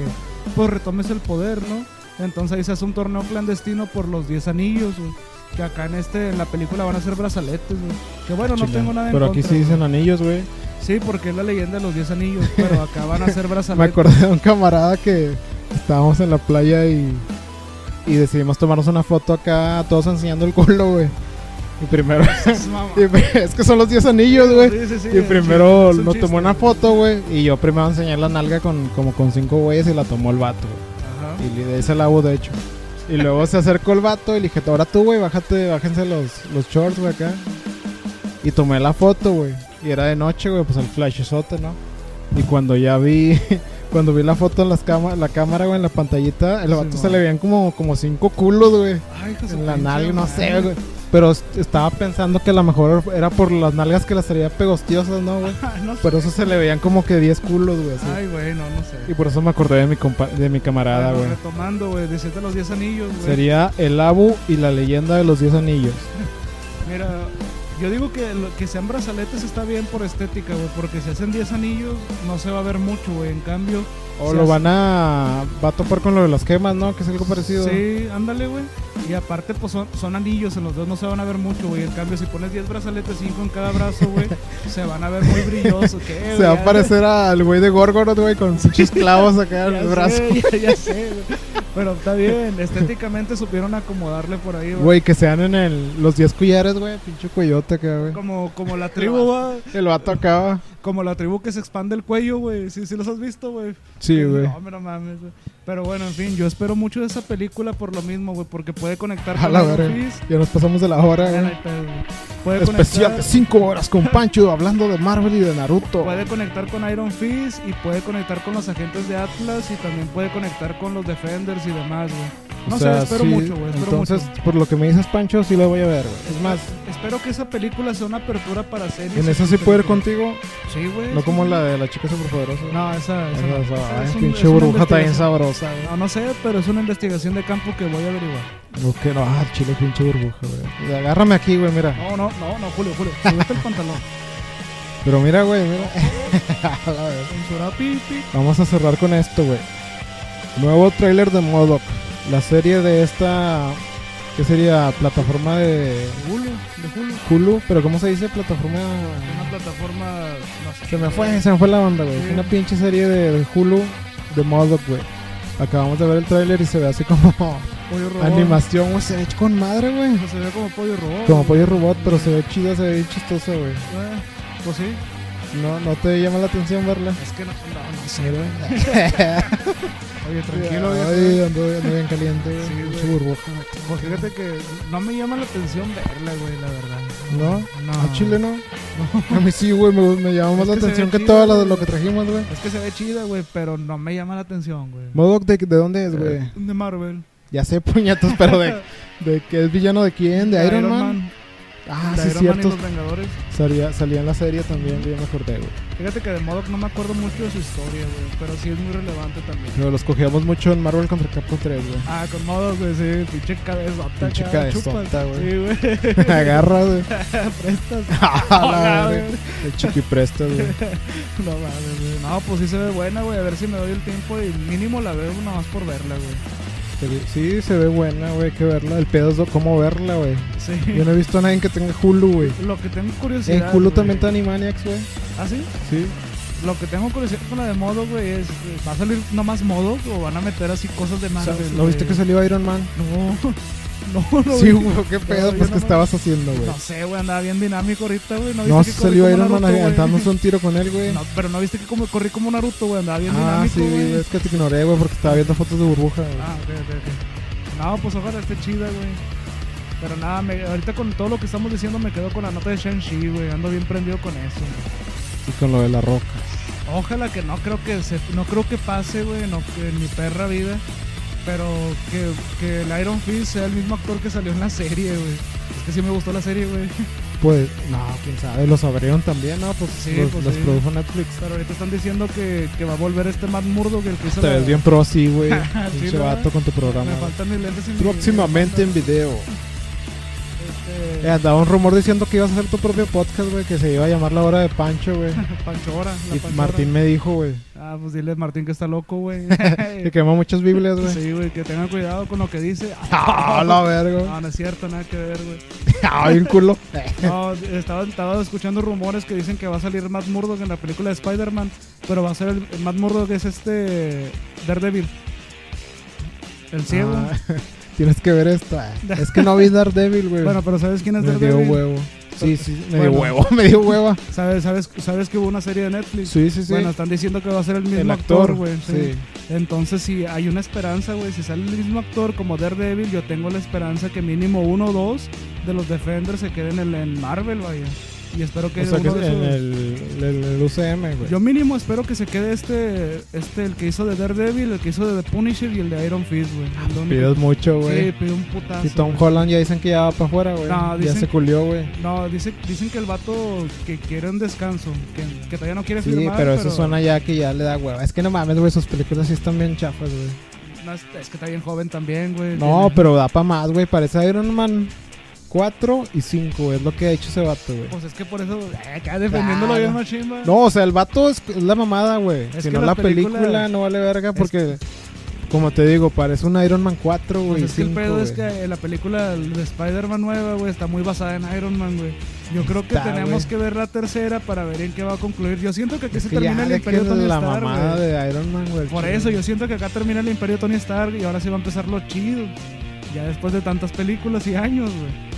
B: pues retomes el poder, ¿no? Entonces ahí se hace un torneo clandestino por los 10 anillos, güey, Que acá en este, en la película van a ser brazaletes, güey. Que bueno, no tengo nada en
A: Ah, Pero aquí
B: contra,
A: sí dicen anillos, güey.
B: güey. Sí, porque es la leyenda de los 10 anillos, pero acá van a ser
A: Me
B: brazaletes.
A: acordé de un camarada que estábamos en la playa y, y decidimos tomarnos una foto acá, todos enseñando el culo, güey. Y primero,
B: Mamá.
A: y pri- es que son los 10 anillos, güey.
B: Sí, sí, sí,
A: Y
B: es
A: primero
B: un chiste, es un
A: nos tomó una
B: chiste, güey.
A: foto, güey. Y yo primero enseñé la nalga con, como con cinco güeyes y la tomó el vato, güey.
B: Ajá.
A: Y le de ese labo, de hecho. Y luego se acercó el vato y le dije, ahora tú, güey, bájate, bájense los, los shorts, güey, acá. Y tomé la foto, güey. Y era de noche, güey, pues el flashesote, ¿no? Y cuando ya vi, Cuando vi la foto en las cama- la cámara, güey, en la pantallita, el vato
B: Sí,
A: se
B: no.
A: le veían como, como cinco culos, güey.
B: Ay, hija de su
A: En la
B: pinche
A: nalga, no sé,
B: madre.
A: güey. Pero est- estaba pensando que a lo mejor era por las nalgas que las traía pegostiosas, ¿no, güey?
B: Ay, Ah, no sé.
A: Por eso se le veían como que 10 culos, güey. así.
B: Ay, güey, no, no sé.
A: Y por eso me acordé de mi, compa- de mi camarada,
B: Bueno,
A: güey.
B: Retomando, güey, 17 de los 10 anillos, güey.
A: Sería el Abu y la leyenda de los 10 anillos.
B: Mira, yo digo que lo- que sean brazaletes está bien por estética, güey, porque si hacen 10 anillos no se va a ver mucho, güey. En cambio,
A: O
B: Sí,
A: lo
B: así-
A: van a... Va a topar con lo de las gemas, ¿no? Que es algo parecido.
B: sí, ándale, güey. Y aparte, pues son, son anillos, en los dos no se van a ver mucho, güey. En cambio, si pones 10 brazaletes, 5 en cada brazo, güey, se van a ver muy brillosos. ¿qué,
A: Se
B: güey?
A: va
B: Ya-
A: a parecer al güey de Gorgoroth, güey, con sus clavos acá en
B: ya
A: el brazo.
B: sé, ya, ya sé, güey. Pero está bien, estéticamente supieron acomodarle por ahí, güey.
A: Güey, que sean en el, los 10 collares, güey. Pinche cuellote acá, güey.
B: Como, como la tribu, güey.
A: El vato acaba.
B: Como la tribu que se expande el cuello, güey. Sí, sí los has visto, güey.
A: Sí,
B: Que
A: güey.
B: No, hombre, no mames, güey. Pero bueno, en fin, yo espero mucho de esa película por lo mismo, güey, porque puede conectar
A: A la
B: los
A: verga.
B: movies.
A: Ya nos pasamos de la hora,
B: Ya no
A: güey.
B: hay pedo, güey. Puede
A: Especial de
B: conectar,
A: 5 horas con Pancho hablando de Marvel y de Naruto.
B: puede conectar con Iron Fist y puede conectar con los agentes de Atlas y también puede conectar con los Defenders y demás, güey. No
A: O sea,
B: sé, espero
A: sí,
B: mucho, güey. Espero
A: Entonces,
B: mucho.
A: por lo que me dices, Pancho, sí lo voy a ver, güey. Es más,
B: espero que esa película sea una apertura para series.
A: en
B: y
A: eso sí puedo ir
B: películas.
A: contigo.
B: Sí, güey.
A: No
B: sí,
A: como
B: güey.
A: la de la chica superpoderosa.
B: No, esa, esa,
A: Esa-
B: no.
A: esa-
B: Esa
A: ay,
B: es un-
A: pinche
B: es una
A: bruja está bien
B: investigación.
A: sabrosa, eh. güey.
B: No, no sé, pero es una investigación de campo que voy a averiguar.
A: No, que no, ah, chile, pinche burbuja, güey. Agárrame aquí, güey, mira.
B: No, no, no, no, Julio, Julio. Subiste el pantalón.
A: Pero mira, güey, mira. A la vez.
B: Censurado, pi, pi.
A: Vamos a cerrar con esto, güey. Nuevo tráiler de Modoc. La serie de esta. ¿Qué sería? Plataforma de
B: Julio, de Julio.
A: Hulu. Pero ¿cómo se dice? Plataforma.
B: Una plataforma. No sé. Eh,
A: Se me fue, se me fue la onda, güey. Es Una pinche serie de, de Hulu de Modoc, güey. Acabamos de ver el tráiler y se ve así como
B: Pollo robot.
A: animación, güey. Se ve hecho con madre, güey.
B: Se ve como pollo robot.
A: Como pollo robot, pero se ve chida, se ve bien chistosa, güey.
B: Eh, pues sí.
A: No, no te llama la atención verla.
B: Es que no. no, no.
A: Sí, güey.
B: Oye, tranquilo,
A: Tranquilo,
B: viejo. ¿eh?
A: Ay, ando, ando bien caliente, güey.
B: Sí,
A: Pinche
B: güey.
A: burbuja.
B: Pues fíjate que no me llama la atención verla, güey, la verdad.
A: ¿No?
B: No.
A: ¿A Ah, Chile no? A mí sí, güey, me, me llamó más
B: Ah. Es
A: la
B: que se
A: atención
B: ve
A: que
B: chido,
A: todo lo,
B: güey.
A: lo que trajimos, güey.
B: Es que se ve chida, güey, pero no me llama la atención, güey.
A: Modoc, de, ¿de dónde es, güey?
B: De Marvel.
A: Ya sé, puñetos, pero de, de que es villano de quién, de, Iron, Man. Ah,
B: de
A: sí,
B: Iron Man y
A: cierto.
B: los Vengadores.
A: Salía, salía en la serie también, yo me acordé, güey.
B: Fíjate que de Modoc no me acuerdo mucho de su historia, güey, pero sí es muy relevante también.
A: Pero los cogíamos mucho en Marvel contra Capcom 3, güey.
B: Ah, con modos, güey, sí, pinche cabezota.
A: Pinche
B: acá,
A: cabezota,
B: chupas.
A: güey.
B: Sí, güey,
A: Agarra, güey.
B: prestas.
A: A la
B: No,
A: verga. El chiquipresta, güey.
B: No mames, güey. No, pues sí se ve buena, güey, a ver si me doy el tiempo y mínimo la veo nada más por verla, güey.
A: Pero Sí, se ve buena, güey, hay que verla. El pedo es lo- cómo verla, güey. Yo
B: Sí.
A: no he visto a nadie que tenga Hulu, güey.
B: Lo que tengo
A: En
B: curiosidad.
A: Hulu
B: güey.
A: también está Animaniacs, güey.
B: ¿Ah, sí?
A: Sí.
B: Lo que tengo curiosidad con la de modo, güey, es. eh, ¿Va a salir nomás modo o van a meter así cosas de Marvel?
A: ¿Sabes? ¿No viste que
B: güey?
A: salió Iron Man?
B: No. No, no.
A: Sí,
B: vi.
A: güey, qué pedo,
B: yo
A: pues,
B: no
A: ¿qué
B: me-
A: estabas haciendo, güey?
B: No sé, güey, andaba bien dinámico ahorita, güey. No,
A: No,
B: viste
A: sí
B: que corrí
A: salió
B: como
A: Iron Man
B: Naruto, güey?
A: aventándose un tiro con él, güey.
B: No, pero no viste que como corrí como Naruto, güey, andaba bien
A: ah,
B: dinámico,
A: sí,
B: güey.
A: es que te ignoré, güey, porque estaba viendo fotos de burbuja. güey.
B: Ah, ok, ok, ok. No, pues ojalá esté chida, güey. Pero nada, me- ahorita con todo lo que estamos diciendo me quedo con la nota de Shang-Chi, güey. Ando bien prendido con eso. güey.
A: Y con lo de la roca.
B: Ojalá que no creo que se, no creo que pase, güey, no que en mi perra vida. Pero que, que el Iron Fist sea el mismo actor que salió en la serie, güey. Es que sí me gustó la serie, güey.
A: Pues, no, quién sabe, los abrieron también, ¿no? Pues,
B: Sí,
A: los,
B: pues,
A: los
B: sí.
A: produjo Netflix.
B: Pero ahorita están diciendo que, que va a volver este Matt Murdock, el que hizo
A: Te
B: la-
A: ves bien pro así, güey.
B: Sí,
A: Pinche
B: ¿verdad?
A: vato con tu programa.
B: Me
A: güey.
B: faltan mis lentes y mi-
A: Próximamente en video.
B: Este,
A: Eh, andaba un rumor diciendo que ibas a hacer tu propio podcast, güey, que se iba a llamar La Hora de Pancho, güey.
B: Panchora, eh, la
A: Y
B: Panchora.
A: Martín me dijo, güey,
B: Ah, pues dile Martín que está loco, güey.
A: que quemó muchas Biblias, güey.
B: sí, güey, que tengan cuidado con lo que dice.
A: Ah, la verga.
B: No, Eh. no es cierto, nada que ver, güey.
A: Ay, el culo.
B: No, estaba, estaba escuchando rumores que dicen que va a salir Matt Murdock en la película de Spider-Man, pero va a ser el, el Matt Murdock es este Daredevil. El ciego.
A: Ah, tienes que ver esto. eh. Es que no vi Daredevil, güey.
B: Bueno, pero ¿sabes quién es
A: me dio
B: Daredevil?
A: huevo. Sí, sí, me dio
B: Bueno.
A: huevo, me dio hueva.
B: ¿Sabes, sabes, ¿Sabes que hubo una serie de Netflix?
A: Sí, sí, sí.
B: Bueno, están diciendo que va a ser el mismo
A: el
B: actor,
A: actor,
B: güey. sí.
A: sí.
B: Entonces, si hay una esperanza, güey, si sale el mismo actor como Daredevil, yo tengo la esperanza que mínimo uno o dos de los Defenders se queden en, en Marvel, vaya. Y espero que,
A: O sea, que es
B: uno de esos-
A: en el, el- el UCM, güey.
B: Yo mínimo espero que se quede este, este, el que hizo de Daredevil, el que hizo de The Punisher y el de Iron Fist, güey. Lo único-
A: Pides mucho,
B: Sí,
A: güey.
B: pidió un putazo.
A: y Tom
B: güey.
A: Holland ya dicen que ya va para afuera, güey.
B: No,
A: ya
B: dicen-
A: se culió, güey.
B: No, dice, dicen que el vato que quiere un descanso, que, que todavía no quiere
A: Sí,
B: firmar.
A: pero eso suena ya que ya le da hueva. Es que no mames, güey, sus películas sí están bien chafas, güey.
B: no, es, es que está bien joven también, güey.
A: No,
B: Tiene-
A: pero da para más, güey. Parece Iron Man 4 y 5, es lo que ha hecho ese vato, güey.
B: Pues es que por eso, eh, acá defendiéndolo
A: Ah,
B: bien
A: no.
B: machín, güey.
A: No, o sea, el vato es, es la mamada, güey.
B: Es
A: Si
B: que
A: no, la
B: las
A: película
B: películas-
A: no vale verga porque, como te digo, parece un Iron Man 4, güey.
B: Pues es que el
A: 5,
B: pedo es
A: güey.
B: que la película de Spider-Man nueva, güey, está muy basada en Iron Man, güey. Yo creo que
A: Está,
B: tenemos
A: güey.
B: que ver la tercera para ver en qué va a concluir. Yo siento que aquí
A: Es
B: se
A: que ya
B: termina el
A: dejen
B: Imperio Tony
A: la
B: Stark,
A: mamada
B: güey.
A: de Iron Man, güey.
B: Por
A: chido.
B: eso yo siento que acá termina el Imperio Tony Stark y ahora sí va a empezar lo chido. Ya después de tantas películas y años, güey.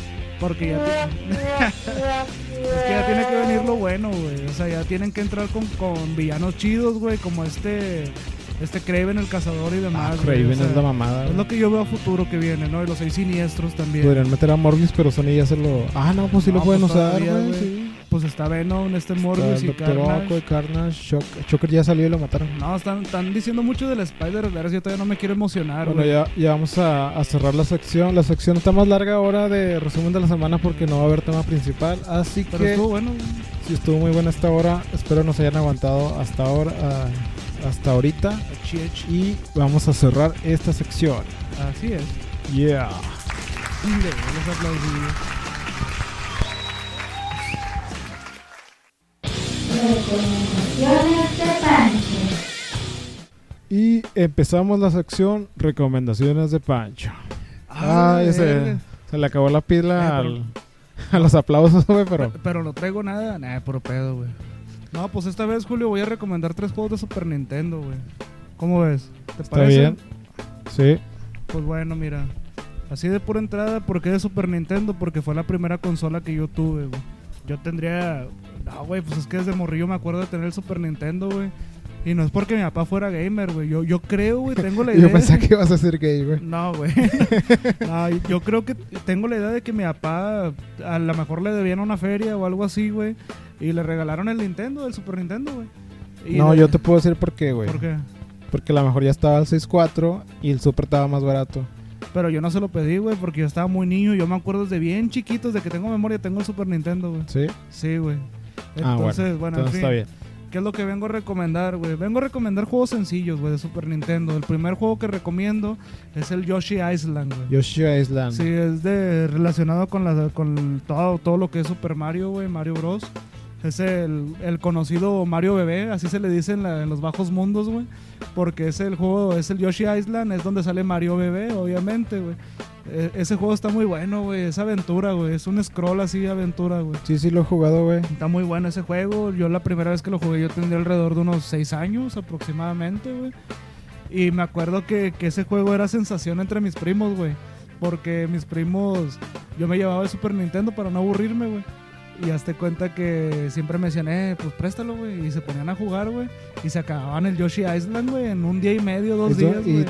B: Porque ya, ti- es que ya tiene que venir lo bueno, güey. O sea, ya tienen que entrar con, con villanos chidos, güey, como este este Kraven el cazador y demás.
A: Ah,
B: güey. O
A: Craven
B: sea,
A: es la mamada.
B: es
A: güey.
B: lo que yo veo a futuro que viene, ¿no? Y los seis siniestros también.
A: Podrían meter a Morbius, pero Sony ya se lo. Ah, no, pues sí
B: No,
A: lo pueden
B: pues
A: usar,
B: todavía,
A: güey.
B: güey.
A: Sí.
B: Pues está Venom, este
A: Está
B: Morbius
A: el
B: y
A: Doctor
B: Carnage.
A: Oco y Carnage, Shock- Shocker ya salió y lo mataron.
B: No, están, están diciendo mucho del Spider-Verse. Yo todavía no me quiero emocionar,
A: Bueno,
B: güey.
A: ya, ya vamos a, a cerrar la sección. La sección está más larga ahora de resumen de la semana porque no va a haber tema principal. Así
B: Pero
A: que
B: estuvo bueno. güey.
A: si estuvo muy buena esta hora, espero nos hayan aguantado hasta ahora, ah, hasta ahorita.
B: Chich.
A: Y vamos a cerrar esta sección.
B: Así es.
A: Yeah.
B: Dile, los aplausos.
D: Recomendaciones de Pancho.
A: Y empezamos la sección recomendaciones de Pancho. Ah,
B: la
A: ese,
B: verga.
A: se le acabó la pila
B: Eh, pero-
A: al- a los aplausos, güey, pero
B: Pero, no traigo nada. Nah, puro pedo, güey. No, pues esta vez, Julio, voy a recomendar tres juegos de Super Nintendo, güey. ¿Cómo ves? ¿Te
A: está bien. Sí.
B: Pues bueno, mira. Así de pura entrada, ¿por qué de Super Nintendo? Porque fue la primera consola que yo tuve, güey. Yo tendría... No, güey, pues es que desde morrillo me acuerdo de tener el Super Nintendo, güey. Y no es porque mi papá fuera gamer, güey. Yo, yo creo, güey, tengo la idea...
A: Yo pensé que ibas a decir gay, güey.
B: No, güey. No, yo creo que tengo la idea de que mi papá a lo mejor le debían una feria o algo así, güey. Y le regalaron el Nintendo, el Super Nintendo, güey. Y
A: No,
B: de-
A: yo te puedo decir por qué, güey.
B: ¿Por qué?
A: Porque a lo mejor ya estaba el 6.4 y el Super estaba más barato.
B: Pero yo no se lo pedí, güey, porque yo estaba muy niño. Yo me acuerdo desde bien chiquitos, de que tengo memoria, tengo el Super Nintendo, güey.
A: ¿Sí?
B: Sí, güey.
A: Ah,
B: Entonces, bueno, en
A: Entonces
B: fin,
A: está bien.
B: ¿qué es lo que vengo a recomendar, güey? Vengo a recomendar juegos sencillos, güey, de Super Nintendo. El primer juego que recomiendo es el Yoshi Island, güey.
A: Yoshi Island.
B: Sí, es de relacionado con la con todo, todo lo que es Super Mario, güey, Mario Bros. Es el, el conocido Mario Bebé, así se le dice en, la- en los bajos mundos, güey. Porque es el juego, es el Yoshi Island, es donde sale Mario Bebé, obviamente, güey. E- ese juego está muy bueno, güey. Es aventura, güey. Es un scroll así, aventura, güey.
A: Sí, sí lo he jugado, güey.
B: Está muy bueno ese juego. Yo la primera vez que lo jugué yo tendría alrededor de unos 6 años aproximadamente, güey. Y me acuerdo que, que ese juego era sensación entre mis primos, güey. Porque mis primos, yo me llevaba el Super Nintendo para no aburrirme, güey. Y hazte cuenta que siempre me decían, eh, pues préstalo, güey. Y se ponían a jugar, güey. Y se acababan el Yoshi Island, güey, en un día y medio, dos
A: Eso,
B: días,
A: y
B: güey.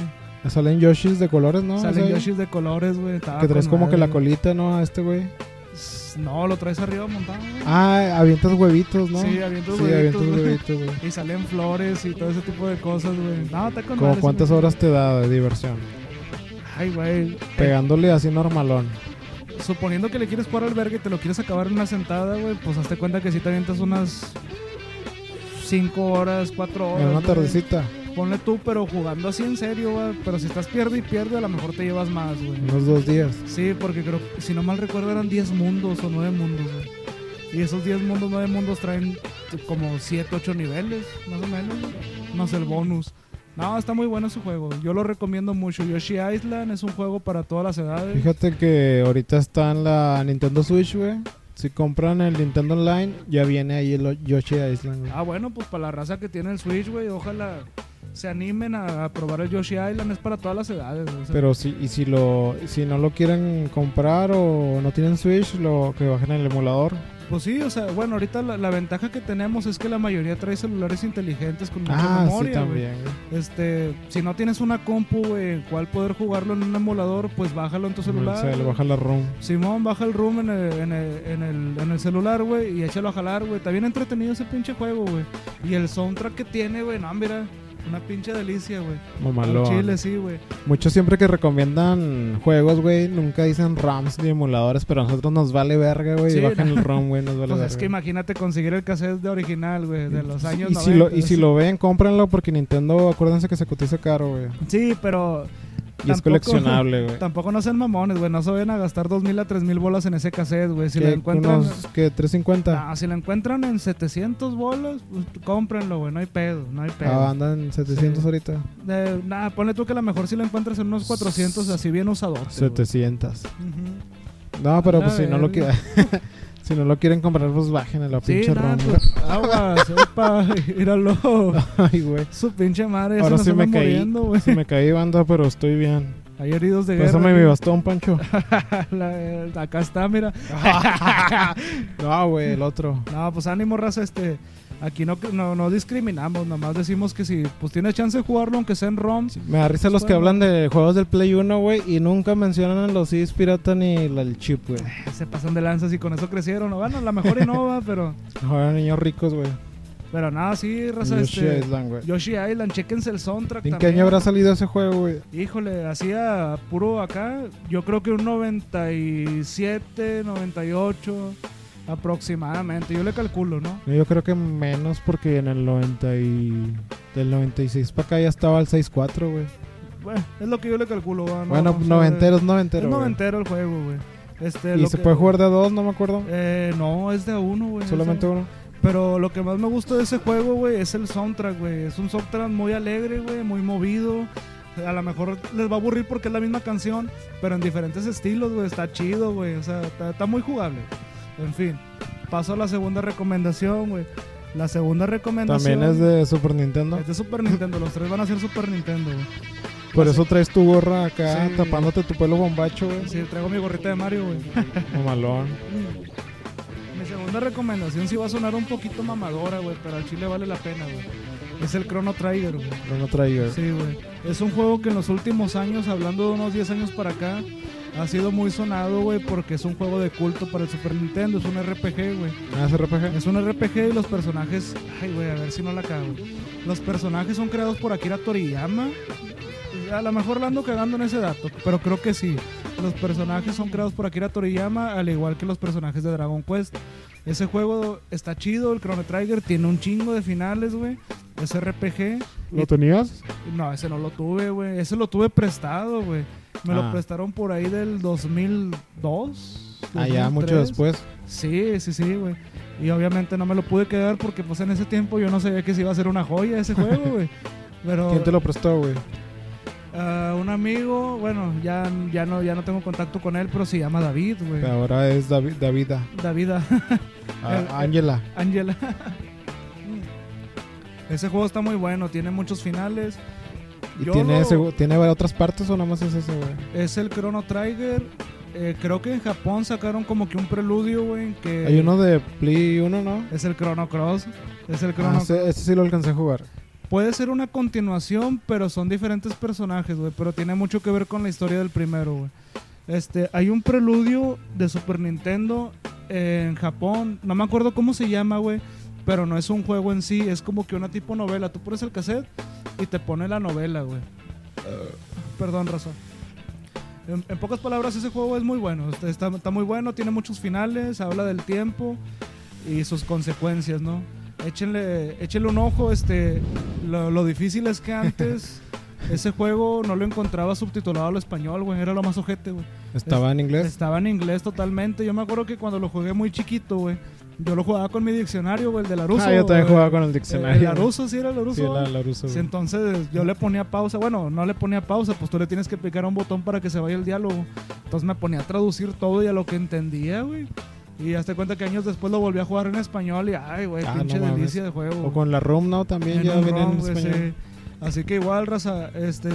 A: Salen Yoshis de colores, ¿no?
B: Salen
A: O sea,
B: Yoshis de colores, güey. Estaba
A: Que traes
B: con
A: como que la
B: madre, güey.
A: colita, ¿no? A este güey.
B: No, lo traes arriba montado, güey.
A: Ah, avientas huevitos, ¿no?
B: Sí, avientas
A: Sí, avientas
B: huevitos, güey.
A: huevitos, güey.
B: Y salen flores y todo ese tipo de cosas, güey. No, está con
A: Como
B: madre, Eh.
A: cuántas
B: güey.
A: horas te da de diversión.
B: Ay, güey.
A: Pegándole así normalón.
B: Eh, suponiendo que le quieres jugar al verga y te lo quieres acabar en una sentada, güey, pues hazte cuenta que si te avientas unas 5 horas, 4 horas.
A: En una
B: güey.
A: tardecita.
B: Ponle tú, pero jugando así en serio, güey. Pero si estás pierde y pierde, a lo mejor te llevas más, güey.
A: Unos dos días.
B: Sí, porque creo, si no mal recuerdo, eran 10 mundos o 9 mundos, güey. Y esos 10 mundos, 9 mundos traen como 7, 8 niveles, más o menos, güey, más el bonus. No, está muy bueno su juego. Yo lo recomiendo mucho. Yoshi Island es un juego para todas las edades.
A: Fíjate que ahorita está en la Nintendo Switch, güey. Si compran el Nintendo Online, ya viene ahí el Yoshi Island, güey.
B: Ah, bueno, pues para la raza que tiene el Switch, güey, ojalá se animen a, a probar el Yoshi Island. Es para todas las edades, güey. O sea,
A: Pero si, y si, lo, si no lo quieren comprar o no tienen Switch, lo que bajen el emulador.
B: Pues sí, o sea, bueno, ahorita la, la ventaja que tenemos es que la mayoría trae celulares inteligentes con mucha
A: Ah, sí,
B: memoria, güey.
A: también, güey.
B: Este, si no tienes una compu, güey, en cual poder jugarlo en un emulador, pues bájalo en tu celular.
A: Se le
B: güey.
A: baja la ROM.
B: Simón, baja el room en el, en el- en el- en el celular, güey, y échalo a jalar, güey. Está bien entretenido ese pinche juego, güey. Y el soundtrack que tiene, güey, no, mira, una pinche delicia, güey. Al
A: Mamalón.
B: Chile, sí, güey.
A: Muchos siempre que recomiendan juegos, güey, nunca dicen ROMs ni emuladores, pero a nosotros nos vale verga, güey.
B: Sí,
A: y bajan
B: no.
A: el ROM, güey, nos vale
B: Pues
A: verga.
B: es que imagínate conseguir el cassette de original, güey, de los años
A: y,
B: 90.
A: si lo, y si lo ven, cómprenlo porque Nintendo, acuérdense que se cotiza caro, güey.
B: Sí, pero
A: Y es
B: Tampoco-
A: coleccionable, güey.
B: tampoco no sean mamones, güey. No se vayan a gastar 2.000 a 3.000 bolas en ese cassette, güey. Si
A: Que
B: lo encuentran...
A: Unos, que 350.
B: No, Ah, si lo encuentran en 700 bolas, pues cómprenlo, güey. No hay pedo, no hay pedo.
A: Ah, andan en 700
B: Sí.
A: ahorita.
B: De- Nada, ponle tú que a lo mejor si lo encuentras en unos 400, así bien usadote.
A: 700.
B: güey. Ujú.
A: No, pero
B: A la
A: pues si no lo
B: verga.
A: quieren... si no lo quieren comprar, pues bajen a la
B: Sí,
A: pinche
B: nada,
A: ROM. güey.
B: pues aguas, epa, míralo.
A: Ay, güey.
B: Su pinche madre, ya
A: Ahora
B: se nos
A: sí me
B: anda
A: caí.
B: muriendo, güey.
A: Se me caí, banda, pero estoy bien.
B: Hay heridos de guerra.
A: Pásame mi
B: güey.
A: bastón, Pancho.
B: La- Acá está, mira.
A: no, güey, el otro.
B: No, pues ánimo, raza, este... Aquí no, no, no discriminamos, nomás decimos que si pues tienes chance de jugarlo, aunque sea en ROM,
A: Me da risa los que
B: Bueno.
A: hablan de juegos del Play 1, güey, y nunca mencionan los CDs pirata ni la- el chip, güey.
B: se pasan de lanzas y con eso crecieron. Bueno, a lo mejor y no va, pero...
A: Ahora niños ricos, güey.
B: Pero nada, sí, raza,
A: Yoshi
B: este...
A: Island, güey.
B: Yoshi Island, chequense el soundtrack
A: ¿En qué
B: también.
A: año habrá salido ese juego, güey?
B: Híjole, hacía puro acá. Yo creo que un 97, 98 aproximadamente. Yo le calculo, ¿no?
A: No, Yo creo que menos porque en el 90 y... Del 96 para acá ya estaba el 6.4, güey.
B: Bueno, es lo que yo le calculo. va, Ah, no-
A: bueno,
B: no sé.
A: noventeros,
B: Es
A: noventeros.
B: noventero el juego, güey. Este,
A: Y
B: lo
A: se
B: que-
A: puede jugar de a dos, no me acuerdo.
B: Eh, pues, no, es de a uno, güey.
A: Solamente
B: Ese-
A: uno.
B: Pero lo que más me gusta de ese juego, güey, es el soundtrack, güey. Es un soundtrack muy alegre, güey, muy movido. A lo mejor les va a aburrir porque es la misma canción, pero en diferentes estilos, güey. Está chido, güey. O sea, está, está muy jugable. En fin, paso a la segunda recomendación, güey. La segunda recomendación.
A: También es de Super Nintendo.
B: es de Super Nintendo. Los tres van a ser Super Nintendo, güey.
A: Por eso traes tu gorra acá,
B: Sí.
A: tapándote tu pelo bombacho, güey.
B: Sí, traigo mi gorrita de Mario, güey.
A: Mamalón.
B: Mi segunda recomendación sí va a sonar un poquito mamadora, güey, pero al chile vale la pena, güey. Es el Chrono Trigger, güey.
A: Chrono Trigger.
B: Sí, güey. Es un juego que en los últimos años, hablando de unos 10 años para acá, ha sido muy sonado, güey, porque es un juego de culto para el Super Nintendo. Es un RPG, güey.
A: Ah, ¿es RPG?
B: Es un RPG y los personajes. Ay, güey, a ver si no la cago. Los personajes son creados por Akira Toriyama. A lo mejor la ando cagando en ese dato, pero creo que sí. Los personajes son creados por Akira Toriyama, al igual que los personajes de Dragon Quest. Ese juego está chido, el Chrono Trigger tiene un chingo de finales, güey. Es RPG.
A: ¿Lo tenías?
B: No, ese no lo tuve, güey. Ese lo tuve prestado, güey. Me
A: Ah.
B: lo prestaron por ahí del 2002.
A: Ah, ya,
B: 2003.
A: mucho después.
B: Sí, sí, sí, güey. Y obviamente no me lo pude quedar porque pues en ese tiempo yo no sabía que se iba a ser una joya ese juego, güey. Pero
A: ¿Quién te lo prestó, güey?
B: ah, un amigo, bueno, ya, ya, no, ya no tengo contacto con él, pero se llama David, güey.
A: Que Ahora es David, Davida.
B: David, ah,
A: Ah,
B: El-
A: Ángela.
B: Ángela. ese juego está muy bueno, tiene muchos finales.
A: ¿Y
B: Yo
A: tiene,
B: lo-
A: segu- tiene otras partes o nada más es ese, güey?
B: Es el Chrono Trigger. Eh, creo que en Japón sacaron como que un preludio, güey, que
A: Hay uno de Play 1, ¿no?
B: es el Chrono Cross. Es el Chrono
A: Ah, ese, ese sí lo alcancé a jugar.
B: Puede ser una continuación, pero son diferentes personajes, güey. Pero tiene mucho que ver con la historia del primero, güey. Este, hay un preludio de Super Nintendo eh, en Japón. No me acuerdo cómo se llama, güey. Pero no es un juego en sí, es como que una tipo novela. Tú pones el cassette y te pone la novela, güey. Perdón, razón. En, en pocas palabras, ese juego es muy bueno. Este, Está, está muy bueno, tiene muchos finales, habla del tiempo y sus consecuencias, ¿no? Échenle, échenle un ojo, este, lo, lo difícil es que antes ese juego no lo encontraba subtitulado al español, güey, era lo más ojete, güey.
A: ¿Estaba en inglés?
B: Estaba en inglés totalmente. Yo me acuerdo que cuando lo jugué muy chiquito, güey, yo lo jugaba con mi diccionario, güey, el de la rusa.
A: ah, yo también jugaba
B: eh,
A: con el diccionario.
B: El Laruso, sí era el Laruso.
A: Sí, la,
B: güey.
A: la ruso,
B: Sí,
A: güey.
B: entonces yo le ponía pausa, bueno, no le ponía pausa, pues tú le tienes que picar a un botón para que se vaya el diálogo. Entonces me ponía a traducir todo y a lo que entendía, güey. Y hazte cuenta que años después lo volví a jugar en español y, ay, güey,
A: Ah,
B: pinche
A: no mames.
B: delicia de juego.
A: O con la ROM, ¿no? También
B: En
A: ya
B: un
A: venía en
B: ROM, güey,
A: español.
B: sí. Así que igual, raza, este,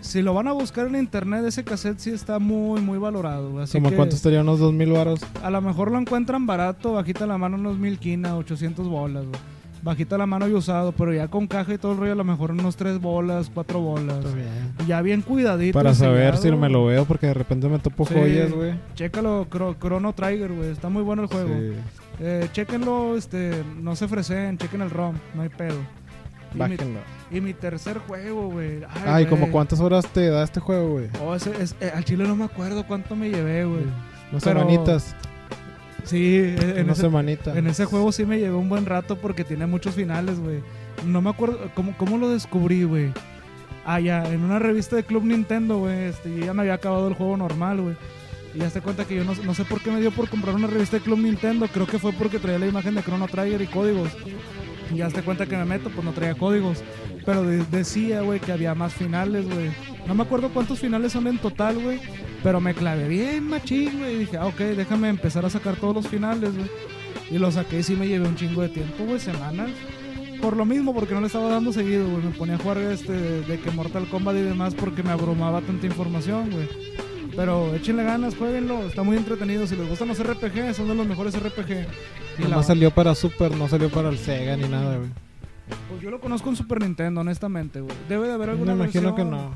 B: si lo van a buscar en internet, ese cassette sí está muy, muy valorado. güey. Así
C: Como
B: que
C: cuánto estaría unos 2000 baros.
B: a lo mejor lo encuentran barato, bajita la mano unos mil quina, 800 bolas, güey. Bajita la mano y usado, pero ya con caja y todo el rollo, a lo mejor unos tres bolas, cuatro bolas. Ya bien cuidadito.
C: Para saber si
B: sellado.
C: me lo veo, porque de repente me topo
B: Sí.
C: joyas, güey.
B: Chécalo, Cro- Chrono Trigger, güey. Está muy bueno el juego.
C: Sí.
B: Eh, chéquenlo, este, no se ofrecen, chequen el ROM, no hay pedo. Y mi,
C: Bájenlo.
B: y mi tercer juego, güey.
C: Ay, como
B: güey.
C: cuántas horas te da este juego, güey.
B: Oh, ese- es- eh, al chile no me acuerdo cuánto me llevé, güey.
C: Unas
B: Pero-
C: semanitas.
B: Sí, en, en
C: Unas
B: ese,
C: semanitas.
B: en ese juego sí me llevé un buen rato porque tiene muchos finales, güey. No me acuerdo, ¿cómo, cómo lo descubrí, güey? Ah, ya, en una revista de Club Nintendo, güey. Este, yo ya me había acabado el juego normal, güey. Y ya se cuenta que yo no, no sé por qué me dio por comprar una revista de Club Nintendo. Creo que fue porque traía la imagen de Chrono Trigger y códigos. Y ya te cuenta que me meto, pues no traía códigos. Pero de- decía, güey, que había más finales, güey. No me acuerdo cuántos finales son en total, güey. Pero me clavé bien machín, güey. Y dije, ah, ok, déjame empezar a sacar todos los finales, güey. Y lo saqué y sí me llevé un chingo de tiempo, güey, semanas. Por lo mismo, porque no le estaba dando seguido, güey. Me ponía a jugar este, de que Mortal Kombat y demás porque me abrumaba tanta información, güey. Pero échenle ganas, jueguenlo. Está muy entretenido. Si les gustan los RPG, son de los mejores RPG. Y la-
C: Nomás salió para Super, no salió para el Sega ni nada, güey.
B: pues yo lo conozco en Super Nintendo, honestamente, güey. Debe de haber
C: Me
B: alguna
C: imagino
B: versión.
C: que no.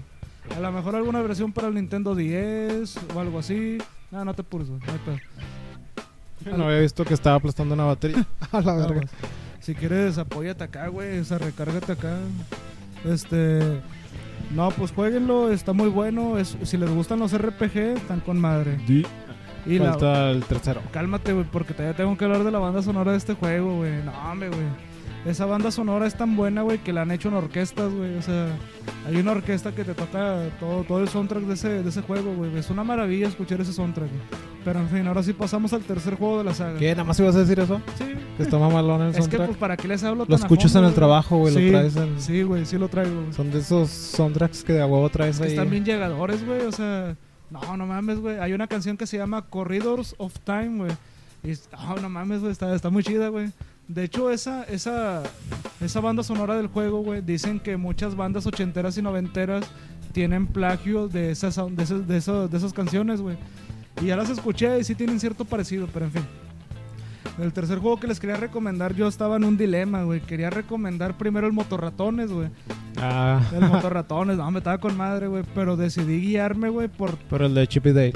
B: A lo mejor alguna versión para el Nintendo 10 o algo así. No, no te pulso. No hay pedo.
C: No había visto que estaba aplastando una batería. A la verga.
B: Aguas. Si quieres, apóyate acá, güey. O sea, recárgate acá. Este. No, pues jueguenlo, está muy bueno. es- si les gustan los RPG, están con madre. Y la-
C: Falta el tercero.
B: Cálmate, güey, porque todavía tengo que hablar de la banda sonora de este juego, güey. No, hombre, güey. Esa banda sonora es tan buena, güey, que la han hecho en orquestas, güey. O sea, hay una orquesta que te toca todo, todo el soundtrack de ese, de ese juego, güey. Es una maravilla escuchar ese soundtrack. güey. Pero en fin, ahora sí pasamos al tercer juego de la saga.
C: ¿Qué? ¿Nada más ibas a decir eso?
B: Sí.
C: Que está mamalón el
B: Es que,
C: soundtrack.
B: pues, ¿para qué les hablo
C: Lo
B: tan a
C: escuchas en
B: fondo,
C: el trabajo, güey.
B: Sí,
C: Lo traes en...
B: Sí, güey, sí lo traigo. güey.
C: Son de esos soundtracks que de a huevo traes
B: Que
C: ahí.
B: están bien llegadores, güey. O sea, no, no mames, güey. Hay una canción que se llama Corridors of Time, güey. Y, es- ah, no mames, güey. Está, está muy chida, güey. De hecho, esa, esa, esa banda sonora del juego, güey, dicen que muchas bandas ochenteras y noventeras tienen plagio de esas, de esas, de esas, de esas canciones, güey. Y ya las escuché y sí tienen cierto parecido, pero en fin. El tercer juego que les quería recomendar, yo estaba en un dilema, güey. Quería recomendar primero el Motorratones, güey.
C: Ah,
B: El motorratones, no, me estaba con madre, güey. Pero decidí guiarme, güey, por.
C: pero el de Chip y Dale.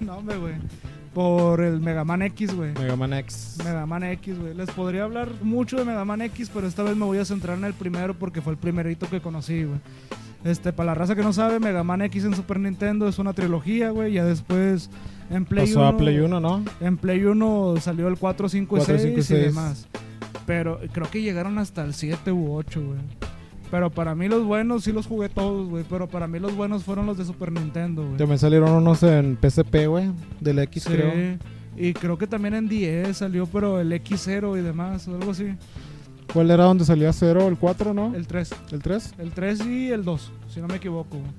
B: No, hombre, güey. Por el Mega Man X, güey.
C: Mega Man X.
B: Mega Man X, güey. Les podría hablar mucho de Mega Man X, pero esta vez me voy a centrar en el primero porque fue el primerito que conocí, güey. Este, para la raza que no sabe, Mega Man X en Super Nintendo es una trilogía, güey. Ya después en Play
C: Pasó
B: 1.
C: a Play 1, ¿no?
B: En Play 1 salió el 4, 5 y
C: 4,
B: 6
C: 5 y
B: y
C: 6.
B: demás. Pero creo que llegaron hasta el 7 u 8, güey. Pero para mí los buenos sí los jugué todos, güey. Pero para mí los buenos fueron los de Super Nintendo, güey.
C: También salieron unos en PSP, güey. Del X,
B: Sí,
C: creo.
B: Y creo que también en 10 salió, pero el X0 y demás, o algo así.
C: ¿Cuál era donde salía 0? ¿El 4, no?
B: El 3.
C: ¿El 3?
B: El 3 y el 2, si no me equivoco. güey.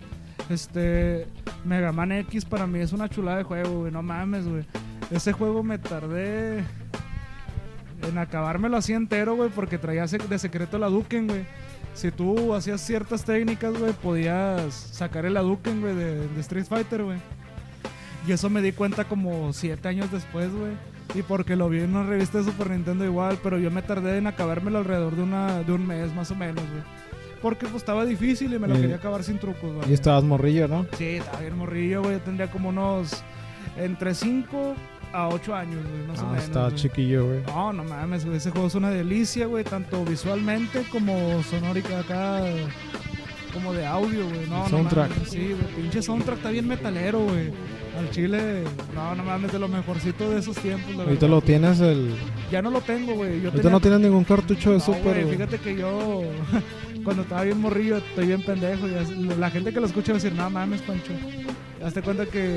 B: Este, Mega Man X para mí es una chulada de juego, güey. No mames, güey. Ese juego me tardé en acabármelo así entero, güey, porque traía sec- de secreto la Duken, güey. Si tú hacías ciertas técnicas, güey, podías sacar el Hadouken, güey, de, de Street Fighter, güey. Y eso me di cuenta como siete años después, güey. Y porque lo vi en una revista de Super Nintendo igual, pero yo me tardé en acabármelo alrededor de, una, de un mes más o menos, güey. Porque pues estaba difícil y me lo
C: Y-
B: quería acabar sin trucos, güey.
C: Y estabas morrillo, ¿no?
B: Sí, estaba bien morrillo, güey. Yo tendría como unos entre 5 a 8 años, güey, más o
C: Ah,
B: menos.
C: estabas
B: güey.
C: chiquillo, güey.
B: No, no mames, güey. Ese juego es una delicia, güey. Tanto visualmente como sonórica acá. Como de audio, güey. No,
C: El
B: no
C: soundtrack.
B: mames, sí, güey. Pinche soundtrack está bien metalero, güey. Al chile, no, no mames, de lo mejorcito de esos tiempos, la
C: Ahorita
B: verdad.
C: lo tienes el...
B: Ya no lo tengo, güey. Yo
C: Ahorita
B: tenía-
C: no tienes ningún cartucho de
B: No,
C: Super,
B: güey,
C: güey.
B: Fíjate que yo, cuando estaba bien morrillo, estoy bien pendejo. y así- la gente que lo escucha va a decir, no mames, Pancho. Hazte cuenta que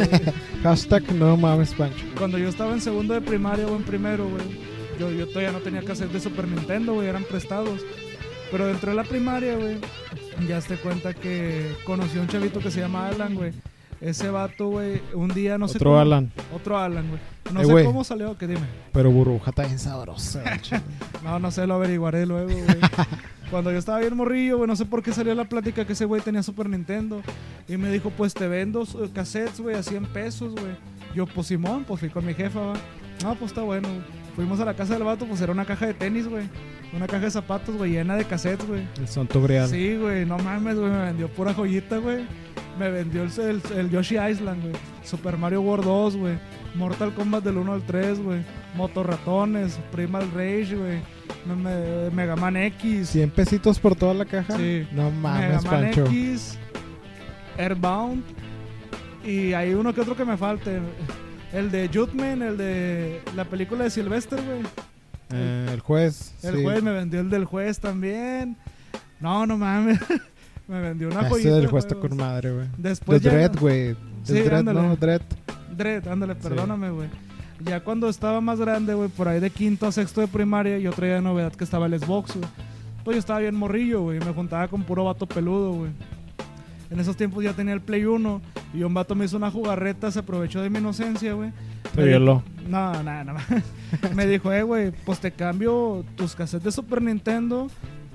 C: Hashtag no mames, Pancho.
B: cuando yo estaba en segundo de primaria o en primero, güey, yo, yo todavía no tenía cassette de Super Nintendo, güey, eran prestados. Pero dentro de la primaria, güey, ya te cuenta que conocí a un chavito que se llama Alan, güey. Ese vato, güey, un día no sé
C: Otro
B: cómo-
C: Alan.
B: Otro Alan, güey. No
C: Eh,
B: sé
C: güey.
B: cómo salió, que dime.
C: Pero burbuja está bien sabrosa, güey, chile.
B: No, no sé, lo averiguaré luego, güey. Cuando yo estaba bien morrillo, güey, no sé por qué salió la plática que ese güey tenía Super Nintendo. Y me dijo, pues te vendo eh, cassettes, güey, a 100 pesos, güey. Yo, pues Simón, pues fui con mi jefa, va. No, pues está bueno. Fuimos a la casa del vato, pues era una caja de tenis, güey. Una caja de zapatos, güey, llena de cassettes, güey.
E: El Santo Grial.
B: Sí, güey, no mames, güey, me vendió pura joyita, güey. Me vendió el, el- el Yoshi Island, güey. Super Mario World 2, güey. Mortal Kombat del 1 al 3, güey. Motorratones, Primal Rage, güey. Me- me- Mega Man X.
A: 100 pesitos por toda la caja.
B: Sí.
A: No mames,
B: Mega Man
A: Pancho.
B: X, Airbound. Y hay uno que otro que me falte. El de Jutman, el de la película de Sylvester, güey.
A: Eh, el juez.
B: El
A: sí.
B: juez me vendió el del juez también. No, no mames. me vendió una
A: Ah, ese
B: joyita.
A: del juez está
B: güey.
A: con madre, güey.
B: Después
A: De
B: ya-
A: Dread, güey.
B: Sí,
A: El Dread,
B: ándale.
A: no, Dread.
B: Dread, ándale,
A: Sí.
B: perdóname, güey. Ya cuando estaba más grande, güey, por ahí de quinto a sexto de primaria, yo traía de novedad que estaba el Xbox, güey. Pues yo estaba bien morrillo, güey, me juntaba con puro vato peludo, güey. En esos tiempos ya tenía el Play 1 y un vato me hizo una jugarreta, se aprovechó de mi inocencia, güey.
E: Te
B: Me
E: violó.
B: dijo- No, nada, nada más. Me dijo, eh, güey, pues te cambio tus cassettes de Super Nintendo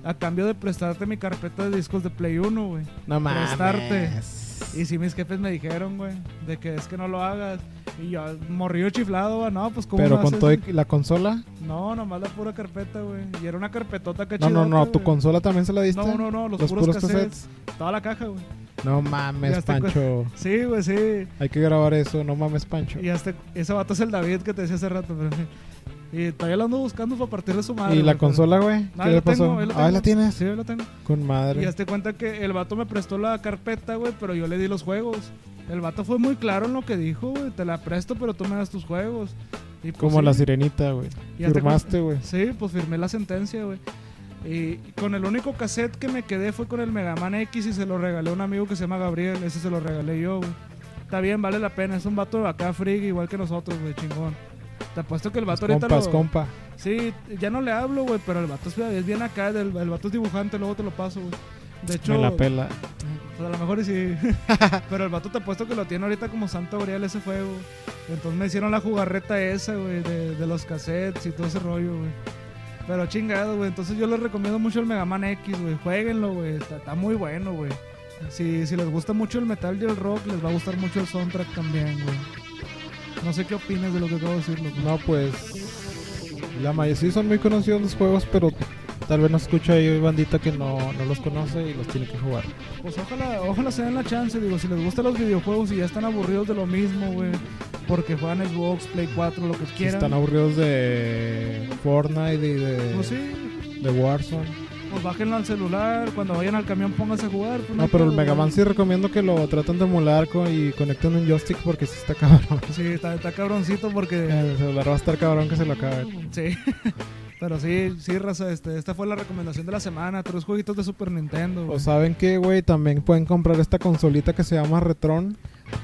B: a cambio de prestarte mi carpeta de discos de Play 1, güey.
A: No
B: Prestarte.
A: mames.
B: Y sí, mis jefes me dijeron, güey, de que es que no lo hagas. Y yo, morrillo chiflado, güey, no, pues como.
A: Pero con todo y la consola.
B: No, nomás la pura carpeta, güey. Y era una carpetota que
A: No, no,
B: chidota,
A: no. ¿Tu
B: güey.
A: consola también se la diste?
B: No, no, no, los, puros, cassettes. Toda la caja, güey.
A: No
B: Ya
A: mames,
B: está
A: Pancho.
B: Sí, güey, sí.
A: Hay que grabar eso. No mames, Pancho.
B: Y hasta ese vato es el David que te decía hace rato, pero. Y todavía lo ando buscando para partirle su madre.
A: ¿Y la
B: güey, pero-
A: consola, güey?
B: No,
A: ¿Qué
B: ahí
A: le
B: lo tengo,
A: pasó?
B: ahí lo
A: Ah, ahí
B: tengo.
A: la tienes.
B: Sí, ahí lo tengo.
A: Con
B: Y
A: madre.
B: hazte cuenta que el vato me prestó la carpeta, güey, pero yo le di los juegos. El vato fue muy claro en lo que dijo, güey. Te la presto, pero tú me das tus juegos. Y pues,
A: Como
B: sí.
A: la sirenita, güey.
B: Y hazte
A: Firmaste, güey.
B: Sí, pues firmé la sentencia, güey. Y con el único cassette que me quedé fue con el Mega Man X y se lo regalé a un amigo que se llama Gabriel. Ese se lo regalé yo, güey. Está bien, vale la pena. Es un vato de acá, frig, igual que nosotros, güey, chingón. Te apuesto que el vato ahorita
A: Compas,
B: lo-
A: compa.
B: Sí, ya no le hablo, güey, pero el vato es, es bien acá. El, el vato es dibujante, luego te lo paso, güey. De hecho,
A: Me la pela.
B: pues a lo mejor y sí. Pero el vato te apuesto que lo tiene ahorita como santo grial ese fuego. Entonces me hicieron la jugarreta esa, güey, de, de los cassettes y todo ese rollo, güey. Pero chingado, güey. Entonces yo les recomiendo mucho el Mega Man X, güey. Jueguenlo, güey. Está, está muy bueno, güey. Si, si les gusta mucho el metal y el rock, les va a gustar mucho el soundtrack también, güey. No sé qué opinas de lo que acabo de decir, loco.
A: No, pues. La mayoría sí son muy conocidos los juegos, pero tal vez no escucha ahí bandita que no, no los conoce y los tiene que jugar.
B: Pues ojalá, ojalá se den la chance, digo, si les gustan los videojuegos y ya están aburridos de lo mismo, güey. Porque juegan Xbox, Play 4, lo que
A: Si
B: quieran.
A: están aburridos de Fortnite y de,
B: Pues sí,
A: de Warzone.
B: pues bájenlo al celular, cuando vayan al camión pónganse a jugar. pues
A: No,
B: hay
A: Ah, pero el
B: pedo,
A: Mega Man
B: güey.
A: sí recomiendo que lo traten de emular co- y conecten un joystick porque sí está cabrón.
B: Sí, está, está cabroncito porque...
A: El celular va a estar cabrón que se lo acabe.
B: Sí. pero sí, sí, raza, este, esta fue la recomendación de la semana, tres jueguitos de Super Nintendo. güey.
A: O saben que, güey, también pueden comprar esta consolita que se llama Retron.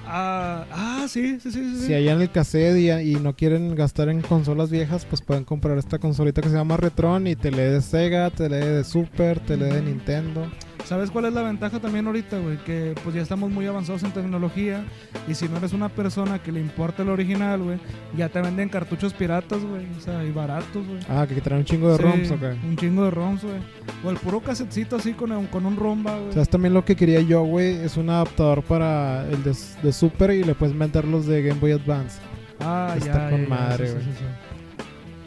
B: ah, ah, sí, sí, sí, sí. sí.
A: Si hayan el cassette y, y no quieren gastar en consolas viejas, pues pueden comprar esta consolita que se llama Retron y te lee de Sega, te lee de Super, te lee de Nintendo.
B: ¿Sabes cuál es la ventaja también ahorita, güey? Que pues ya estamos muy avanzados en tecnología y si no eres una persona que le importa el original, güey, ya te venden cartuchos piratas, güey, o sea, y baratos, güey.
A: Ah, que traen un chingo de
B: Sí,
A: ROMs, ok.
B: Un chingo de ROMs, güey. O el puro casetcito así con un, con un romba, güey.
A: ¿Sabes también lo que quería yo, güey? Es un adaptador para el de, de Super y le puedes meter los de Game Boy Advance.
B: ah,
A: está con madre,
B: sí,
A: güey.
B: sí, sí, sí.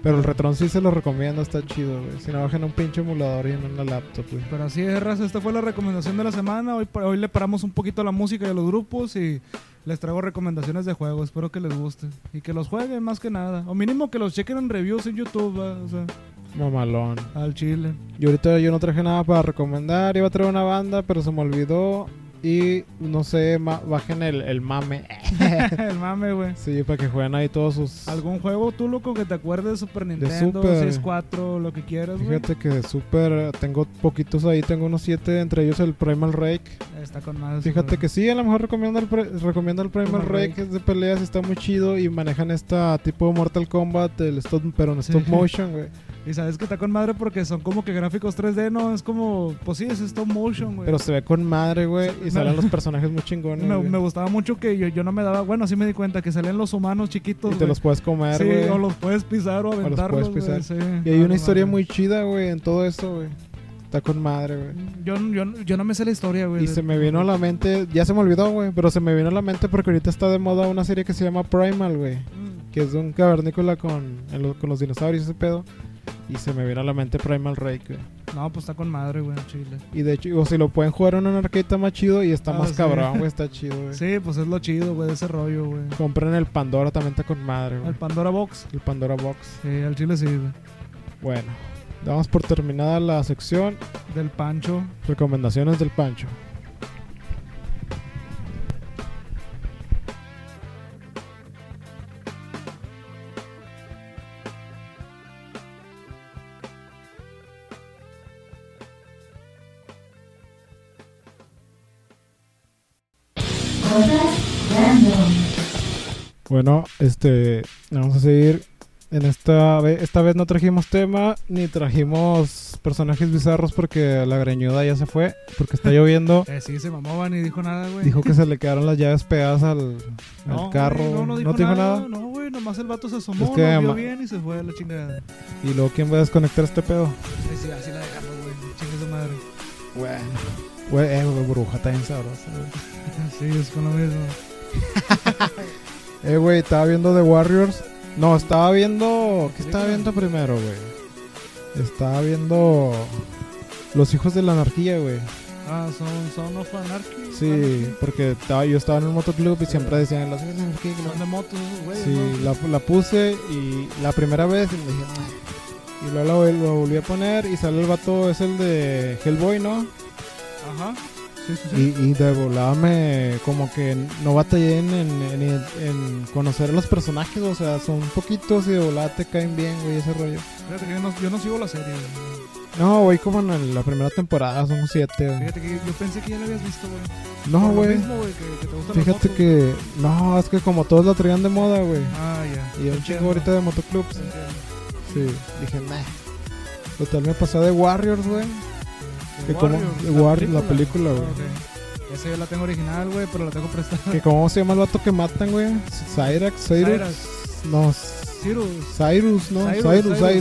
A: Pero el Retron sí se lo recomiendo, está chido, güey. Si no, bajen un pinche emulador y en una laptop, güey.
B: Pero así es, raza, esta fue la recomendación de la semana. Hoy, hoy le paramos un poquito a la música y a los grupos y les traigo recomendaciones de juegos. Espero que les guste y que los jueguen más que nada. O mínimo que los chequen en reviews en YouTube, ¿va? o sea,
A: Mamalón.
B: al chile.
A: Y ahorita yo no traje nada para recomendar. Iba a traer una banda, pero se me olvidó. Y no sé, ma- bajen el, el mame.
B: El mame, güey.
A: sí, para que jueguen ahí todos sus.
B: ¿Algún juego tú, loco, que te acuerdes de Super Nintendo,
A: Super.
B: 64, lo que quieras, güey?
A: Fíjate que de Super eh, tengo poquitos ahí, tengo unos siete, entre ellos el Primal Rake.
B: Está con más.
A: Fíjate que sí, a lo mejor recomiendo el, pre- recomiendo el Primal
B: Primal
A: Rake,
B: Rake.
A: es de peleas, está muy chido y manejan esta tipo Mortal Kombat, el stop, pero en
B: Sí.
A: stop motion, güey.
B: Y sabes que está con madre porque son como que gráficos 3D, ¿no? Es como, pues sí, es stop motion, güey.
A: Pero se ve con madre, güey, y
B: Me-
A: salen los personajes muy chingones.
B: me,
A: güey.
B: me gustaba mucho que yo, yo no me daba, bueno, sí me di cuenta que salen los humanos chiquitos.
A: y te
B: güey.
A: los puedes comer,
B: sí,
A: güey.
B: o los puedes pisar o aventarlos.
A: puedes
B: güey,
A: pisar.
B: sí.
A: Y hay
B: No,
A: una
B: no
A: historia
B: mames.
A: muy chida, güey, en todo esto, güey. Está con madre, güey.
B: Yo, yo, yo no me sé la historia, güey.
A: Y
B: de-
A: se me vino a la mente, ya se me olvidó, güey, pero se me vino a la mente porque ahorita está de moda una serie que se llama Primal, güey,
B: Mm.
A: que es de un cavernícola con, en lo- con los dinosaurios y ese pedo. Y se me vino a la mente Primal Rake, güey.
B: No, pues está con madre, güey, al chile.
A: Y de hecho, o si lo pueden jugar en un arcade está más chido y está
B: Ah,
A: más
B: sí.
A: cabrón, güey, está chido, güey.
B: Sí, pues es lo chido, güey, de ese rollo, güey.
A: Compren el Pandora, también está con madre, güey.
B: El Pandora Box.
A: El Pandora Box.
B: Sí, al chile sí, güey.
A: Bueno, damos por terminada la sección
B: Del Pancho.
A: Recomendaciones del Pancho. Bueno, este, vamos a seguir. En esta vez, esta vez no trajimos tema ni trajimos personajes bizarros porque la greñuda ya se fue porque está lloviendo.
B: Eh, sí, se mamaban y dijo nada, güey.
A: Dijo que se le quedaron las llaves pegadas al, al
B: No,
A: carro.
B: güey,
A: no,
B: no, no dijo, nada, No, güey, nomás el vato se asomó,
A: Es que
B: lo vio
A: ma-
B: bien y se fue a la chingada.
A: Y luego quién va a desconectar este pedo.
B: Sí, sí, así la dejamos, güey. Chingue su madre.
A: Bueno. Güey, eh, güey, bruja está bien sabrosa. güey.
B: sí, es con lo mismo.
A: Eh, güey, estaba viendo The Warriors. No, estaba viendo. ¿Qué estaba viendo primero, güey? Estaba viendo. Los hijos de la anarquía, güey.
B: Ah, son, son of Anarchy.
A: Sí, porque estaba, yo estaba en un motoclub y siempre decían los hijos de la anarquía. que no-
B: Son de motos, esos güeyes,
A: Sí,
B: ¿no?
A: la, la puse y la primera vez y me dije, "Ah". y luego lo, vol- lo volví a poner y sale el vato, es el de Hellboy, ¿no?
B: Ajá. Sí, sí, sí.
A: Y, y de volada me como que no batallé en, en, en- en conocer a los personajes, o sea, son poquitos y de volada te caen bien, güey, ese rollo.
B: Fíjate que yo no, yo no sigo la serie, güey.
A: No, güey, como en el- la primera temporada son siete. güey.
B: Fíjate que yo, yo pensé que ya la habías visto, güey.
A: No,
B: Por lo
A: güey,
B: mismo, güey, que, que te gustan las
A: fíjate
B: motos.
A: que, no, es que como todos la traían de moda, güey.
B: Ah, ya.
A: Y un
B: Entiendo.
A: chingo ahorita de motoclubs.
B: Entiendo.
A: Sí, dije, meh. Total, me pasé de Warriors, güey.
B: The
A: ¿Y cómo? The Warriors, la película, güey.
B: Ah, ok. Esa yo la tengo original, güey, pero la tengo prestada.
A: Que cómo se llama el vato que matan, güey. Cyrax, Cyrus.
B: Cyrus.
A: No,
B: Cyrus.
A: Cyrus, ¿no? Cyrus, Cyrus, güey.
B: sí,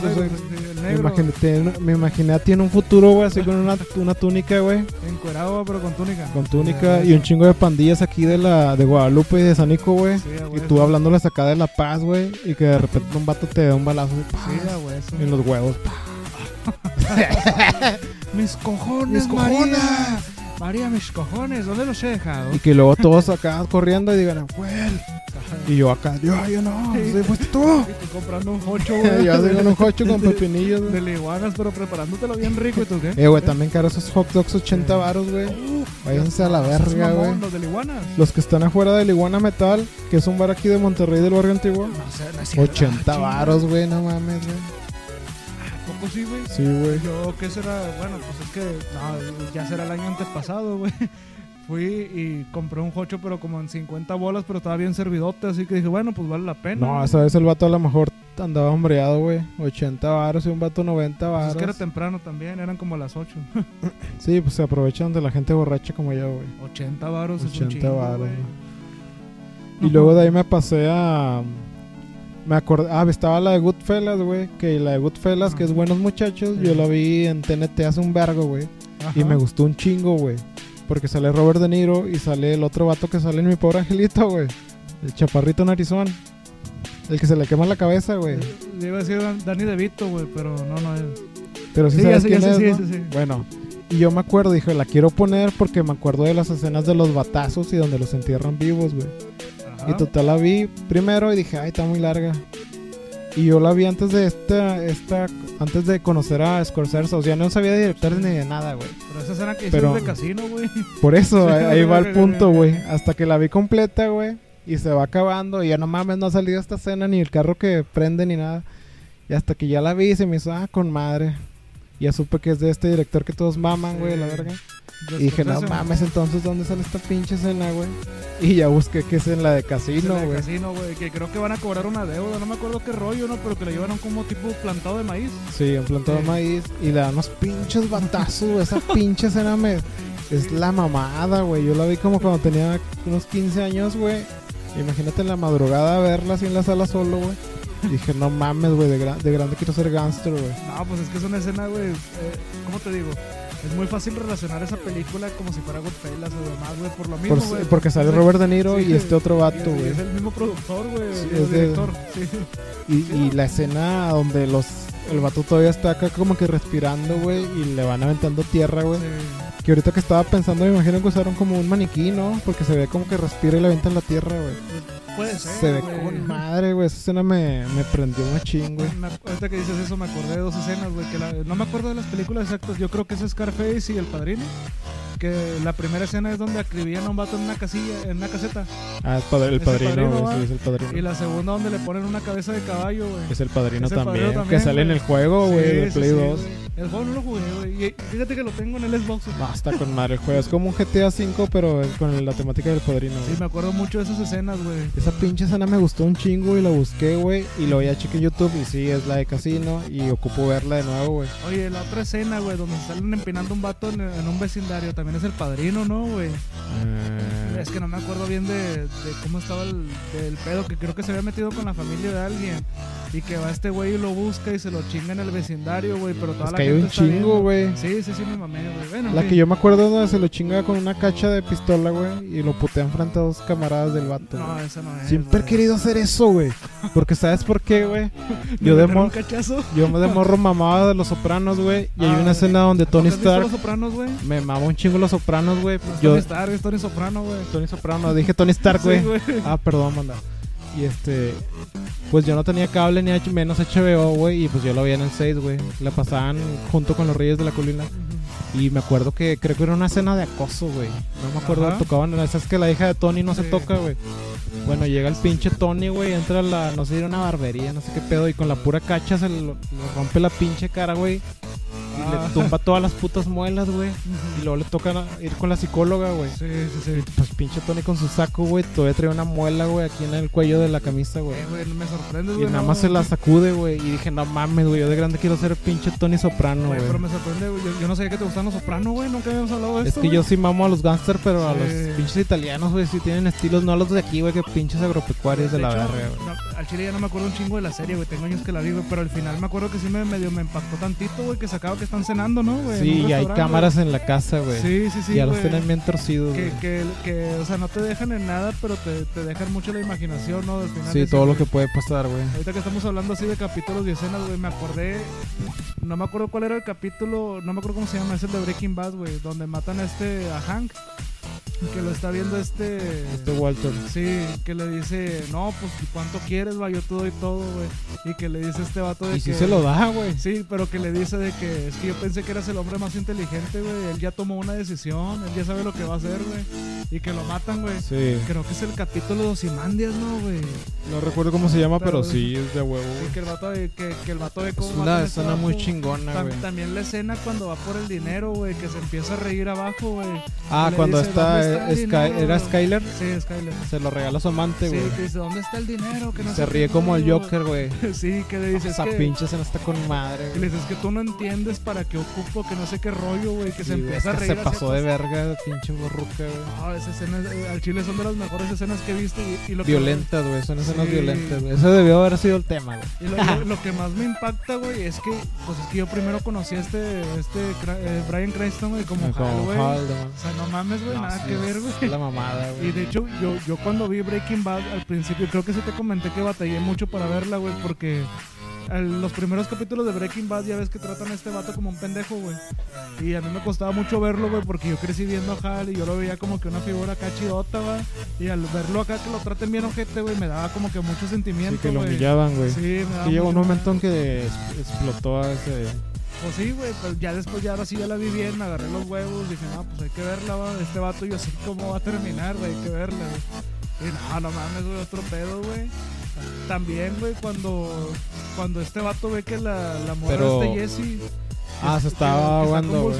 B: el
A: Me
B: negro.
A: imaginé, ten- me imaginé a ti en un futuro, güey, así con una, una túnica, güey.
B: Encuerado, pero con túnica.
A: Con túnica y un chingo de pandillas aquí de la de Guadalupe y de San Nico, güey.
B: Sí, a
A: Y
B: huevo.
A: tú hablándoles acá de La Paz, güey. Y que de repente un vato te da un balazo y ¡pah!
B: Sí, a huevo, eso.
A: en los huevos.
B: Mis cojones,
A: ¡Mis cojones!
B: María. María, mis cojones, ¿dónde los he dejado?
A: Y que luego todos acá corriendo y digan, güey. Y yo acá, yo, yo no, sí, fuiste tú.
B: Y tú comprando un hocho, güey.
A: yo así con un hocho con pepinillos. güey.
B: De leguanas, pero preparándotelo bien rico, ¿y tú qué?
A: Eh, güey, también caro esos hot dogs 80 varos, güey.
B: Uh,
A: Váyanse a la
B: esos
A: verga,
B: mamón,
A: güey.
B: Los de leguanas.
A: Los que están afuera del Iguana Metal, que es un bar aquí de Monterrey del barrio antiguo.
B: No sé, no es cierto.
A: 80
B: Ah,
A: varos, güey, no mames, güey.
B: chinga, ¿a poco sí, güey?
A: Sí, güey.
B: Yo, ¿qué será? Bueno, pues es que no, ya será el año antepasado, güey. Fui y compré un hocho, pero como en 50 bolas, pero estaba bien servidote, así que dije, bueno, pues vale la pena.
A: No, esa vez el vato a lo mejor andaba hombreado, güey. 80 varos y un vato 90
B: Pues es que era
A: varos.
B: temprano también, eran como las 8.
A: Sí, pues se aprovechan de la gente borracha como yo, güey.
B: 80 baros es un
A: 80
B: chingo,
A: varos.
B: güey.
A: Y luego de ahí me pasé a. Me acordé. Ah, estaba la de Goodfellas, güey. Que la de Goodfellas, que es Buenos Muchachos,
B: Sí.
A: yo la vi en TNT hace un vergo, güey.
B: Ajá.
A: Y me gustó un chingo, güey. Porque sale Robert De Niro y sale el otro vato que sale en mi pobre angelito, güey. El chaparrito narizón. El que se le quema la cabeza, güey.
B: Le iba a decir Dan- Danny DeVito, güey, pero no, no es.
A: Pero sí,
B: Sí, ya
A: sabes
B: sé,
A: quién
B: ya sé,
A: es,
B: sí,
A: ¿no?
B: sí, sí.
A: Bueno, y yo me acuerdo, dije, la quiero poner porque me acuerdo de las escenas de los batazos y donde los entierran vivos, güey.
B: Ajá.
A: Y total la vi primero y dije, ay, está muy larga. Y yo la vi antes de esta, esta, antes de conocer a Scorsese, o sea, no sabía de directores ni de nada, güey.
B: Pero esa escena que hiciste
A: Pero-
B: de casino, güey.
A: Por eso, ahí, ahí va el punto, güey. Hasta que la vi completa, güey. Y se va acabando. Y ya no mames, no ha salido esta escena, ni el carro que prende, ni nada. Y hasta que ya la vi, se me hizo, ah, con madre. Ya supe que es de este director que todos maman, güey,
B: Sí.
A: la verga.
B: De
A: Y dije, no
B: Scorsese.
A: mames, entonces, ¿dónde sale esta pinche escena, güey? Y ya busqué que es en la de
B: Esa
A: casino,
B: de
A: güey.
B: casino, güey, que creo que van a cobrar una deuda, no me acuerdo qué rollo, ¿no? Pero que la llevaron como tipo plantado de maíz.
A: Sí, un plantado de
B: Sí.
A: maíz. Y le dan unos pinches batazos, güey. Esa pinche escena me. Es la mamada, güey. Yo la vi como cuando tenía unos 15 años, güey. Imagínate en la madrugada verla así en la sala solo, güey. Dije, no mames, güey. De, gra- de grande quiero ser gángster, güey.
B: No, pues es que es una escena, güey. eh, ¿Cómo te digo? es muy fácil relacionar esa película como si fuera Goodfellas o demás, güey, por lo mismo,
A: Por-
B: güey.
A: porque sale
B: Sí,
A: Robert De Niro
B: sí,
A: y este otro
B: y-
A: vato,
B: y
A: güey.
B: Es el mismo productor, güey,
A: Sí,
B: y
A: es
B: el
A: de-
B: director, sí.
A: Y, y la escena donde los el vato todavía está acá como que respirando, güey, y le van aventando tierra, güey.
B: sí.
A: Que ahorita que estaba pensando, me imagino que usaron como un maniquí, ¿no? Porque se ve como que respira y le aventan la tierra, güey.
B: Puede ser,
A: Se ve
B: güey.
A: con madre, güey. Esa escena me, me prendió machín, güey.
B: Me ac- Ahorita que dices eso me acordé de dos escenas, güey, que la- no me acuerdo de las películas exactas, yo creo que es Scarface y El Padrino, que la primera escena es donde acribían a un vato en una casilla, en una caseta,
A: Ah, es padre- el
B: Es el padrino,
A: padrino,
B: ¿va?
A: güey. Sí, es el
B: y
A: padrino.
B: la segunda donde le ponen una cabeza de caballo, güey.
A: Es el padrino,
B: es el
A: también,
B: padrino
A: Que
B: también,
A: sale en
B: güey.
A: el juego, güey,
B: Sí,
A: de
B: sí,
A: Play
B: sí,
A: 2.
B: güey. El juego no lo jugué, güey. Y fíjate que lo tengo en el Xbox.
A: No, está con madre el juego. Es como un GTA V, pero con la temática del padrino, güey.
B: Sí, me acuerdo mucho de esas escenas, güey.
A: Esa pinche escena me gustó un chingo y la busqué, güey. Y lo ya chequé en YouTube y sí, es la de casino y ocupo verla de nuevo, güey.
B: Oye, la otra escena, güey, donde salen empinando un vato en, en un vecindario. También es el padrino, ¿no, güey?
A: Eh,
B: Es que no me acuerdo bien de, de cómo estaba el del pedo, que creo que se había metido con la familia de alguien. Y que va este güey y lo busca y se lo chinga en el vecindario, güey. Pero toda
A: Es
B: la
A: que hay
B: gente
A: un
B: está viendo.
A: chingo, güey.
B: Sí, sí, sí, me mamé, güey. Bueno, en
A: La
B: fin.
A: que yo me acuerdo es donde se lo chinga con una cacha de pistola, güey. Y lo putean frente a dos camaradas del vato.
B: No,
A: güey.
B: esa no es.
A: Siempre he
B: güey.
A: querido hacer eso, güey. Porque ¿sabes por qué, güey? Yo de,
B: ¿Meter
A: mor-
B: un cachazo.
A: yo de morro mamaba de los sopranos, güey. Y hay
B: Ah,
A: una escena donde Tony
B: ¿Has visto
A: Stark
B: Los Sopranos, güey?
A: me mamó un chingo los sopranos, güey.
B: Yo...
A: Yo,
B: Tony Stark, es Tony Soprano, güey.
A: Tony Soprano, dije Tony Stark, güey.
B: Sí, güey.
A: Ah, perdón, manda. Y este. Pues yo no tenía cable ni H- menos HBO, güey. Y pues yo lo veía en el 6, güey. La pasaban junto con los Reyes de la Colina. Y me acuerdo que creo que era una escena de acoso, güey. No me acuerdo,
B: Ajá.
A: tocaban. Esa es que la hija de Tony no se
B: Sí.
A: toca, güey. Bueno, llega el pinche Tony, güey. Entra a la. No sé, era una barbería, no sé qué pedo. Y con la pura cacha se lo- le rompe la pinche cara, güey. Y
B: Ah.
A: le tumba todas las putas muelas, güey. Y luego le toca na- ir con la psicóloga, güey.
B: Sí, sí, sí.
A: Pues pinche Tony con su saco, güey. Todavía trae una muela, güey, aquí en el cuello de la camisa, güey.
B: Eh, güey, me sorprende,
A: Y
B: güey.
A: nada
B: no,
A: más se la sacude, güey. Y dije, no mames, güey. Yo de grande quiero ser pinche Tony Soprano,
B: Güey, pero
A: güey.
B: me sorprende, güey. Yo, yo no sabía que te gustan los sopranos, güey. Nunca habíamos hablado de
A: Es
B: esto.
A: que yo sí mamo a los gangsters, pero a
B: Sí.
A: los pinches italianos, güey, sí tienen estilos, no a los de aquí, güey, que pinches agropecuarios de, la verga, güey.
B: al chile ya no me acuerdo un chingo de la serie, güey. Tengo años que la vi, güey. Pero al final me acuerdo que sí me medio me impactó tantito, güey. Que se acaba que están cenando, ¿no, güey? En
A: Sí,
B: un
A: y hay
B: restaurante,
A: cámaras en la casa, güey.
B: güey. Sí, sí, sí.
A: ya los
B: güey.
A: tienen bien torcidos,
B: Que,
A: güey.
B: que, que, o sea, no te dejan en nada, pero te, te dejan mucho la imaginación, ¿no? Al final
A: Sí,
B: dices,
A: todo lo
B: güey,
A: que puede pasar, güey.
B: Ahorita que estamos hablando así de capítulos y escenas, güey, me acordé. No me acuerdo cuál era el capítulo, no me acuerdo cómo se llama, es el de Breaking Bad, güey, donde matan a este, a Hank, que lo está viendo este.
A: Este Walter.
B: Sí, que le dice, no, pues ¿y cuánto quieres, va, yo te doy todo, güey. Y que le dice este vato de
A: Y sí
B: que.
A: se lo da, güey.
B: Sí, pero que le dice de que es que yo pensé que eras el hombre más inteligente, güey. Él ya tomó una decisión, él ya sabe lo que va a hacer, güey. Y que lo matan, güey.
A: Sí.
B: Creo que es el capítulo de Osimandias, ¿no, güey?
A: No recuerdo cómo se llama,
B: pero
A: pero
B: sí,
A: sí, es de huevo, güey.
B: Y que el vato de, que, que el vato de
A: Es
B: cómo matan a
A: una
B: este
A: escena muy
B: vato.
A: chingona,
B: Tam-
A: güey.
B: también la escena cuando va por el dinero, güey, que se empieza a reír abajo, güey.
A: Ah,
B: Le
A: cuando
B: dice,
A: está,
B: "¿Dónde está el
A: eh,
B: dinero,
A: Sky- era
B: güey?"
A: Skyler,
B: Sí, Skyler.
A: se lo regala a su amante,
B: Sí,
A: güey.
B: que dice, ¿dónde está el dinero? Que no
A: se
B: sé qué
A: ríe como el
B: pedo".
A: Joker, güey.
B: Sí, que le dices
A: Esa
B: que,
A: pinche escena está con madre,
B: que
A: güey.
B: le dices que tú no entiendes para qué ocupo, que no sé qué rollo, güey, que se
A: Sí, güey,
B: empieza a
A: es que
B: reír.
A: se
B: así
A: pasó de
B: atrás.
A: verga, pinche borruca, güey.
B: No, esas escenas, eh, al chile son de las mejores escenas que he visto y, y lo que-
A: Violentas, güey, son escenas
B: Sí.
A: violentas, güey. Eso debió haber sido el tema, güey.
B: Y lo, lo- lo que más me impacta, güey, es que, pues es que yo primero conocí a este, este Cra- eh, Brian Cranston, güey, como Hal, güey. O
A: Hal, no.
B: sea, no mames, güey,
A: No,
B: nada
A: sí,
B: que
A: es
B: ver, güey.
A: La mamada,
B: Y
A: güey.
B: de hecho, yo, yo cuando vi Breaking Bad al principio, creo que sí te comenté que batallé mucho para verla, güey, porque al- los primeros capítulos de Breaking Bad ya ves que tratan a este vato como un pendejo, güey. Y a mí me costaba mucho verlo, güey, porque yo crecí viendo a Hal y yo lo veía como que una figura acá chidota, güey. Y al verlo acá que lo traten bien ojete, güey, me daba como que mucho sentimiento,
A: Sí, que lo
B: güey.
A: humillaban, güey.
B: Sí, me daba
A: Que llegó un
B: mucho
A: momento en que es- explotó a ese.
B: Pues sí, güey, pues ya después, ya ahora sí ya la vi bien, agarré los huevos, dije, no, pues hay que verla, va, este vato yo sé cómo va a terminar, güey, hay que verla, güey. Y no, no mames, güey, otro pedo, güey. También, güey, cuando, cuando este vato ve que la, la morra
A: Pero-
B: este Jesse...
A: Ah, se estaba ahogando, güey.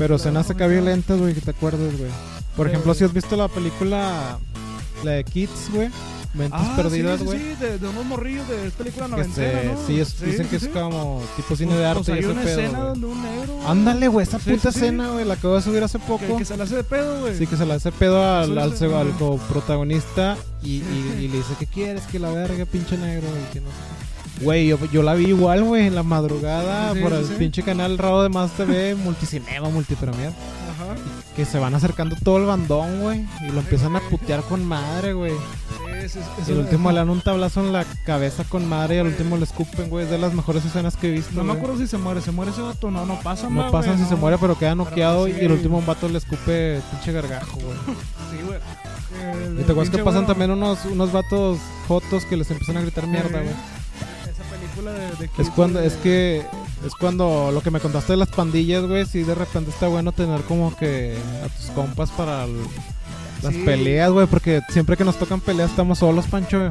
A: Pero escenas acá
B: violenta
A: violentas, güey, que te acuerdas, güey. Por
B: Eh.
A: ejemplo, si has visto la película, la de Kids, güey. Mentes
B: Ah,
A: perdidas,
B: sí, sí,
A: güey.
B: sí, de, de unos morrillos de es película
A: que
B: noventera,
A: se,
B: ¿no?
A: sí, es- dicen que
B: sí.
A: es como tipo cine
B: Pues-
A: de arte
B: pues
A: y
B: hay
A: ese
B: una
A: pedo,
B: escena
A: güey.
B: donde un negro...
A: Ándale, güey, esa
B: Sí,
A: puta
B: sí, sí.
A: escena, güey, la acabo de subir hace poco.
B: Que, que se le hace de pedo, güey.
A: Sí, que se la hace pedo al,
B: Sí,
A: al,
B: sí,
A: al-
B: ajá.
A: al coprotagonista y, y- y le dice que quieres que la verga, pinche negro, y que no sé Güey, yo, yo la vi igual, güey, en la madrugada
B: Sí,
A: por
B: sí,
A: el
B: sí.
A: pinche canal Rado de Más TV, Multicinema, Multipremier.
B: Ajá.
A: Que se van acercando todo el bandón, güey, y lo empiezan a putear con madre, güey.
B: Es, es, es
A: Y el
B: una-
A: último le dan un tablazo en la cabeza con madre y al último le escupen, güey. Es de las mejores escenas que he visto.
B: No me
A: güey.
B: acuerdo si se muere, se muere ese vato, no, no pasa
A: No
B: ma,
A: pasan
B: güey,
A: si se
B: no.
A: muere, pero queda noqueado
B: sí.
A: y el último vato le escupe pinche gargajo, güey.
B: Sí, güey. El-
A: Y
B: el
A: te acuerdas que
B: pinche
A: pasan
B: güero.
A: también unos, unos vatos jotos que les empiezan a gritar mierda,
B: Eh,
A: güey.
B: Esa película de, de
A: Es
B: Kids,
A: cuando,
B: güey.
A: es que, es cuando lo que me contaste de las pandillas, güey, sí de repente está bueno tener como que a tus compas para el- las
B: Sí.
A: peleas, güey, porque siempre que nos tocan peleas estamos solos, Pancho.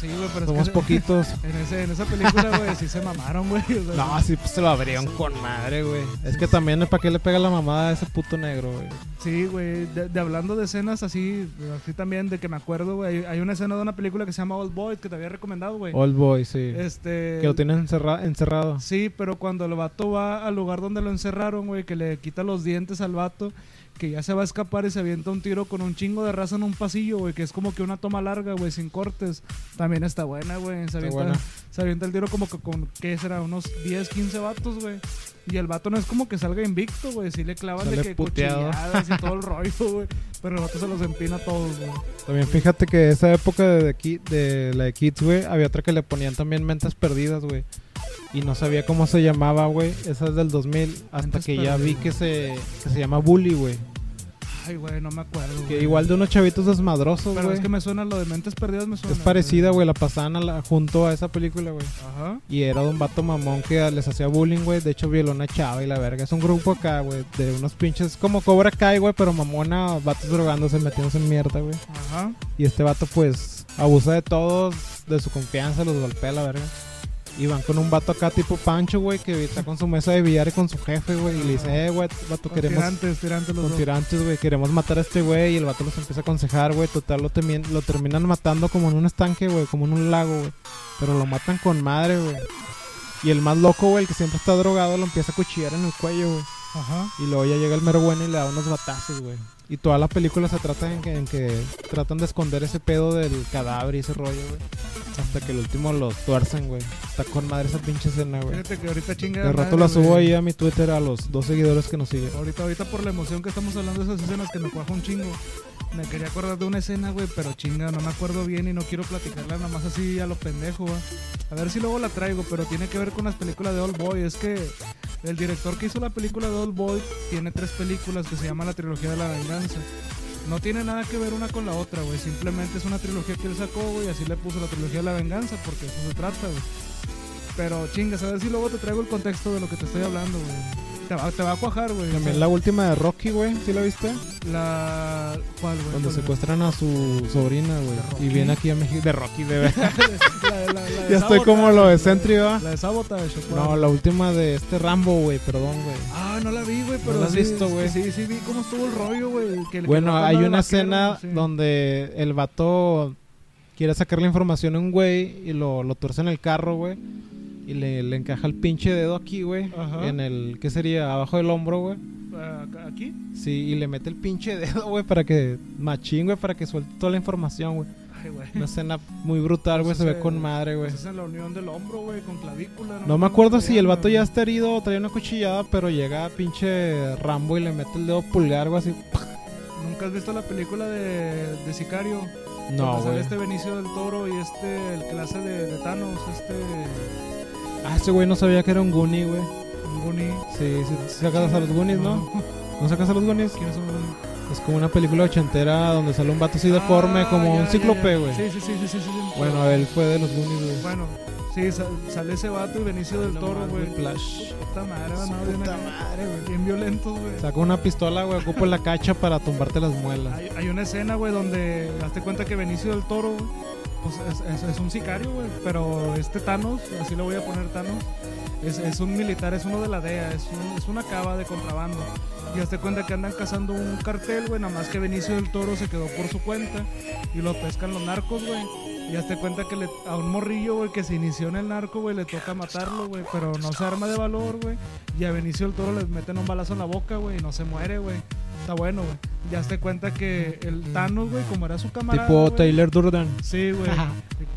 B: Sí, güey, pero es
A: Somos
B: que-
A: poquitos.
B: En, ese, en esa película, güey, sí se mamaron, güey. o sea,
A: No, sí, pues se lo abrieron con madre, güey. Es que también, ¿para qué le pega la mamada a ese puto negro, güey?
B: Sí, güey. De, de hablando de escenas así, así también, de que me acuerdo, güey. hay- Hay una escena de una película que se llama Old Boys que te había recomendado, güey.
A: Old boy, sí.
B: Este.
A: Que lo tienen encerra- encerrado.
B: Sí, pero cuando el vato va al lugar donde lo encerraron, güey, que le quita los dientes al vato, que ya se va a escapar y se avienta un tiro con un chingo de raza en un pasillo, güey, que es como que una toma larga, güey, sin cortes. También está buena, güey. Se,
A: Está
B: avienta-
A: buena.
B: se avienta el tiro como que con, ¿qué será? Unos 10, 15 vatos, güey. Y el vato no es como que salga invicto, güey. Sí le clavan de
A: Sale
B: que
A: puteado.
B: cuchilladas y todo el rollo, güey. Pero el vato se los empina a todos, güey.
A: También fíjate que esa época de, The Ki- de la de Kids, güey, había otra que le ponían también mentes perdidas, güey. Y no sabía cómo se llamaba, güey. Esa es del 2000. Hasta
B: Mentes
A: que ya vi
B: perdidas.
A: que se, que se llama Bully, güey.
B: Ay, güey, no me acuerdo.
A: Que
B: güey.
A: igual de unos chavitos desmadrosos,
B: Pero
A: güey.
B: es que me suena lo de mentes perdidas, me suena.
A: Es parecida, güey. La pasaban a la- junto a esa película, güey.
B: Ajá.
A: Y era de un vato mamón que les hacía bullying, güey. De hecho, violó a una chava y la verga. Es un grupo acá, güey. De unos pinches como Cobra Kai, güey. Pero mamona, vatos drogándose, metiéndose en mierda, güey.
B: Ajá.
A: Y este vato, pues, abusa de todos, de su confianza, los golpea la verga. Y van con un vato acá tipo Pancho, güey, que está con su mesa de billar y con su jefe, güey. Y le dice, eh, güey, vato,
B: Con
A: queremos...
B: tirantes, tirantes los
A: Con
B: dos.
A: tirantes, güey, queremos matar a este güey. Y el vato los empieza a aconsejar, güey. Total, lo, termi- lo terminan matando como en un estanque, güey, como en un lago, güey. Pero lo matan con madre, güey. Y el más loco, güey, el que siempre está drogado, lo empieza a cuchillar en el cuello, güey.
B: Ajá.
A: Y luego ya llega el mero bueno y le da unos batazos, güey. Y toda la película se trata en que, en que tratan de esconder ese pedo del cadáver y ese rollo, güey. Hasta que el último lo tuercen, güey. Está con madre esa pinche escena, güey.
B: Fíjate que ahorita chinga.
A: De rato
B: madre,
A: la subo
B: güey.
A: ahí eh. a mi Twitter a los dos seguidores que nos siguen.
B: Ahorita, ahorita por la emoción que estamos hablando de esas escenas que me cuaja un chingo. Me quería acordar de una escena, güey, pero chinga, no me acuerdo bien y no quiero platicarla nada más así a lo pendejo, va. A ver si luego la traigo, pero tiene que ver con las películas de Old Boy. Es que el director que hizo la película de Old Boy tiene tres películas que se llama la trilogía de la venganza. No tiene nada que ver una con la otra, güey. Simplemente es una trilogía que él sacó, güey, y así le puso la trilogía de la venganza, porque de eso se trata, güey. Pero chingas, a ver si luego te traigo el contexto de lo que te estoy hablando, güey. Te va, te va a cuajar, güey.
A: También la última de Rocky, güey. ¿Sí la viste?
B: La. ¿Cuál, güey?
A: Donde
B: ¿Cuál?
A: secuestran a su sobrina,
B: Rocky.
A: güey. Y viene aquí a México. De Rocky, de verdad.
B: La de- la- la de
A: ya estoy
B: Sabotage,
A: como lo de
B: güey.
A: Sentry, ¿va?
B: La de Sabotage, ¿o cuál?
A: No, la última de este Rambo, güey. Perdón, güey.
B: Ah, no la vi, güey, pero.
A: la has
B: sí,
A: visto,
B: es que
A: güey.
B: Sí, sí, vi cómo estuvo el rollo, güey. que el que
A: Bueno,
B: matan
A: hay
B: al
A: una
B: vaquero,
A: escena
B: sí.
A: donde el vato quiere sacar la información a un güey y lo, lo tuerce en el carro, güey. Y le, le encaja el pinche dedo aquí, güey.
B: Ajá.
A: En el, ¿qué sería? Abajo del hombro, güey.
B: Ah, ¿Aquí?
A: Sí, y le mete el pinche dedo, güey, para que machín, güey, para que suelte toda la información, güey.
B: Ay, güey.
A: Una escena muy brutal, güey,
B: Eso
A: se ve
B: se-
A: con madre, güey.
B: Pues es en la unión del hombro, güey, con clavícula.
A: No me acuerdo si el vato
B: güey.
A: ya está herido o traía una cuchillada, pero llega pinche Rambo y le mete el dedo pulgar, güey, así.
B: ¿Nunca has visto la película de, de Sicario?
A: No,
B: Donde sale
A: güey.
B: este Benicio del Toro y este, el clase de, de Thanos, este.
A: Ah, ese güey no sabía que era un Goonie, güey.
B: Nguni.
A: Sí, sí, sacas a los Goonies, ¿no? ¿No sacas a los Goonies?
B: ¿Quiénes son los Goonies?
A: Es como una película ochentera donde sale un vato así deforme,
B: Ah,
A: como
B: ya,
A: un
B: ya,
A: cíclope,
B: ya.
A: güey.
B: Sí, sí, sí, sí, sí, sí, sí.
A: Bueno, él fue de los Goonies, güey.
B: Bueno, sí, sal- sale ese vato y Benicio del Toro, güey.
A: Flash.
B: Puta madre, no, bien,
A: Puta
B: acá,
A: madre, güey.
B: bien violentos, güey.
A: Saca una pistola, güey, ocupa la cacha para tumbarte las muelas.
B: Hay, hay una escena, güey, donde hazte cuenta que Benicio del Toro, pues es, es- es un sicario, güey, pero este Thanos, así le voy a poner Thanos, es, es un militar, es uno de la DEA, es, un- es una cava de contrabando. Y hazte cuenta que andan cazando un cartel, güey, nada más que Benicio del Toro se quedó por su cuenta y lo pescan los narcos, güey. Y hazte cuenta que le, a un morrillo, güey, que se inició en el narco, güey, le toca matarlo, güey, pero no se arma de valor, güey. Y a Benicio del Toro le meten un balazo en la boca, güey, y no se muere, güey. Está bueno, güey. Ya te cuenta que el Thanos, güey, como era su camarada.
A: Tipo
B: güey,
A: Taylor Durden.
B: Sí, güey.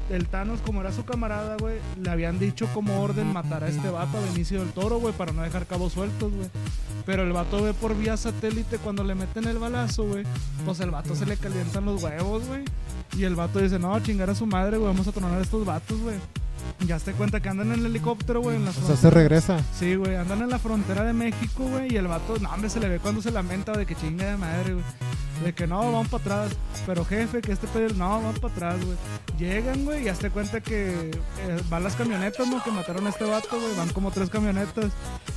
B: El Thanos, como era su camarada, güey, le habían dicho como orden matar a este vato a Benicio del Toro, güey, para no dejar cabos sueltos, güey. Pero el vato ve por vía satélite cuando le meten el balazo, güey. Pues el vato se le calientan los huevos, güey. Y el vato dice, no, chingar a su madre, güey, vamos a tronar a estos vatos, güey. Ya te cuenta que andan en el helicóptero, güey, en la
A: O sea, se regresa.
B: Sí, güey, andan en la frontera de México, güey, y el vato, no, hombre, se le ve cuando se lamenta de que chinga de madre, güey. De que no, vamos para atrás. Pero jefe, que este pedo, no, vamos para atrás, güey. Llegan, güey, y hazte cuenta que eh, van las camionetas, ¿no? Que mataron a este vato, güey. Van como tres camionetas.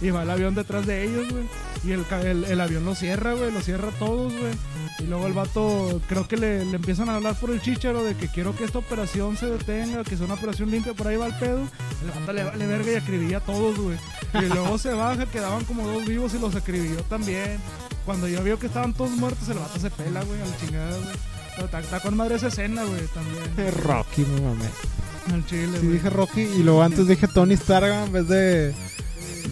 B: Y va el avión detrás de ellos, güey. Y el, ca- el, el avión lo cierra, güey. Lo cierra a todos, güey. Y luego el vato, creo que le, le empiezan a hablar por el chicharo de que quiero que esta operación se detenga, que sea una operación limpia, por ahí va el pedo. El vato le vale verga y acribilla a todos, güey. Y luego se baja, quedaban como dos vivos y los acribilló también. Cuando yo vio que estaban todos muertos, el vato se pela, güey, a la chingada, güey. Pero Está, está con madre esa escena, güey, también.
A: Rocky, me mamé.
B: Al chile,
A: Sí,
B: güey.
A: dije Rocky y luego antes dije Tony Stark en vez de.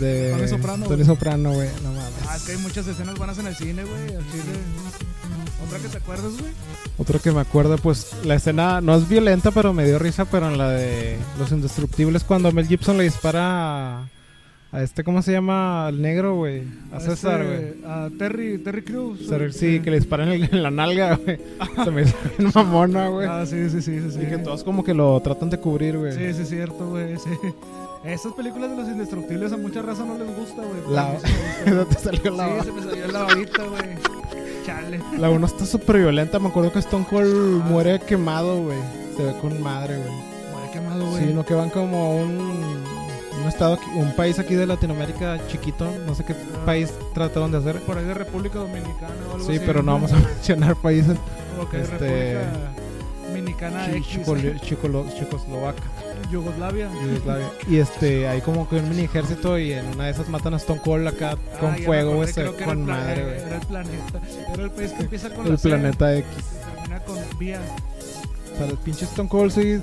A: de
B: Tony Soprano,
A: Tony
B: güey.
A: Soprano, güey. No mames.
B: Ah, es que hay muchas escenas buenas en el cine, güey, al chile. ¿Otra que te acuerdas, güey?
A: Otro que me acuerdo, pues la escena no es violenta, pero me dio risa, pero en la de Los Indestructibles, cuando Mel Gibson le dispara a, a este, ¿cómo se llama? Al negro, güey. A
B: Este,
A: César, güey.
B: A Terry, Terry Crews.
A: César, sí, que le disparan en, en la nalga, güey. Se me hizo bien mamona, güey.
B: Ah, sí, sí, sí, sí. sí.
A: Y que todos como que lo tratan de cubrir, güey.
B: Sí, sí, es cierto, güey, sí. Esas películas de los indestructibles a mucha raza no les gusta, güey. pero a
A: La...
B: mí sí me gusta.
A: Eso te salió la
B: Sí, se me salió la babita, güey. Chale.
A: La 1 está súper violenta. Me acuerdo que Stone
B: Ah.
A: Cold muere quemado, güey. Se ve con madre, güey.
B: Madre quemado, güey.
A: Sí, no, que van como a un, un estado, aquí- un país aquí de Latinoamérica chiquito. No sé qué país trataron de hacer.
B: Por ahí de República Dominicana o Ah. algo
A: Sí,
B: así,
A: pero no vamos a mencionar países.
B: O que de
A: este,
B: República Dominicana
A: Chi-
B: Ah, X.
A: Chicolo- Chicolo- Checoslovaca,
B: Yugoslavia.
A: Yugoslavia. Y este, hay como que un mini ejército y en una de esas matan a Stone Cold acá
B: Ah,
A: con
B: ya me
A: fuego, güey.
B: acordé,
A: se
B: creo
A: ve
B: que era
A: Con
B: el pla- eh,
A: madre, güey.
B: Era el planeta. Era el país que empieza con
A: El
B: la C
A: planeta X.
B: y termina con vía.
A: O sea, el pinche Stone Cold sí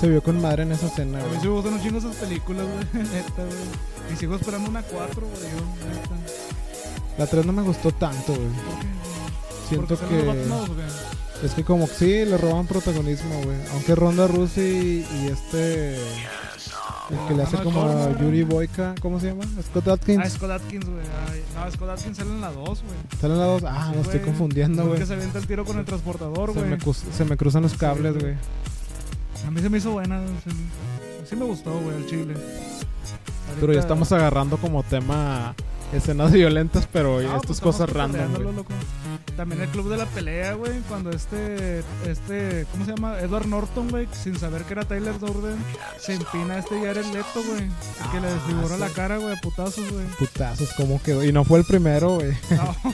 A: se vio con madre en esa escena,
B: A
A: güey.
B: mí sí me gustan un chingo esas películas, güey. Neta, güey. Y sigo esperando una 4, güey. yo, neta.
A: La 3 no me gustó tanto, güey.
B: ¿Por qué?
A: Siento
B: ¿Porque son los Batman,
A: que.
B: o qué?
A: Es que como que sí, le roban protagonismo, güey. Aunque Ronda Rousey y este. El que le hace
B: Ah, no,
A: como a
B: Thor, ¿no?
A: Yuri Boyka, ¿cómo se llama? Scott
B: Ah,
A: Atkins.
B: Scott Atkins, güey. Ay, No, Scott Atkins sale en la 2, güey.
A: Salen las dos. Ah, me estoy
B: Güey,
A: confundiendo,
B: fue
A: güey.
B: Que se avienta el tiro con el transportador,
A: Se
B: güey.
A: me, cus- se me cruzan los cables, güey.
B: A mí se me hizo buena. se me- Sí me gustó, güey, el chile.
A: Pero ya
B: Ahorita-
A: estamos agarrando como tema escenas violentas, pero
B: No,
A: estas
B: pues,
A: cosas random,
B: estamos peleándolo,
A: güey.
B: loco. También el club de la pelea, güey, cuando este, este, ¿cómo se llama? Edward Norton, güey, sin saber que era Tyler Durden, se empina a este Jared Leto, güey, que le
A: Ah,
B: desfiguró
A: sí.
B: la cara, güey, a putazos, güey.
A: Putazos, ¿cómo quedó? Y no fue el primero, güey.
B: No.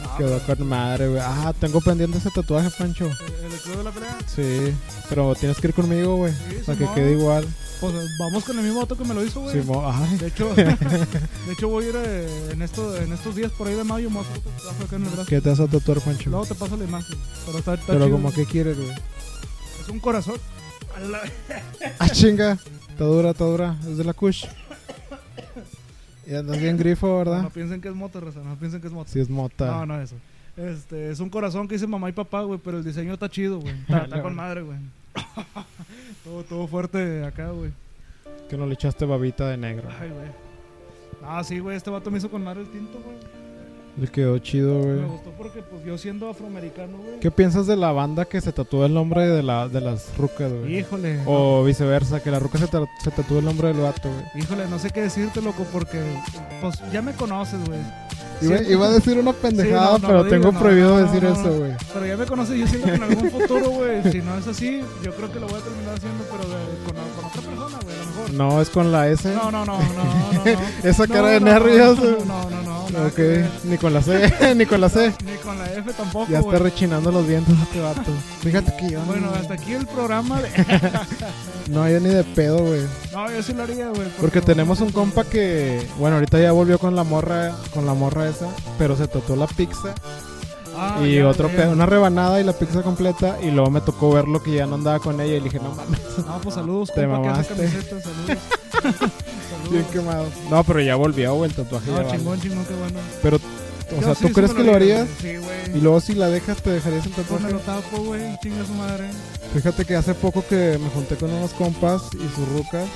B: No,
A: Quedó con madre, güey. Ah, tengo pendiente ese tatuaje, Pancho.
B: el- pues, el club de la pelea.
A: Sí, pero tienes que ir conmigo, güey.
B: Sí,
A: para que
B: Simón.
A: quede igual.
B: Pues vamos con el mismo voto que me lo hizo, güey.
A: Simón, ay.
B: De hecho, de hecho voy a ir eh, en, esto, en estos días por ahí de mayo, me voy a hacer otro tatuaje acá en el brazo.
A: ¿Qué te vas a tatuar, Pancho?
B: Luego te paso la imagen. Pero está, está
A: Pero
B: chido.
A: como que quieres, güey.
B: Es un corazón. A la-
A: Ah, chinga. Está dura, está dura. Es de la Kush. Y andas bien grifo,
B: No
A: ¿verdad?
B: piensen que es moto, Raza, no piensen que es moto.
A: Sí, es mota.
B: No, no, eso. Este, es un corazón que dice mamá y papá, güey, pero el diseño está chido, güey. Está, está con madre, güey. todo, todo fuerte acá, güey.
A: Que no le echaste babita de negro.
B: Ay, güey. Ah, sí, güey, este vato me hizo con madre el tinto, güey.
A: Le quedó chido,
B: Me
A: güey.
B: gustó porque, pues, yo siendo afroamericano, güey.
A: ¿Qué piensas de la banda que se tatúa el nombre de, la, de las rucas, güey?
B: Híjole.
A: O viceversa, que la ruca se, ta- se tatúa el nombre del vato, güey.
B: Híjole, no sé qué decirte, loco, porque pues ya me conoces, güey.
A: Iba,
B: Siento-
A: iba a decir una pendejada,
B: no, no
A: pero
B: lo
A: tengo
B: digas, no,
A: prohibido
B: no, no,
A: decir
B: no, no.
A: eso, güey.
B: Pero ya me conoces, yo siento que en algún futuro, güey, si no es así, yo creo que lo voy a terminar haciendo, pero de- con, con otra persona, güey, a lo mejor.
A: No, es con la S.
B: No, no, no, no, no. no.
A: Esa
B: No,
A: cara de
B: no,
A: nervios.
B: No, no, no, no. nada
A: ok,
B: que ver.
A: ni con la C, ni con la C.
B: Ni con la F tampoco,
A: Ya está
B: güey.
A: rechinando los vientos este vato. Fíjate que yo.
B: Bueno,
A: no-
B: hasta aquí el programa. de-
A: No, yo ni de pedo, güey.
B: No, yo sí lo haría, güey.
A: Porque tenemos un compa que. Bueno, ahorita ya volvió con la morra, con la morra esa. Pero se tatuó la pizza.
B: Ah,
A: y
B: ya,
A: otro
B: ya.
A: pedo, una rebanada y la pizza completa. Y luego me tocó verlo que ya no andaba con ella. Y le dije, no mames,
B: No, pues saludos,
A: Te
B: compa, que
A: mamaste.
B: hace camisetas, saludos.
A: bien
B: Saludos.
A: quemado. No, pero ya volvió, güey, el tatuaje. ya
B: No,
A: vale.
B: chingón, chingón, qué bueno.
A: Pero O sea, ¿tú crees que lo harías?
B: Sí, güey.
A: Y luego si la dejas, te dejarías el
B: Ponme
A: tatuaje.
B: lo tapo, güey, chinga su madre.
A: Fíjate que hace poco que me junté con unos compas y sus rucas.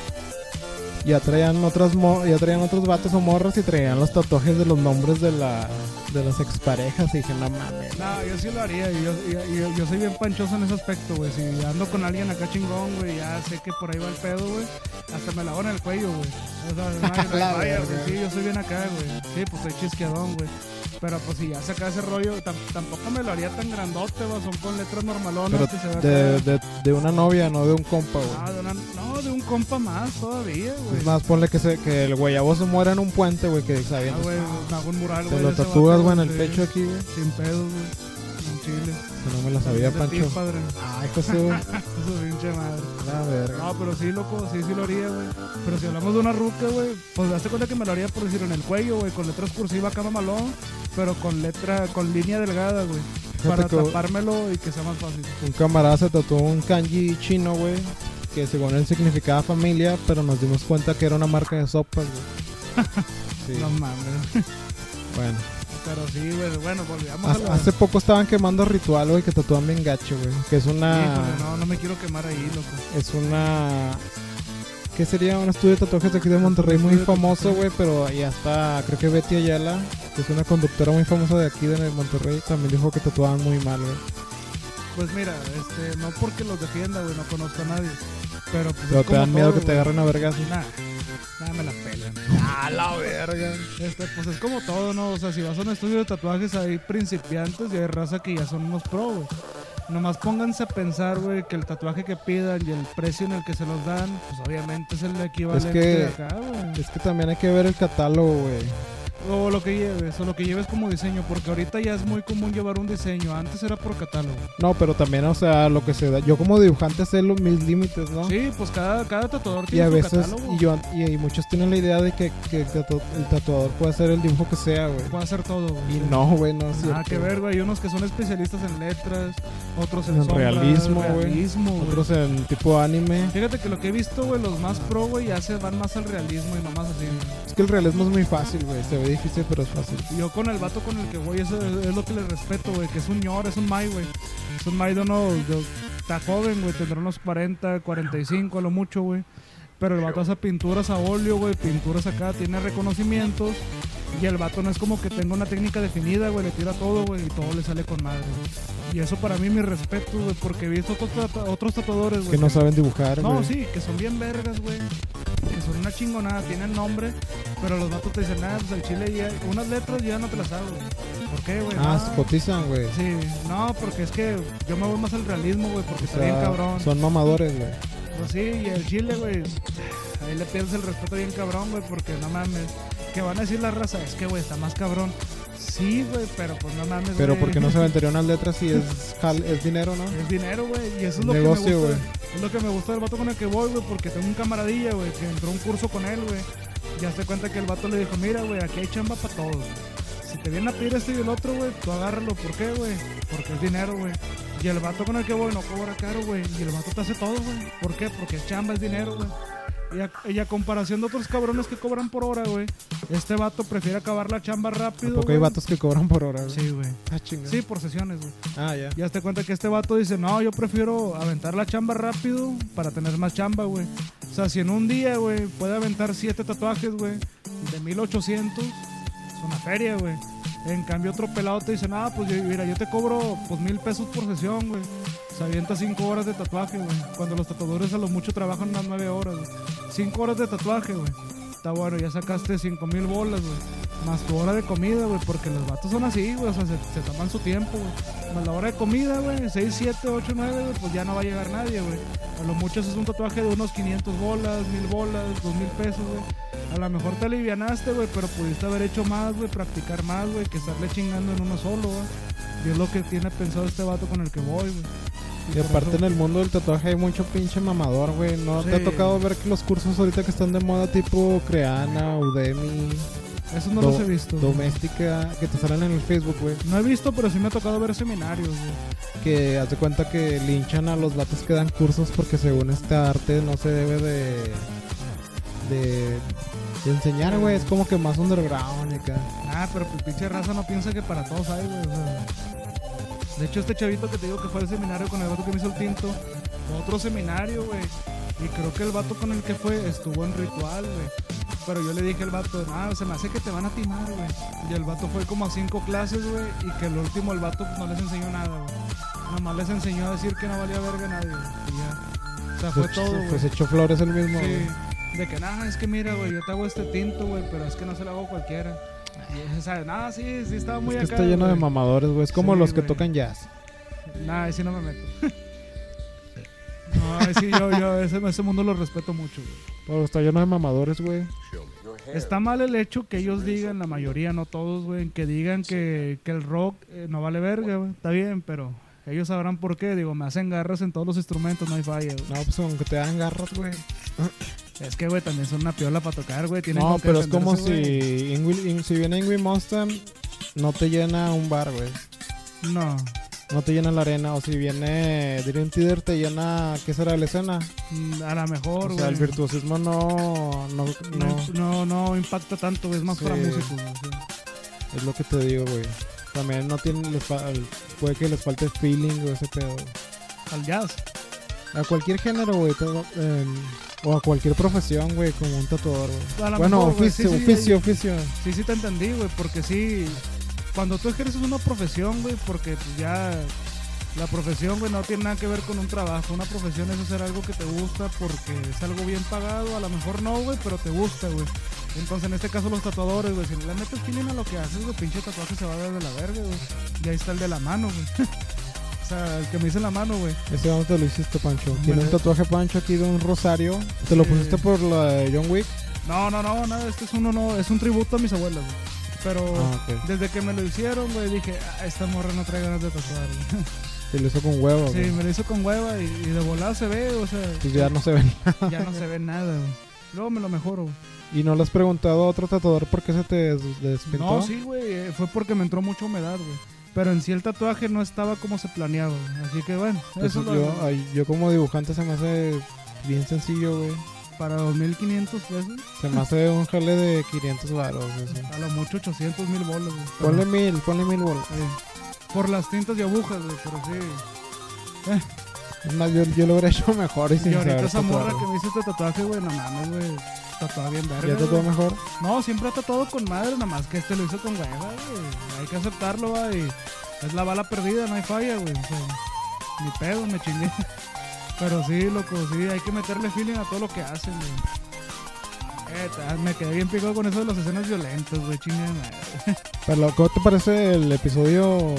A: Ya traían otras mo- ya traían otros vatos o morros y traían los tatuajes de los nombres de la de las exparejas y dije, no mames.
B: No, yo sí lo haría. y Yo, y- y- yo, soy bien panchoso en ese aspecto, güey. Si ando con alguien acá chingón, güey, ya sé que por ahí va el pedo, güey. Hasta me la hago en el cuello, güey. O sea, no hay- no
A: La
B: hay falla, güey.
A: verga.
B: Sí, yo soy bien acá, güey. Sí, pues soy chisqueadón, güey. Pero pues si ya saca ese rollo, tam- tampoco me lo haría tan grandote, güey. Son con letras normalonas
A: Pero
B: que se ve
A: de,
B: acá.
A: de, de una novia, no de un compa, güey.
B: Ah, de una- no, de un compa más todavía, güey.
A: Es más, ponle que, se, que el guayabo se muera en un puente, güey, que sabiendo.
B: Ah, güey, me hago un mural,
A: te
B: güey.
A: lo
B: de ese
A: tatúas,
B: vato,
A: güey, en el
B: sí.
A: pecho aquí, güey.
B: Sin pedo, güey. En Chile.
A: Que No me la sabía,
B: De ti,
A: Pancho.
B: padre.
A: Ay, José, güey.
B: Eso pinche madre.
A: La verga.
B: No, pero sí, loco, sí, sí lo haría, güey. Pero si hablamos de una ruca, güey, pues hazte cuenta que me lo haría por decir en el cuello, güey, con letras cursiva acá mamalón, pero con letra, con línea delgada, güey. Para
A: que-
B: tapármelo y que sea más fácil.
A: Un camarada se tatuó un kanji chino, güey. Que según él significaba familia, pero nos dimos cuenta que era una marca de sopas, güey. Sí,
B: No mames.
A: bueno.
B: Pero sí, güey, bueno, volvamos a
A: Hace,
B: la...
A: hace poco estaban quemando ritual, güey, que tatúan bien gacho, güey. Que es
B: Híjole,
A: una.
B: no, no me quiero quemar ahí, loco.
A: Es una. ¿Qué sería? Un estudio de tatuajes de aquí de Monterrey muy
B: Estudio de
A: famoso,
B: tatuajes.
A: güey. Pero ahí está, creo que Betty Ayala, que es una conductora muy famosa de aquí de Monterrey, también dijo que tatuaban muy mal, güey.
B: Pues mira, este, no porque los defienda, güey, no conozco a nadie. Pero pues
A: Pero
B: es
A: te dan
B: como
A: miedo
B: todo,
A: que te
B: güey.
A: agarren a vergas.
B: Nah, nah, me la pelan.
A: A la verga.
B: Este, pues es como todo, ¿no? O sea, si vas a un estudio de tatuajes, hay principiantes y hay raza que ya son unos pro, güey. Nomás pónganse a pensar, güey, que el tatuaje que pidan y el precio en el que se los dan, pues obviamente es el equivalente
A: que-
B: de acá, güey.
A: Es que también hay que ver el catálogo, güey.
B: O lo que lleves, o lo que lleves como diseño, porque ahorita ya es muy común llevar un diseño. Antes era por catálogo.
A: No, pero también, o sea, lo que se da. Yo como dibujante sé los, mis límites, ¿no?
B: Sí, pues cada, cada tatuador
A: Y
B: tiene
A: a
B: su
A: veces,
B: catálogo.
A: y, yo, y, y muchos tienen la idea de que, que el, tatu- el tatuador puede hacer el dibujo que sea, güey.
B: Puede hacer todo, güey.
A: Y no, güey, no es
B: Nada
A: cierto.
B: que ver, güey. Hay unos que son especialistas en letras, otros en,
A: En
B: sombras,
A: realismo, güey.
B: realismo, güey.
A: Otros en tipo anime.
B: Fíjate que lo que he visto, güey, los más pro, güey, ya se van más al realismo y mamás así. güey.
A: Es que el realismo es muy fácil, güey. Se ve difícil, pero es fácil.
B: Y yo con el vato con el que voy, eso es, es lo que le respeto, güey, que es un ñor, es un mai, güey. Es un mai de uno, de- está joven, güey, tendrá unos 40, 45 a lo mucho, güey. Pero el vato hace pinturas a óleo, güey, pinturas acá, tiene reconocimientos. Y el vato no es como que tenga una técnica definida, güey, le tira todo, güey, y todo le sale con madre, güey. Y eso para mí mi respeto, güey, porque he visto otros tatu- otros tatuadores, güey.
A: Que no saben dibujar, güey.
B: No, sí, que son bien vergas, güey. Que son una chingonada, tienen nombre, pero los vatos te dicen, ah, pues al chile ya, unas letras yo ya no te las hago. ¿Por qué, güey?
A: Ah,
B: No.
A: se cotizan, güey.
B: Sí, no, porque es que yo me voy más al realismo, güey, porque
A: O
B: está bien
A: sea,
B: cabrón.
A: son mamadores, güey.
B: Pues sí, y el chile, güey, ahí le pierdes el respeto bien cabrón, güey, porque no mames. Que van a decir la raza, es que, güey, está más cabrón. Sí, güey, pero pues no mames,
A: Pero
B: güey.
A: porque no se aventaría unas letras y es, jal- es dinero, ¿no?
B: Es dinero, güey. Y eso es lo que
A: Negocio,
B: me
A: güey.
B: gusta. Es lo que me gusta del vato con el que voy, güey. Porque tengo un camaradilla, güey, que entró a un curso con él, güey. Ya se cuenta que el vato le dijo, mira, güey, aquí hay chamba para todos. güey. Si te vienen a pedir esto y el otro, güey, tú agárralo. ¿Por qué, güey? Porque es dinero, güey. Y el vato con el que voy no cobra caro, güey. Y el vato te hace todo, güey. ¿Por qué? Porque es chamba, es dinero, güey. Y a, y a comparación de otros cabrones que cobran por hora, güey, este vato prefiere acabar la chamba rápido.
A: Porque hay
B: güey.
A: vatos que cobran por hora, güey.
B: Sí, güey.
A: Ah, chingada.
B: Sí, por sesiones, güey.
A: Ah, ya.
B: Ya te cuenta que este vato dice, no, yo prefiero aventar la chamba rápido para tener más chamba, güey. O sea, si en un día, güey, puede aventar siete tatuajes, güey, de 1800, es una feria, güey. En cambio, otro pelado te dice, nada, pues yo- mira, yo te cobro pues mil pesos por sesión, güey. Se avienta cinco horas de tatuaje, güey. Cuando los tatuadores a lo mucho trabajan unas nueve horas, güey. Cinco horas de tatuaje, güey. Está bueno, ya sacaste cinco mil bolas, güey. Más tu hora de comida, güey, porque los vatos son así, güey. O sea, se, se toman su tiempo, güey. Más la hora de comida, güey, 6, 7, 8, 9, güey, pues ya no va a llegar nadie, güey. A lo mucho es un tatuaje de unos 500 bolas, 1000 bolas, 2000 pesos, güey. A lo mejor te alivianaste, güey, pero pudiste haber hecho más, güey, practicar más, güey, que estarle chingando en uno solo, güey. Y es lo que tiene pensado este vato con el que voy, güey.
A: Y
B: por
A: aparte
B: eso-
A: en el mundo del tatuaje hay mucho pinche mamador, güey. ¿No te
B: Sí.
A: ha tocado ver que los cursos ahorita que están de moda tipo Creana, Udemy,
B: Eso no
A: Do-
B: los he visto. güey.
A: Doméstica, que te salen en el Facebook, güey?
B: No he visto, pero sí me ha tocado ver seminarios, güey.
A: Que hace cuenta que linchan a los vatos que dan este cursos porque según esta arte no se debe de... de de enseñar, güey, es como que más underground y acá.
B: Ah, pero pues pinche raza no piensa que para todos hay, güey. o sea. De hecho, este chavito que te digo que fue al seminario con el vato que me hizo el tinto, fue a otro seminario, güey. Y creo que el vato con el que fue estuvo en ritual, güey. Pero yo le dije al vato, ah, se me hace que te van a timar, güey. Y el vato fue como a cinco clases, güey. Y que el último, el vato pues, no les enseñó nada, güey. Nomás les enseñó a decir que no valía verga a nadie. güey. Y ya. O sea, fue
A: Se-
B: todo, güey.
A: Pues echó flores el mismo, güey.
B: Sí, de que nada, es que mira, güey, yo te hago este tinto, güey, pero es que no se lo hago a cualquiera. Y, o sea, nada, sí, sí, estaba muy
A: Es que
B: acá.
A: está lleno de
B: güey.
A: mamadores, güey. Es como
B: Sí,
A: los que
B: güey.
A: tocan jazz.
B: Nah, ese no me meto. No, ese, yo, yo, ese, ese mundo lo respeto mucho, güey.
A: Pero está lleno de mamadores, güey.
B: Está mal el hecho que ellos digan, la mayoría, no todos, güey, que digan que, que el rock eh, no vale verga, güey. Está bien, pero ellos sabrán por qué. Digo, me hacen garras en todos los instrumentos, no hay falla, güey.
A: No, pues aunque te dan garras, güey.
B: Es que, güey, también son una piola para tocar, güey. tienen
A: No,
B: con qué
A: pero es como si,
B: defenderse, güey.
A: Ingwi- In- si viene Ingui Mostam, no te llena un bar, güey.
B: No,
A: No te llena la arena. O si viene Dream Theater, te llena, ¿qué será la escena?
B: mm, a lo mejor,
A: O
B: güey.
A: sea, el virtuosismo no, no,
B: no,
A: no,
B: no, no impacta tanto, güey, es más
A: Sí.
B: para músicos. güey, sí.
A: es lo que te digo, güey. También no tienen, les fa- puede que les falte feeling o ese pedo. güey.
B: Al jazz.
A: A cualquier género, güey, todo, em, o a cualquier profesión, güey, como un tatuador,
B: A
A: güey.
B: lo
A: Bueno,
B: mejor, güey,
A: oficio,
B: sí, sí,
A: oficio, oficio.
B: Sí, sí te entendí, güey, porque sí, cuando tú ejerces una profesión, güey, porque pues, ya la profesión, güey, no tiene nada que ver con un trabajo. Una profesión es hacer algo que te gusta porque es algo bien pagado, a lo mejor no, güey, pero te gusta, güey. Entonces, en este caso, los tatuadores, güey, si no le metes feeling a lo que haces, güey, pinche tatuaje se va a ver de la verga, güey. Y ahí está el de la mano, güey. o sea, el que me hizo la mano, güey.
A: Ese dónde te lo hiciste, Pancho. Tiene
B: Hombre.
A: un tatuaje, Pancho, aquí de un rosario. ¿Te lo
B: Sí.
A: pusiste por la de John Wick?
B: No, no, no, no, este es uno no, es un tributo a mis abuelas, güey. Pero
A: Ah, ok.
B: desde que me lo hicieron, güey, dije, "Ah, esta morra no trae ganas de tatuar. güey".
A: Te lo hizo con huevo,
B: sí,
A: güey.
B: me lo hizo con hueva y, y de volada se ve, o sea,
A: Pues ya no se ven.
B: ya no se ve nada, güey. Luego me lo mejoro. güey.
A: ¿Y no le has preguntado a otro tatuador por qué se te des- despintó?
B: No, sí, güey, eh, fue porque me entró mucha humedad, güey. Pero en sí el tatuaje no estaba como se planeaba, güey. así que bueno,
A: Eso
B: eso lo-
A: yo, ay, yo como dibujante se me hace bien sencillo, güey.
B: para 2.500 pesos,
A: Se me hace un jale de 500 varos, güey. sí.
B: a lo mucho 800 mil bolos, güey. Pero-
A: Ponle mil, ponle mil bolas.
B: sí. Por las tintas y agujas, güey, pero sí.
A: Es más, yo, yo lo hubiera hecho mejor y sin
B: Y
A: saber
B: ahorita esa
A: tatuar,
B: morra que
A: güey.
B: me hizo este tatuaje, güey, no mames, güey. Tatuaba bien verga.
A: ¿Ya tatuó
B: güey.
A: mejor?
B: No, siempre ha tatuado con madre, nada más que este lo hizo con hueva, güey. Hay que aceptarlo, güey. Es la bala perdida, no hay falla, güey. O sea, ni pedo, me chingué. Pero sí, loco, sí, hay que meterle feeling a todo lo que hacen, güey. Eta, me quedé bien picado con eso de las escenas violentas, güey, chingada madre.
A: Pero, lo- ¿Cómo te parece el episodio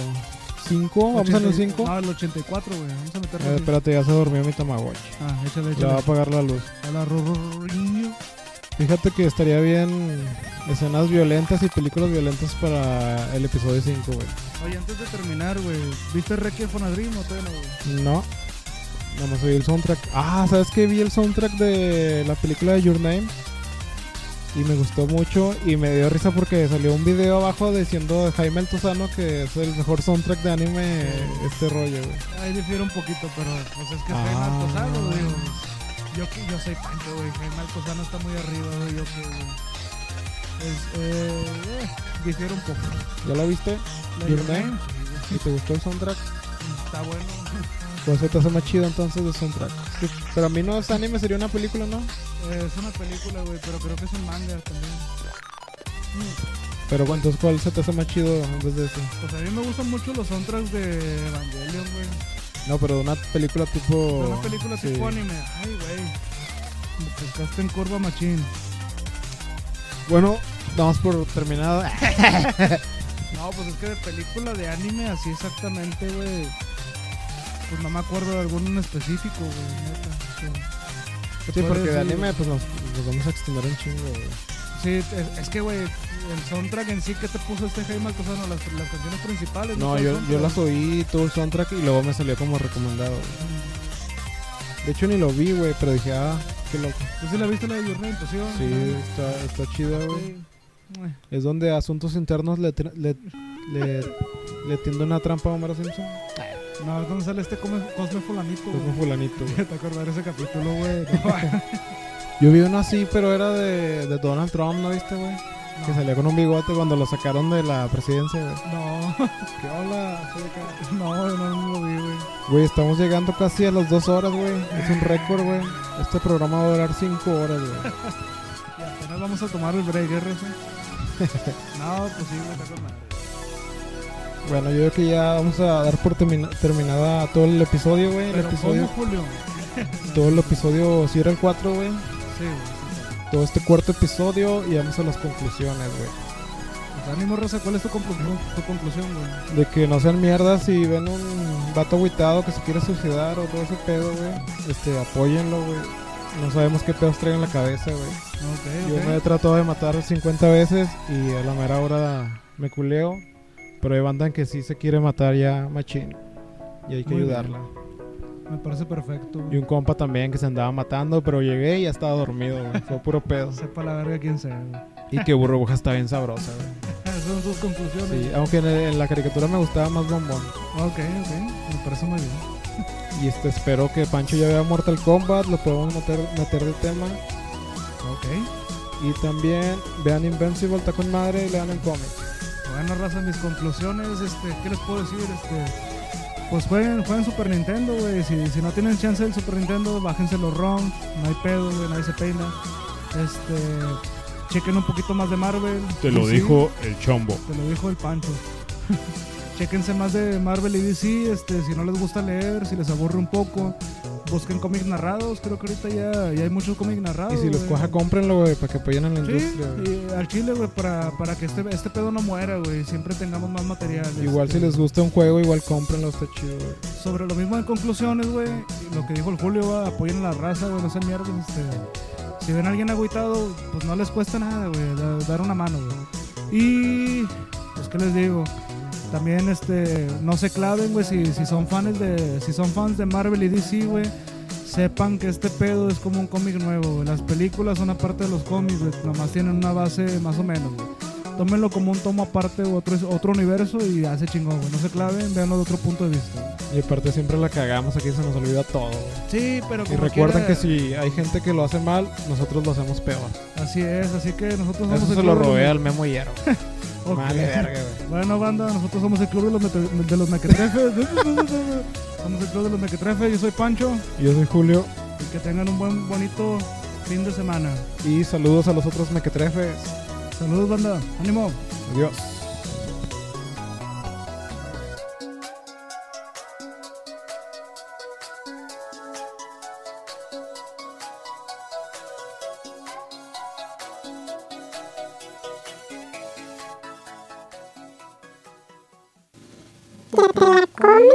A: 5? ¿Vamos en el
B: 80 y-
A: 5?
B: No, el 84, güey. Vamos a meterle.
A: Eh,
B: feeling.
A: espérate, ya se durmió mi tamagotchi.
B: Ah, échale,
A: Le va a
B: échale.
A: apagar la luz.
B: A la ru- ru- riño.
A: Fíjate que estaría bien escenas violentas y películas violentas para el episodio 5, güey.
B: Oye, antes de terminar, güey, ¿viste Requiem for a Dream o todavía no, güey?
A: No. No me oí el soundtrack. Ah, ¿sabes qué? Vi el soundtrack de la película de Your Name. Y me gustó mucho. Y me dio risa porque salió un video abajo diciendo Jaime Altozano que es el mejor soundtrack de anime este rollo, güey.
B: Ahí difiere un poquito, pero pues es que
A: Ah.
B: Jaime Altozano, güey. Yo, que- yo soy Pancho, güey. Jaime Altozano está muy arriba, güey. Yo que, güey. Es, eh, eh, difiere un poco.
A: ¿Ya la viste?
B: La
A: Your
B: Your Name,
A: Name.
B: sí, güey.
A: ¿Y te gustó el soundtrack?
B: Está bueno.
A: Pues se te hace más chido entonces el soundtrack. Sí, Pero a mí no es anime, sería una película, ¿no?
B: Eh, es una película, güey, pero creo que es un manga también.
A: Pero bueno, entonces ¿cuál se te hace más chido en vez de ese?
B: Pues a mí me gustan mucho los soundtracks de Evangelion, güey.
A: No, pero una película tipo.
B: Una película
A: Oh, sí.
B: tipo anime. Ay, güey. Me pescaste en curva machín.
A: Bueno, vamos por terminada.
B: No, pues es que de película de anime así exactamente, güey. Pues no me acuerdo de alguno en específico, güey, neta. Sí,
A: Sí, porque de
B: decir,
A: anime, pues nos, nos vamos a extender un chingo, güey.
B: Sí, es, es que, güey, el soundtrack en sí que te puso este Jaime Altozano, las, las canciones principales.
A: No,
B: Todo el
A: yo, yo
B: soundtrack.
A: las oí todo el soundtrack y luego me salió como recomendado. güey. De hecho, ni lo vi, güey, pero dije, ah, qué loco.
B: ¿Tú sí la viste la de Your Name? Pues sí,
A: Sí,
B: ¿no?
A: está, está chido, güey.
B: Sí. Ay,
A: Es donde asuntos internos le, tra- le, le, le tiende una trampa a Homero Simpson.
B: No, ¿dónde sale este Cosme, Cosme Fulanito,
A: Fue con
B: güey?
A: fulanito, güey.
B: ¿Te acuerdas de ese capítulo, güey? No.
A: Yo vi uno así, pero era de, de Donald Trump, ¿no viste, güey? Que
B: No.
A: salía con un bigote cuando lo sacaron de la presidencia, güey.
B: No, ¿qué hola? Soy acá. No, yo no lo vi, güey.
A: Güey, estamos llegando casi a las dos horas, güey. Es un récord, güey. Este programa va a durar cinco horas, güey.
B: Y apenas vamos a tomar el break, RC. no, pues sí, me cago en madre.
A: Bueno, yo creo que ya vamos a dar por termina- terminada todo el episodio, güey. El
B: Pero
A: episodio,
B: ¿cómo, Julio?
A: todo el episodio, si era el 4, güey.
B: Sí, güey. sí, sí.
A: Todo este cuarto episodio y vamos a las conclusiones, güey.
B: Pues ánimo, Rosa, ¿cuál es tu, conclu- tu conclusión, güey?
A: De que no sean mierdas si ven un vato agüitado que se quiere suicidar o todo ese pedo, güey. Este, apóyenlo, güey. No sabemos qué pedos traen en la cabeza, güey.
B: Ok,
A: Yo
B: ok.
A: me he tratado de matar 50 veces y a la mera hora me culeo. Pero hay banda que sí se quiere matar ya machín. Y hay que
B: Muy bien.
A: ayudarla.
B: Me parece perfecto.
A: Y un compa también que se andaba matando, pero llegué y ya estaba dormido, güey. Fue puro pedo.
B: Sepa la verga quién sea, güey. Ah,
A: Y que burbuja está bien sabrosa, güey.
B: Esas son sus conclusiones.
A: Sí, aunque en, en la caricatura me gustaba más bombón.
B: Ok, ok. Me parece muy bien.
A: Y este, espero que Pancho ya vea Mortal Kombat, lo podemos meter, meter de tema.
B: Ok.
A: Y también vean Invincible, está con madre y lean el cómic.
B: Bueno, raza, mis conclusiones, este, ¿qué les puedo decir? Este, pues jueguen, jueguen Super Nintendo, güey. Si, si no tienen chance del Super Nintendo, bájense los ROM, no hay pedo, güey, nadie se peina. Este, chequen un poquito más de Marvel.
F: Te lo
B: DC,
F: dijo el chombo.
B: Te lo dijo el Pancho. Chequense más de Marvel y DC, este, si no les gusta leer, si les aburre un poco, busquen cómics narrados, creo que ahorita ya, ya hay muchos cómics narrados.
A: Y si los
B: güey.
A: cuaja, cómprenlo, güey, para que apoyen a la
B: Ah, Sí,
A: industria. güey.
B: y al chile, güey, para, para que este, este pedo no muera, güey. Siempre tengamos más material.
A: Igual
B: este.
A: si les gusta un juego, igual cómprenlo, está chido, güey.
B: Sobre lo mismo en conclusiones, güey. Lo que dijo el Julio, va, apoyen a la raza, güey, no sean mierdas. Este, si ven a alguien agüitado, pues no les cuesta nada, güey. da- dar una mano, güey. Y, pues, ¿qué les digo? También, este, no se claven, güey. Si, si son fans de, si son fans de Marvel y DC, güey. Sepan que este pedo es como un cómic nuevo, güey. Las películas son aparte de los cómics, güey. Nomás tienen una base más o menos, güey. Tómenlo como un tomo aparte u otro, otro universo y hace chingón, güey. No se claven, véanlo de otro punto de vista. güey.
A: Y aparte siempre la cagamos, aquí se nos olvida todo. güey.
B: Sí, pero
A: Y
B: como
A: recuerden
B: quiera,
A: que si hay gente que lo hace mal, nosotros lo hacemos peor.
B: Así es, así que nosotros somos
A: Eso se
B: el
A: lo
B: club de
A: robé
B: los-
A: al Memo Hierro.
B: Ok.
A: Vale, verga, güey.
B: Bueno, banda, nosotros somos el club de los, mete- de los mequetrefes. somos el club de los mequetrefes, yo soy Pancho.
A: Yo soy Julio
B: Y que tengan un buen, bonito fin de semana.
A: y saludos a los otros mequetrefes.
B: Saludos, banda. Ánimo.
A: Adiós.
G: Tetracomics.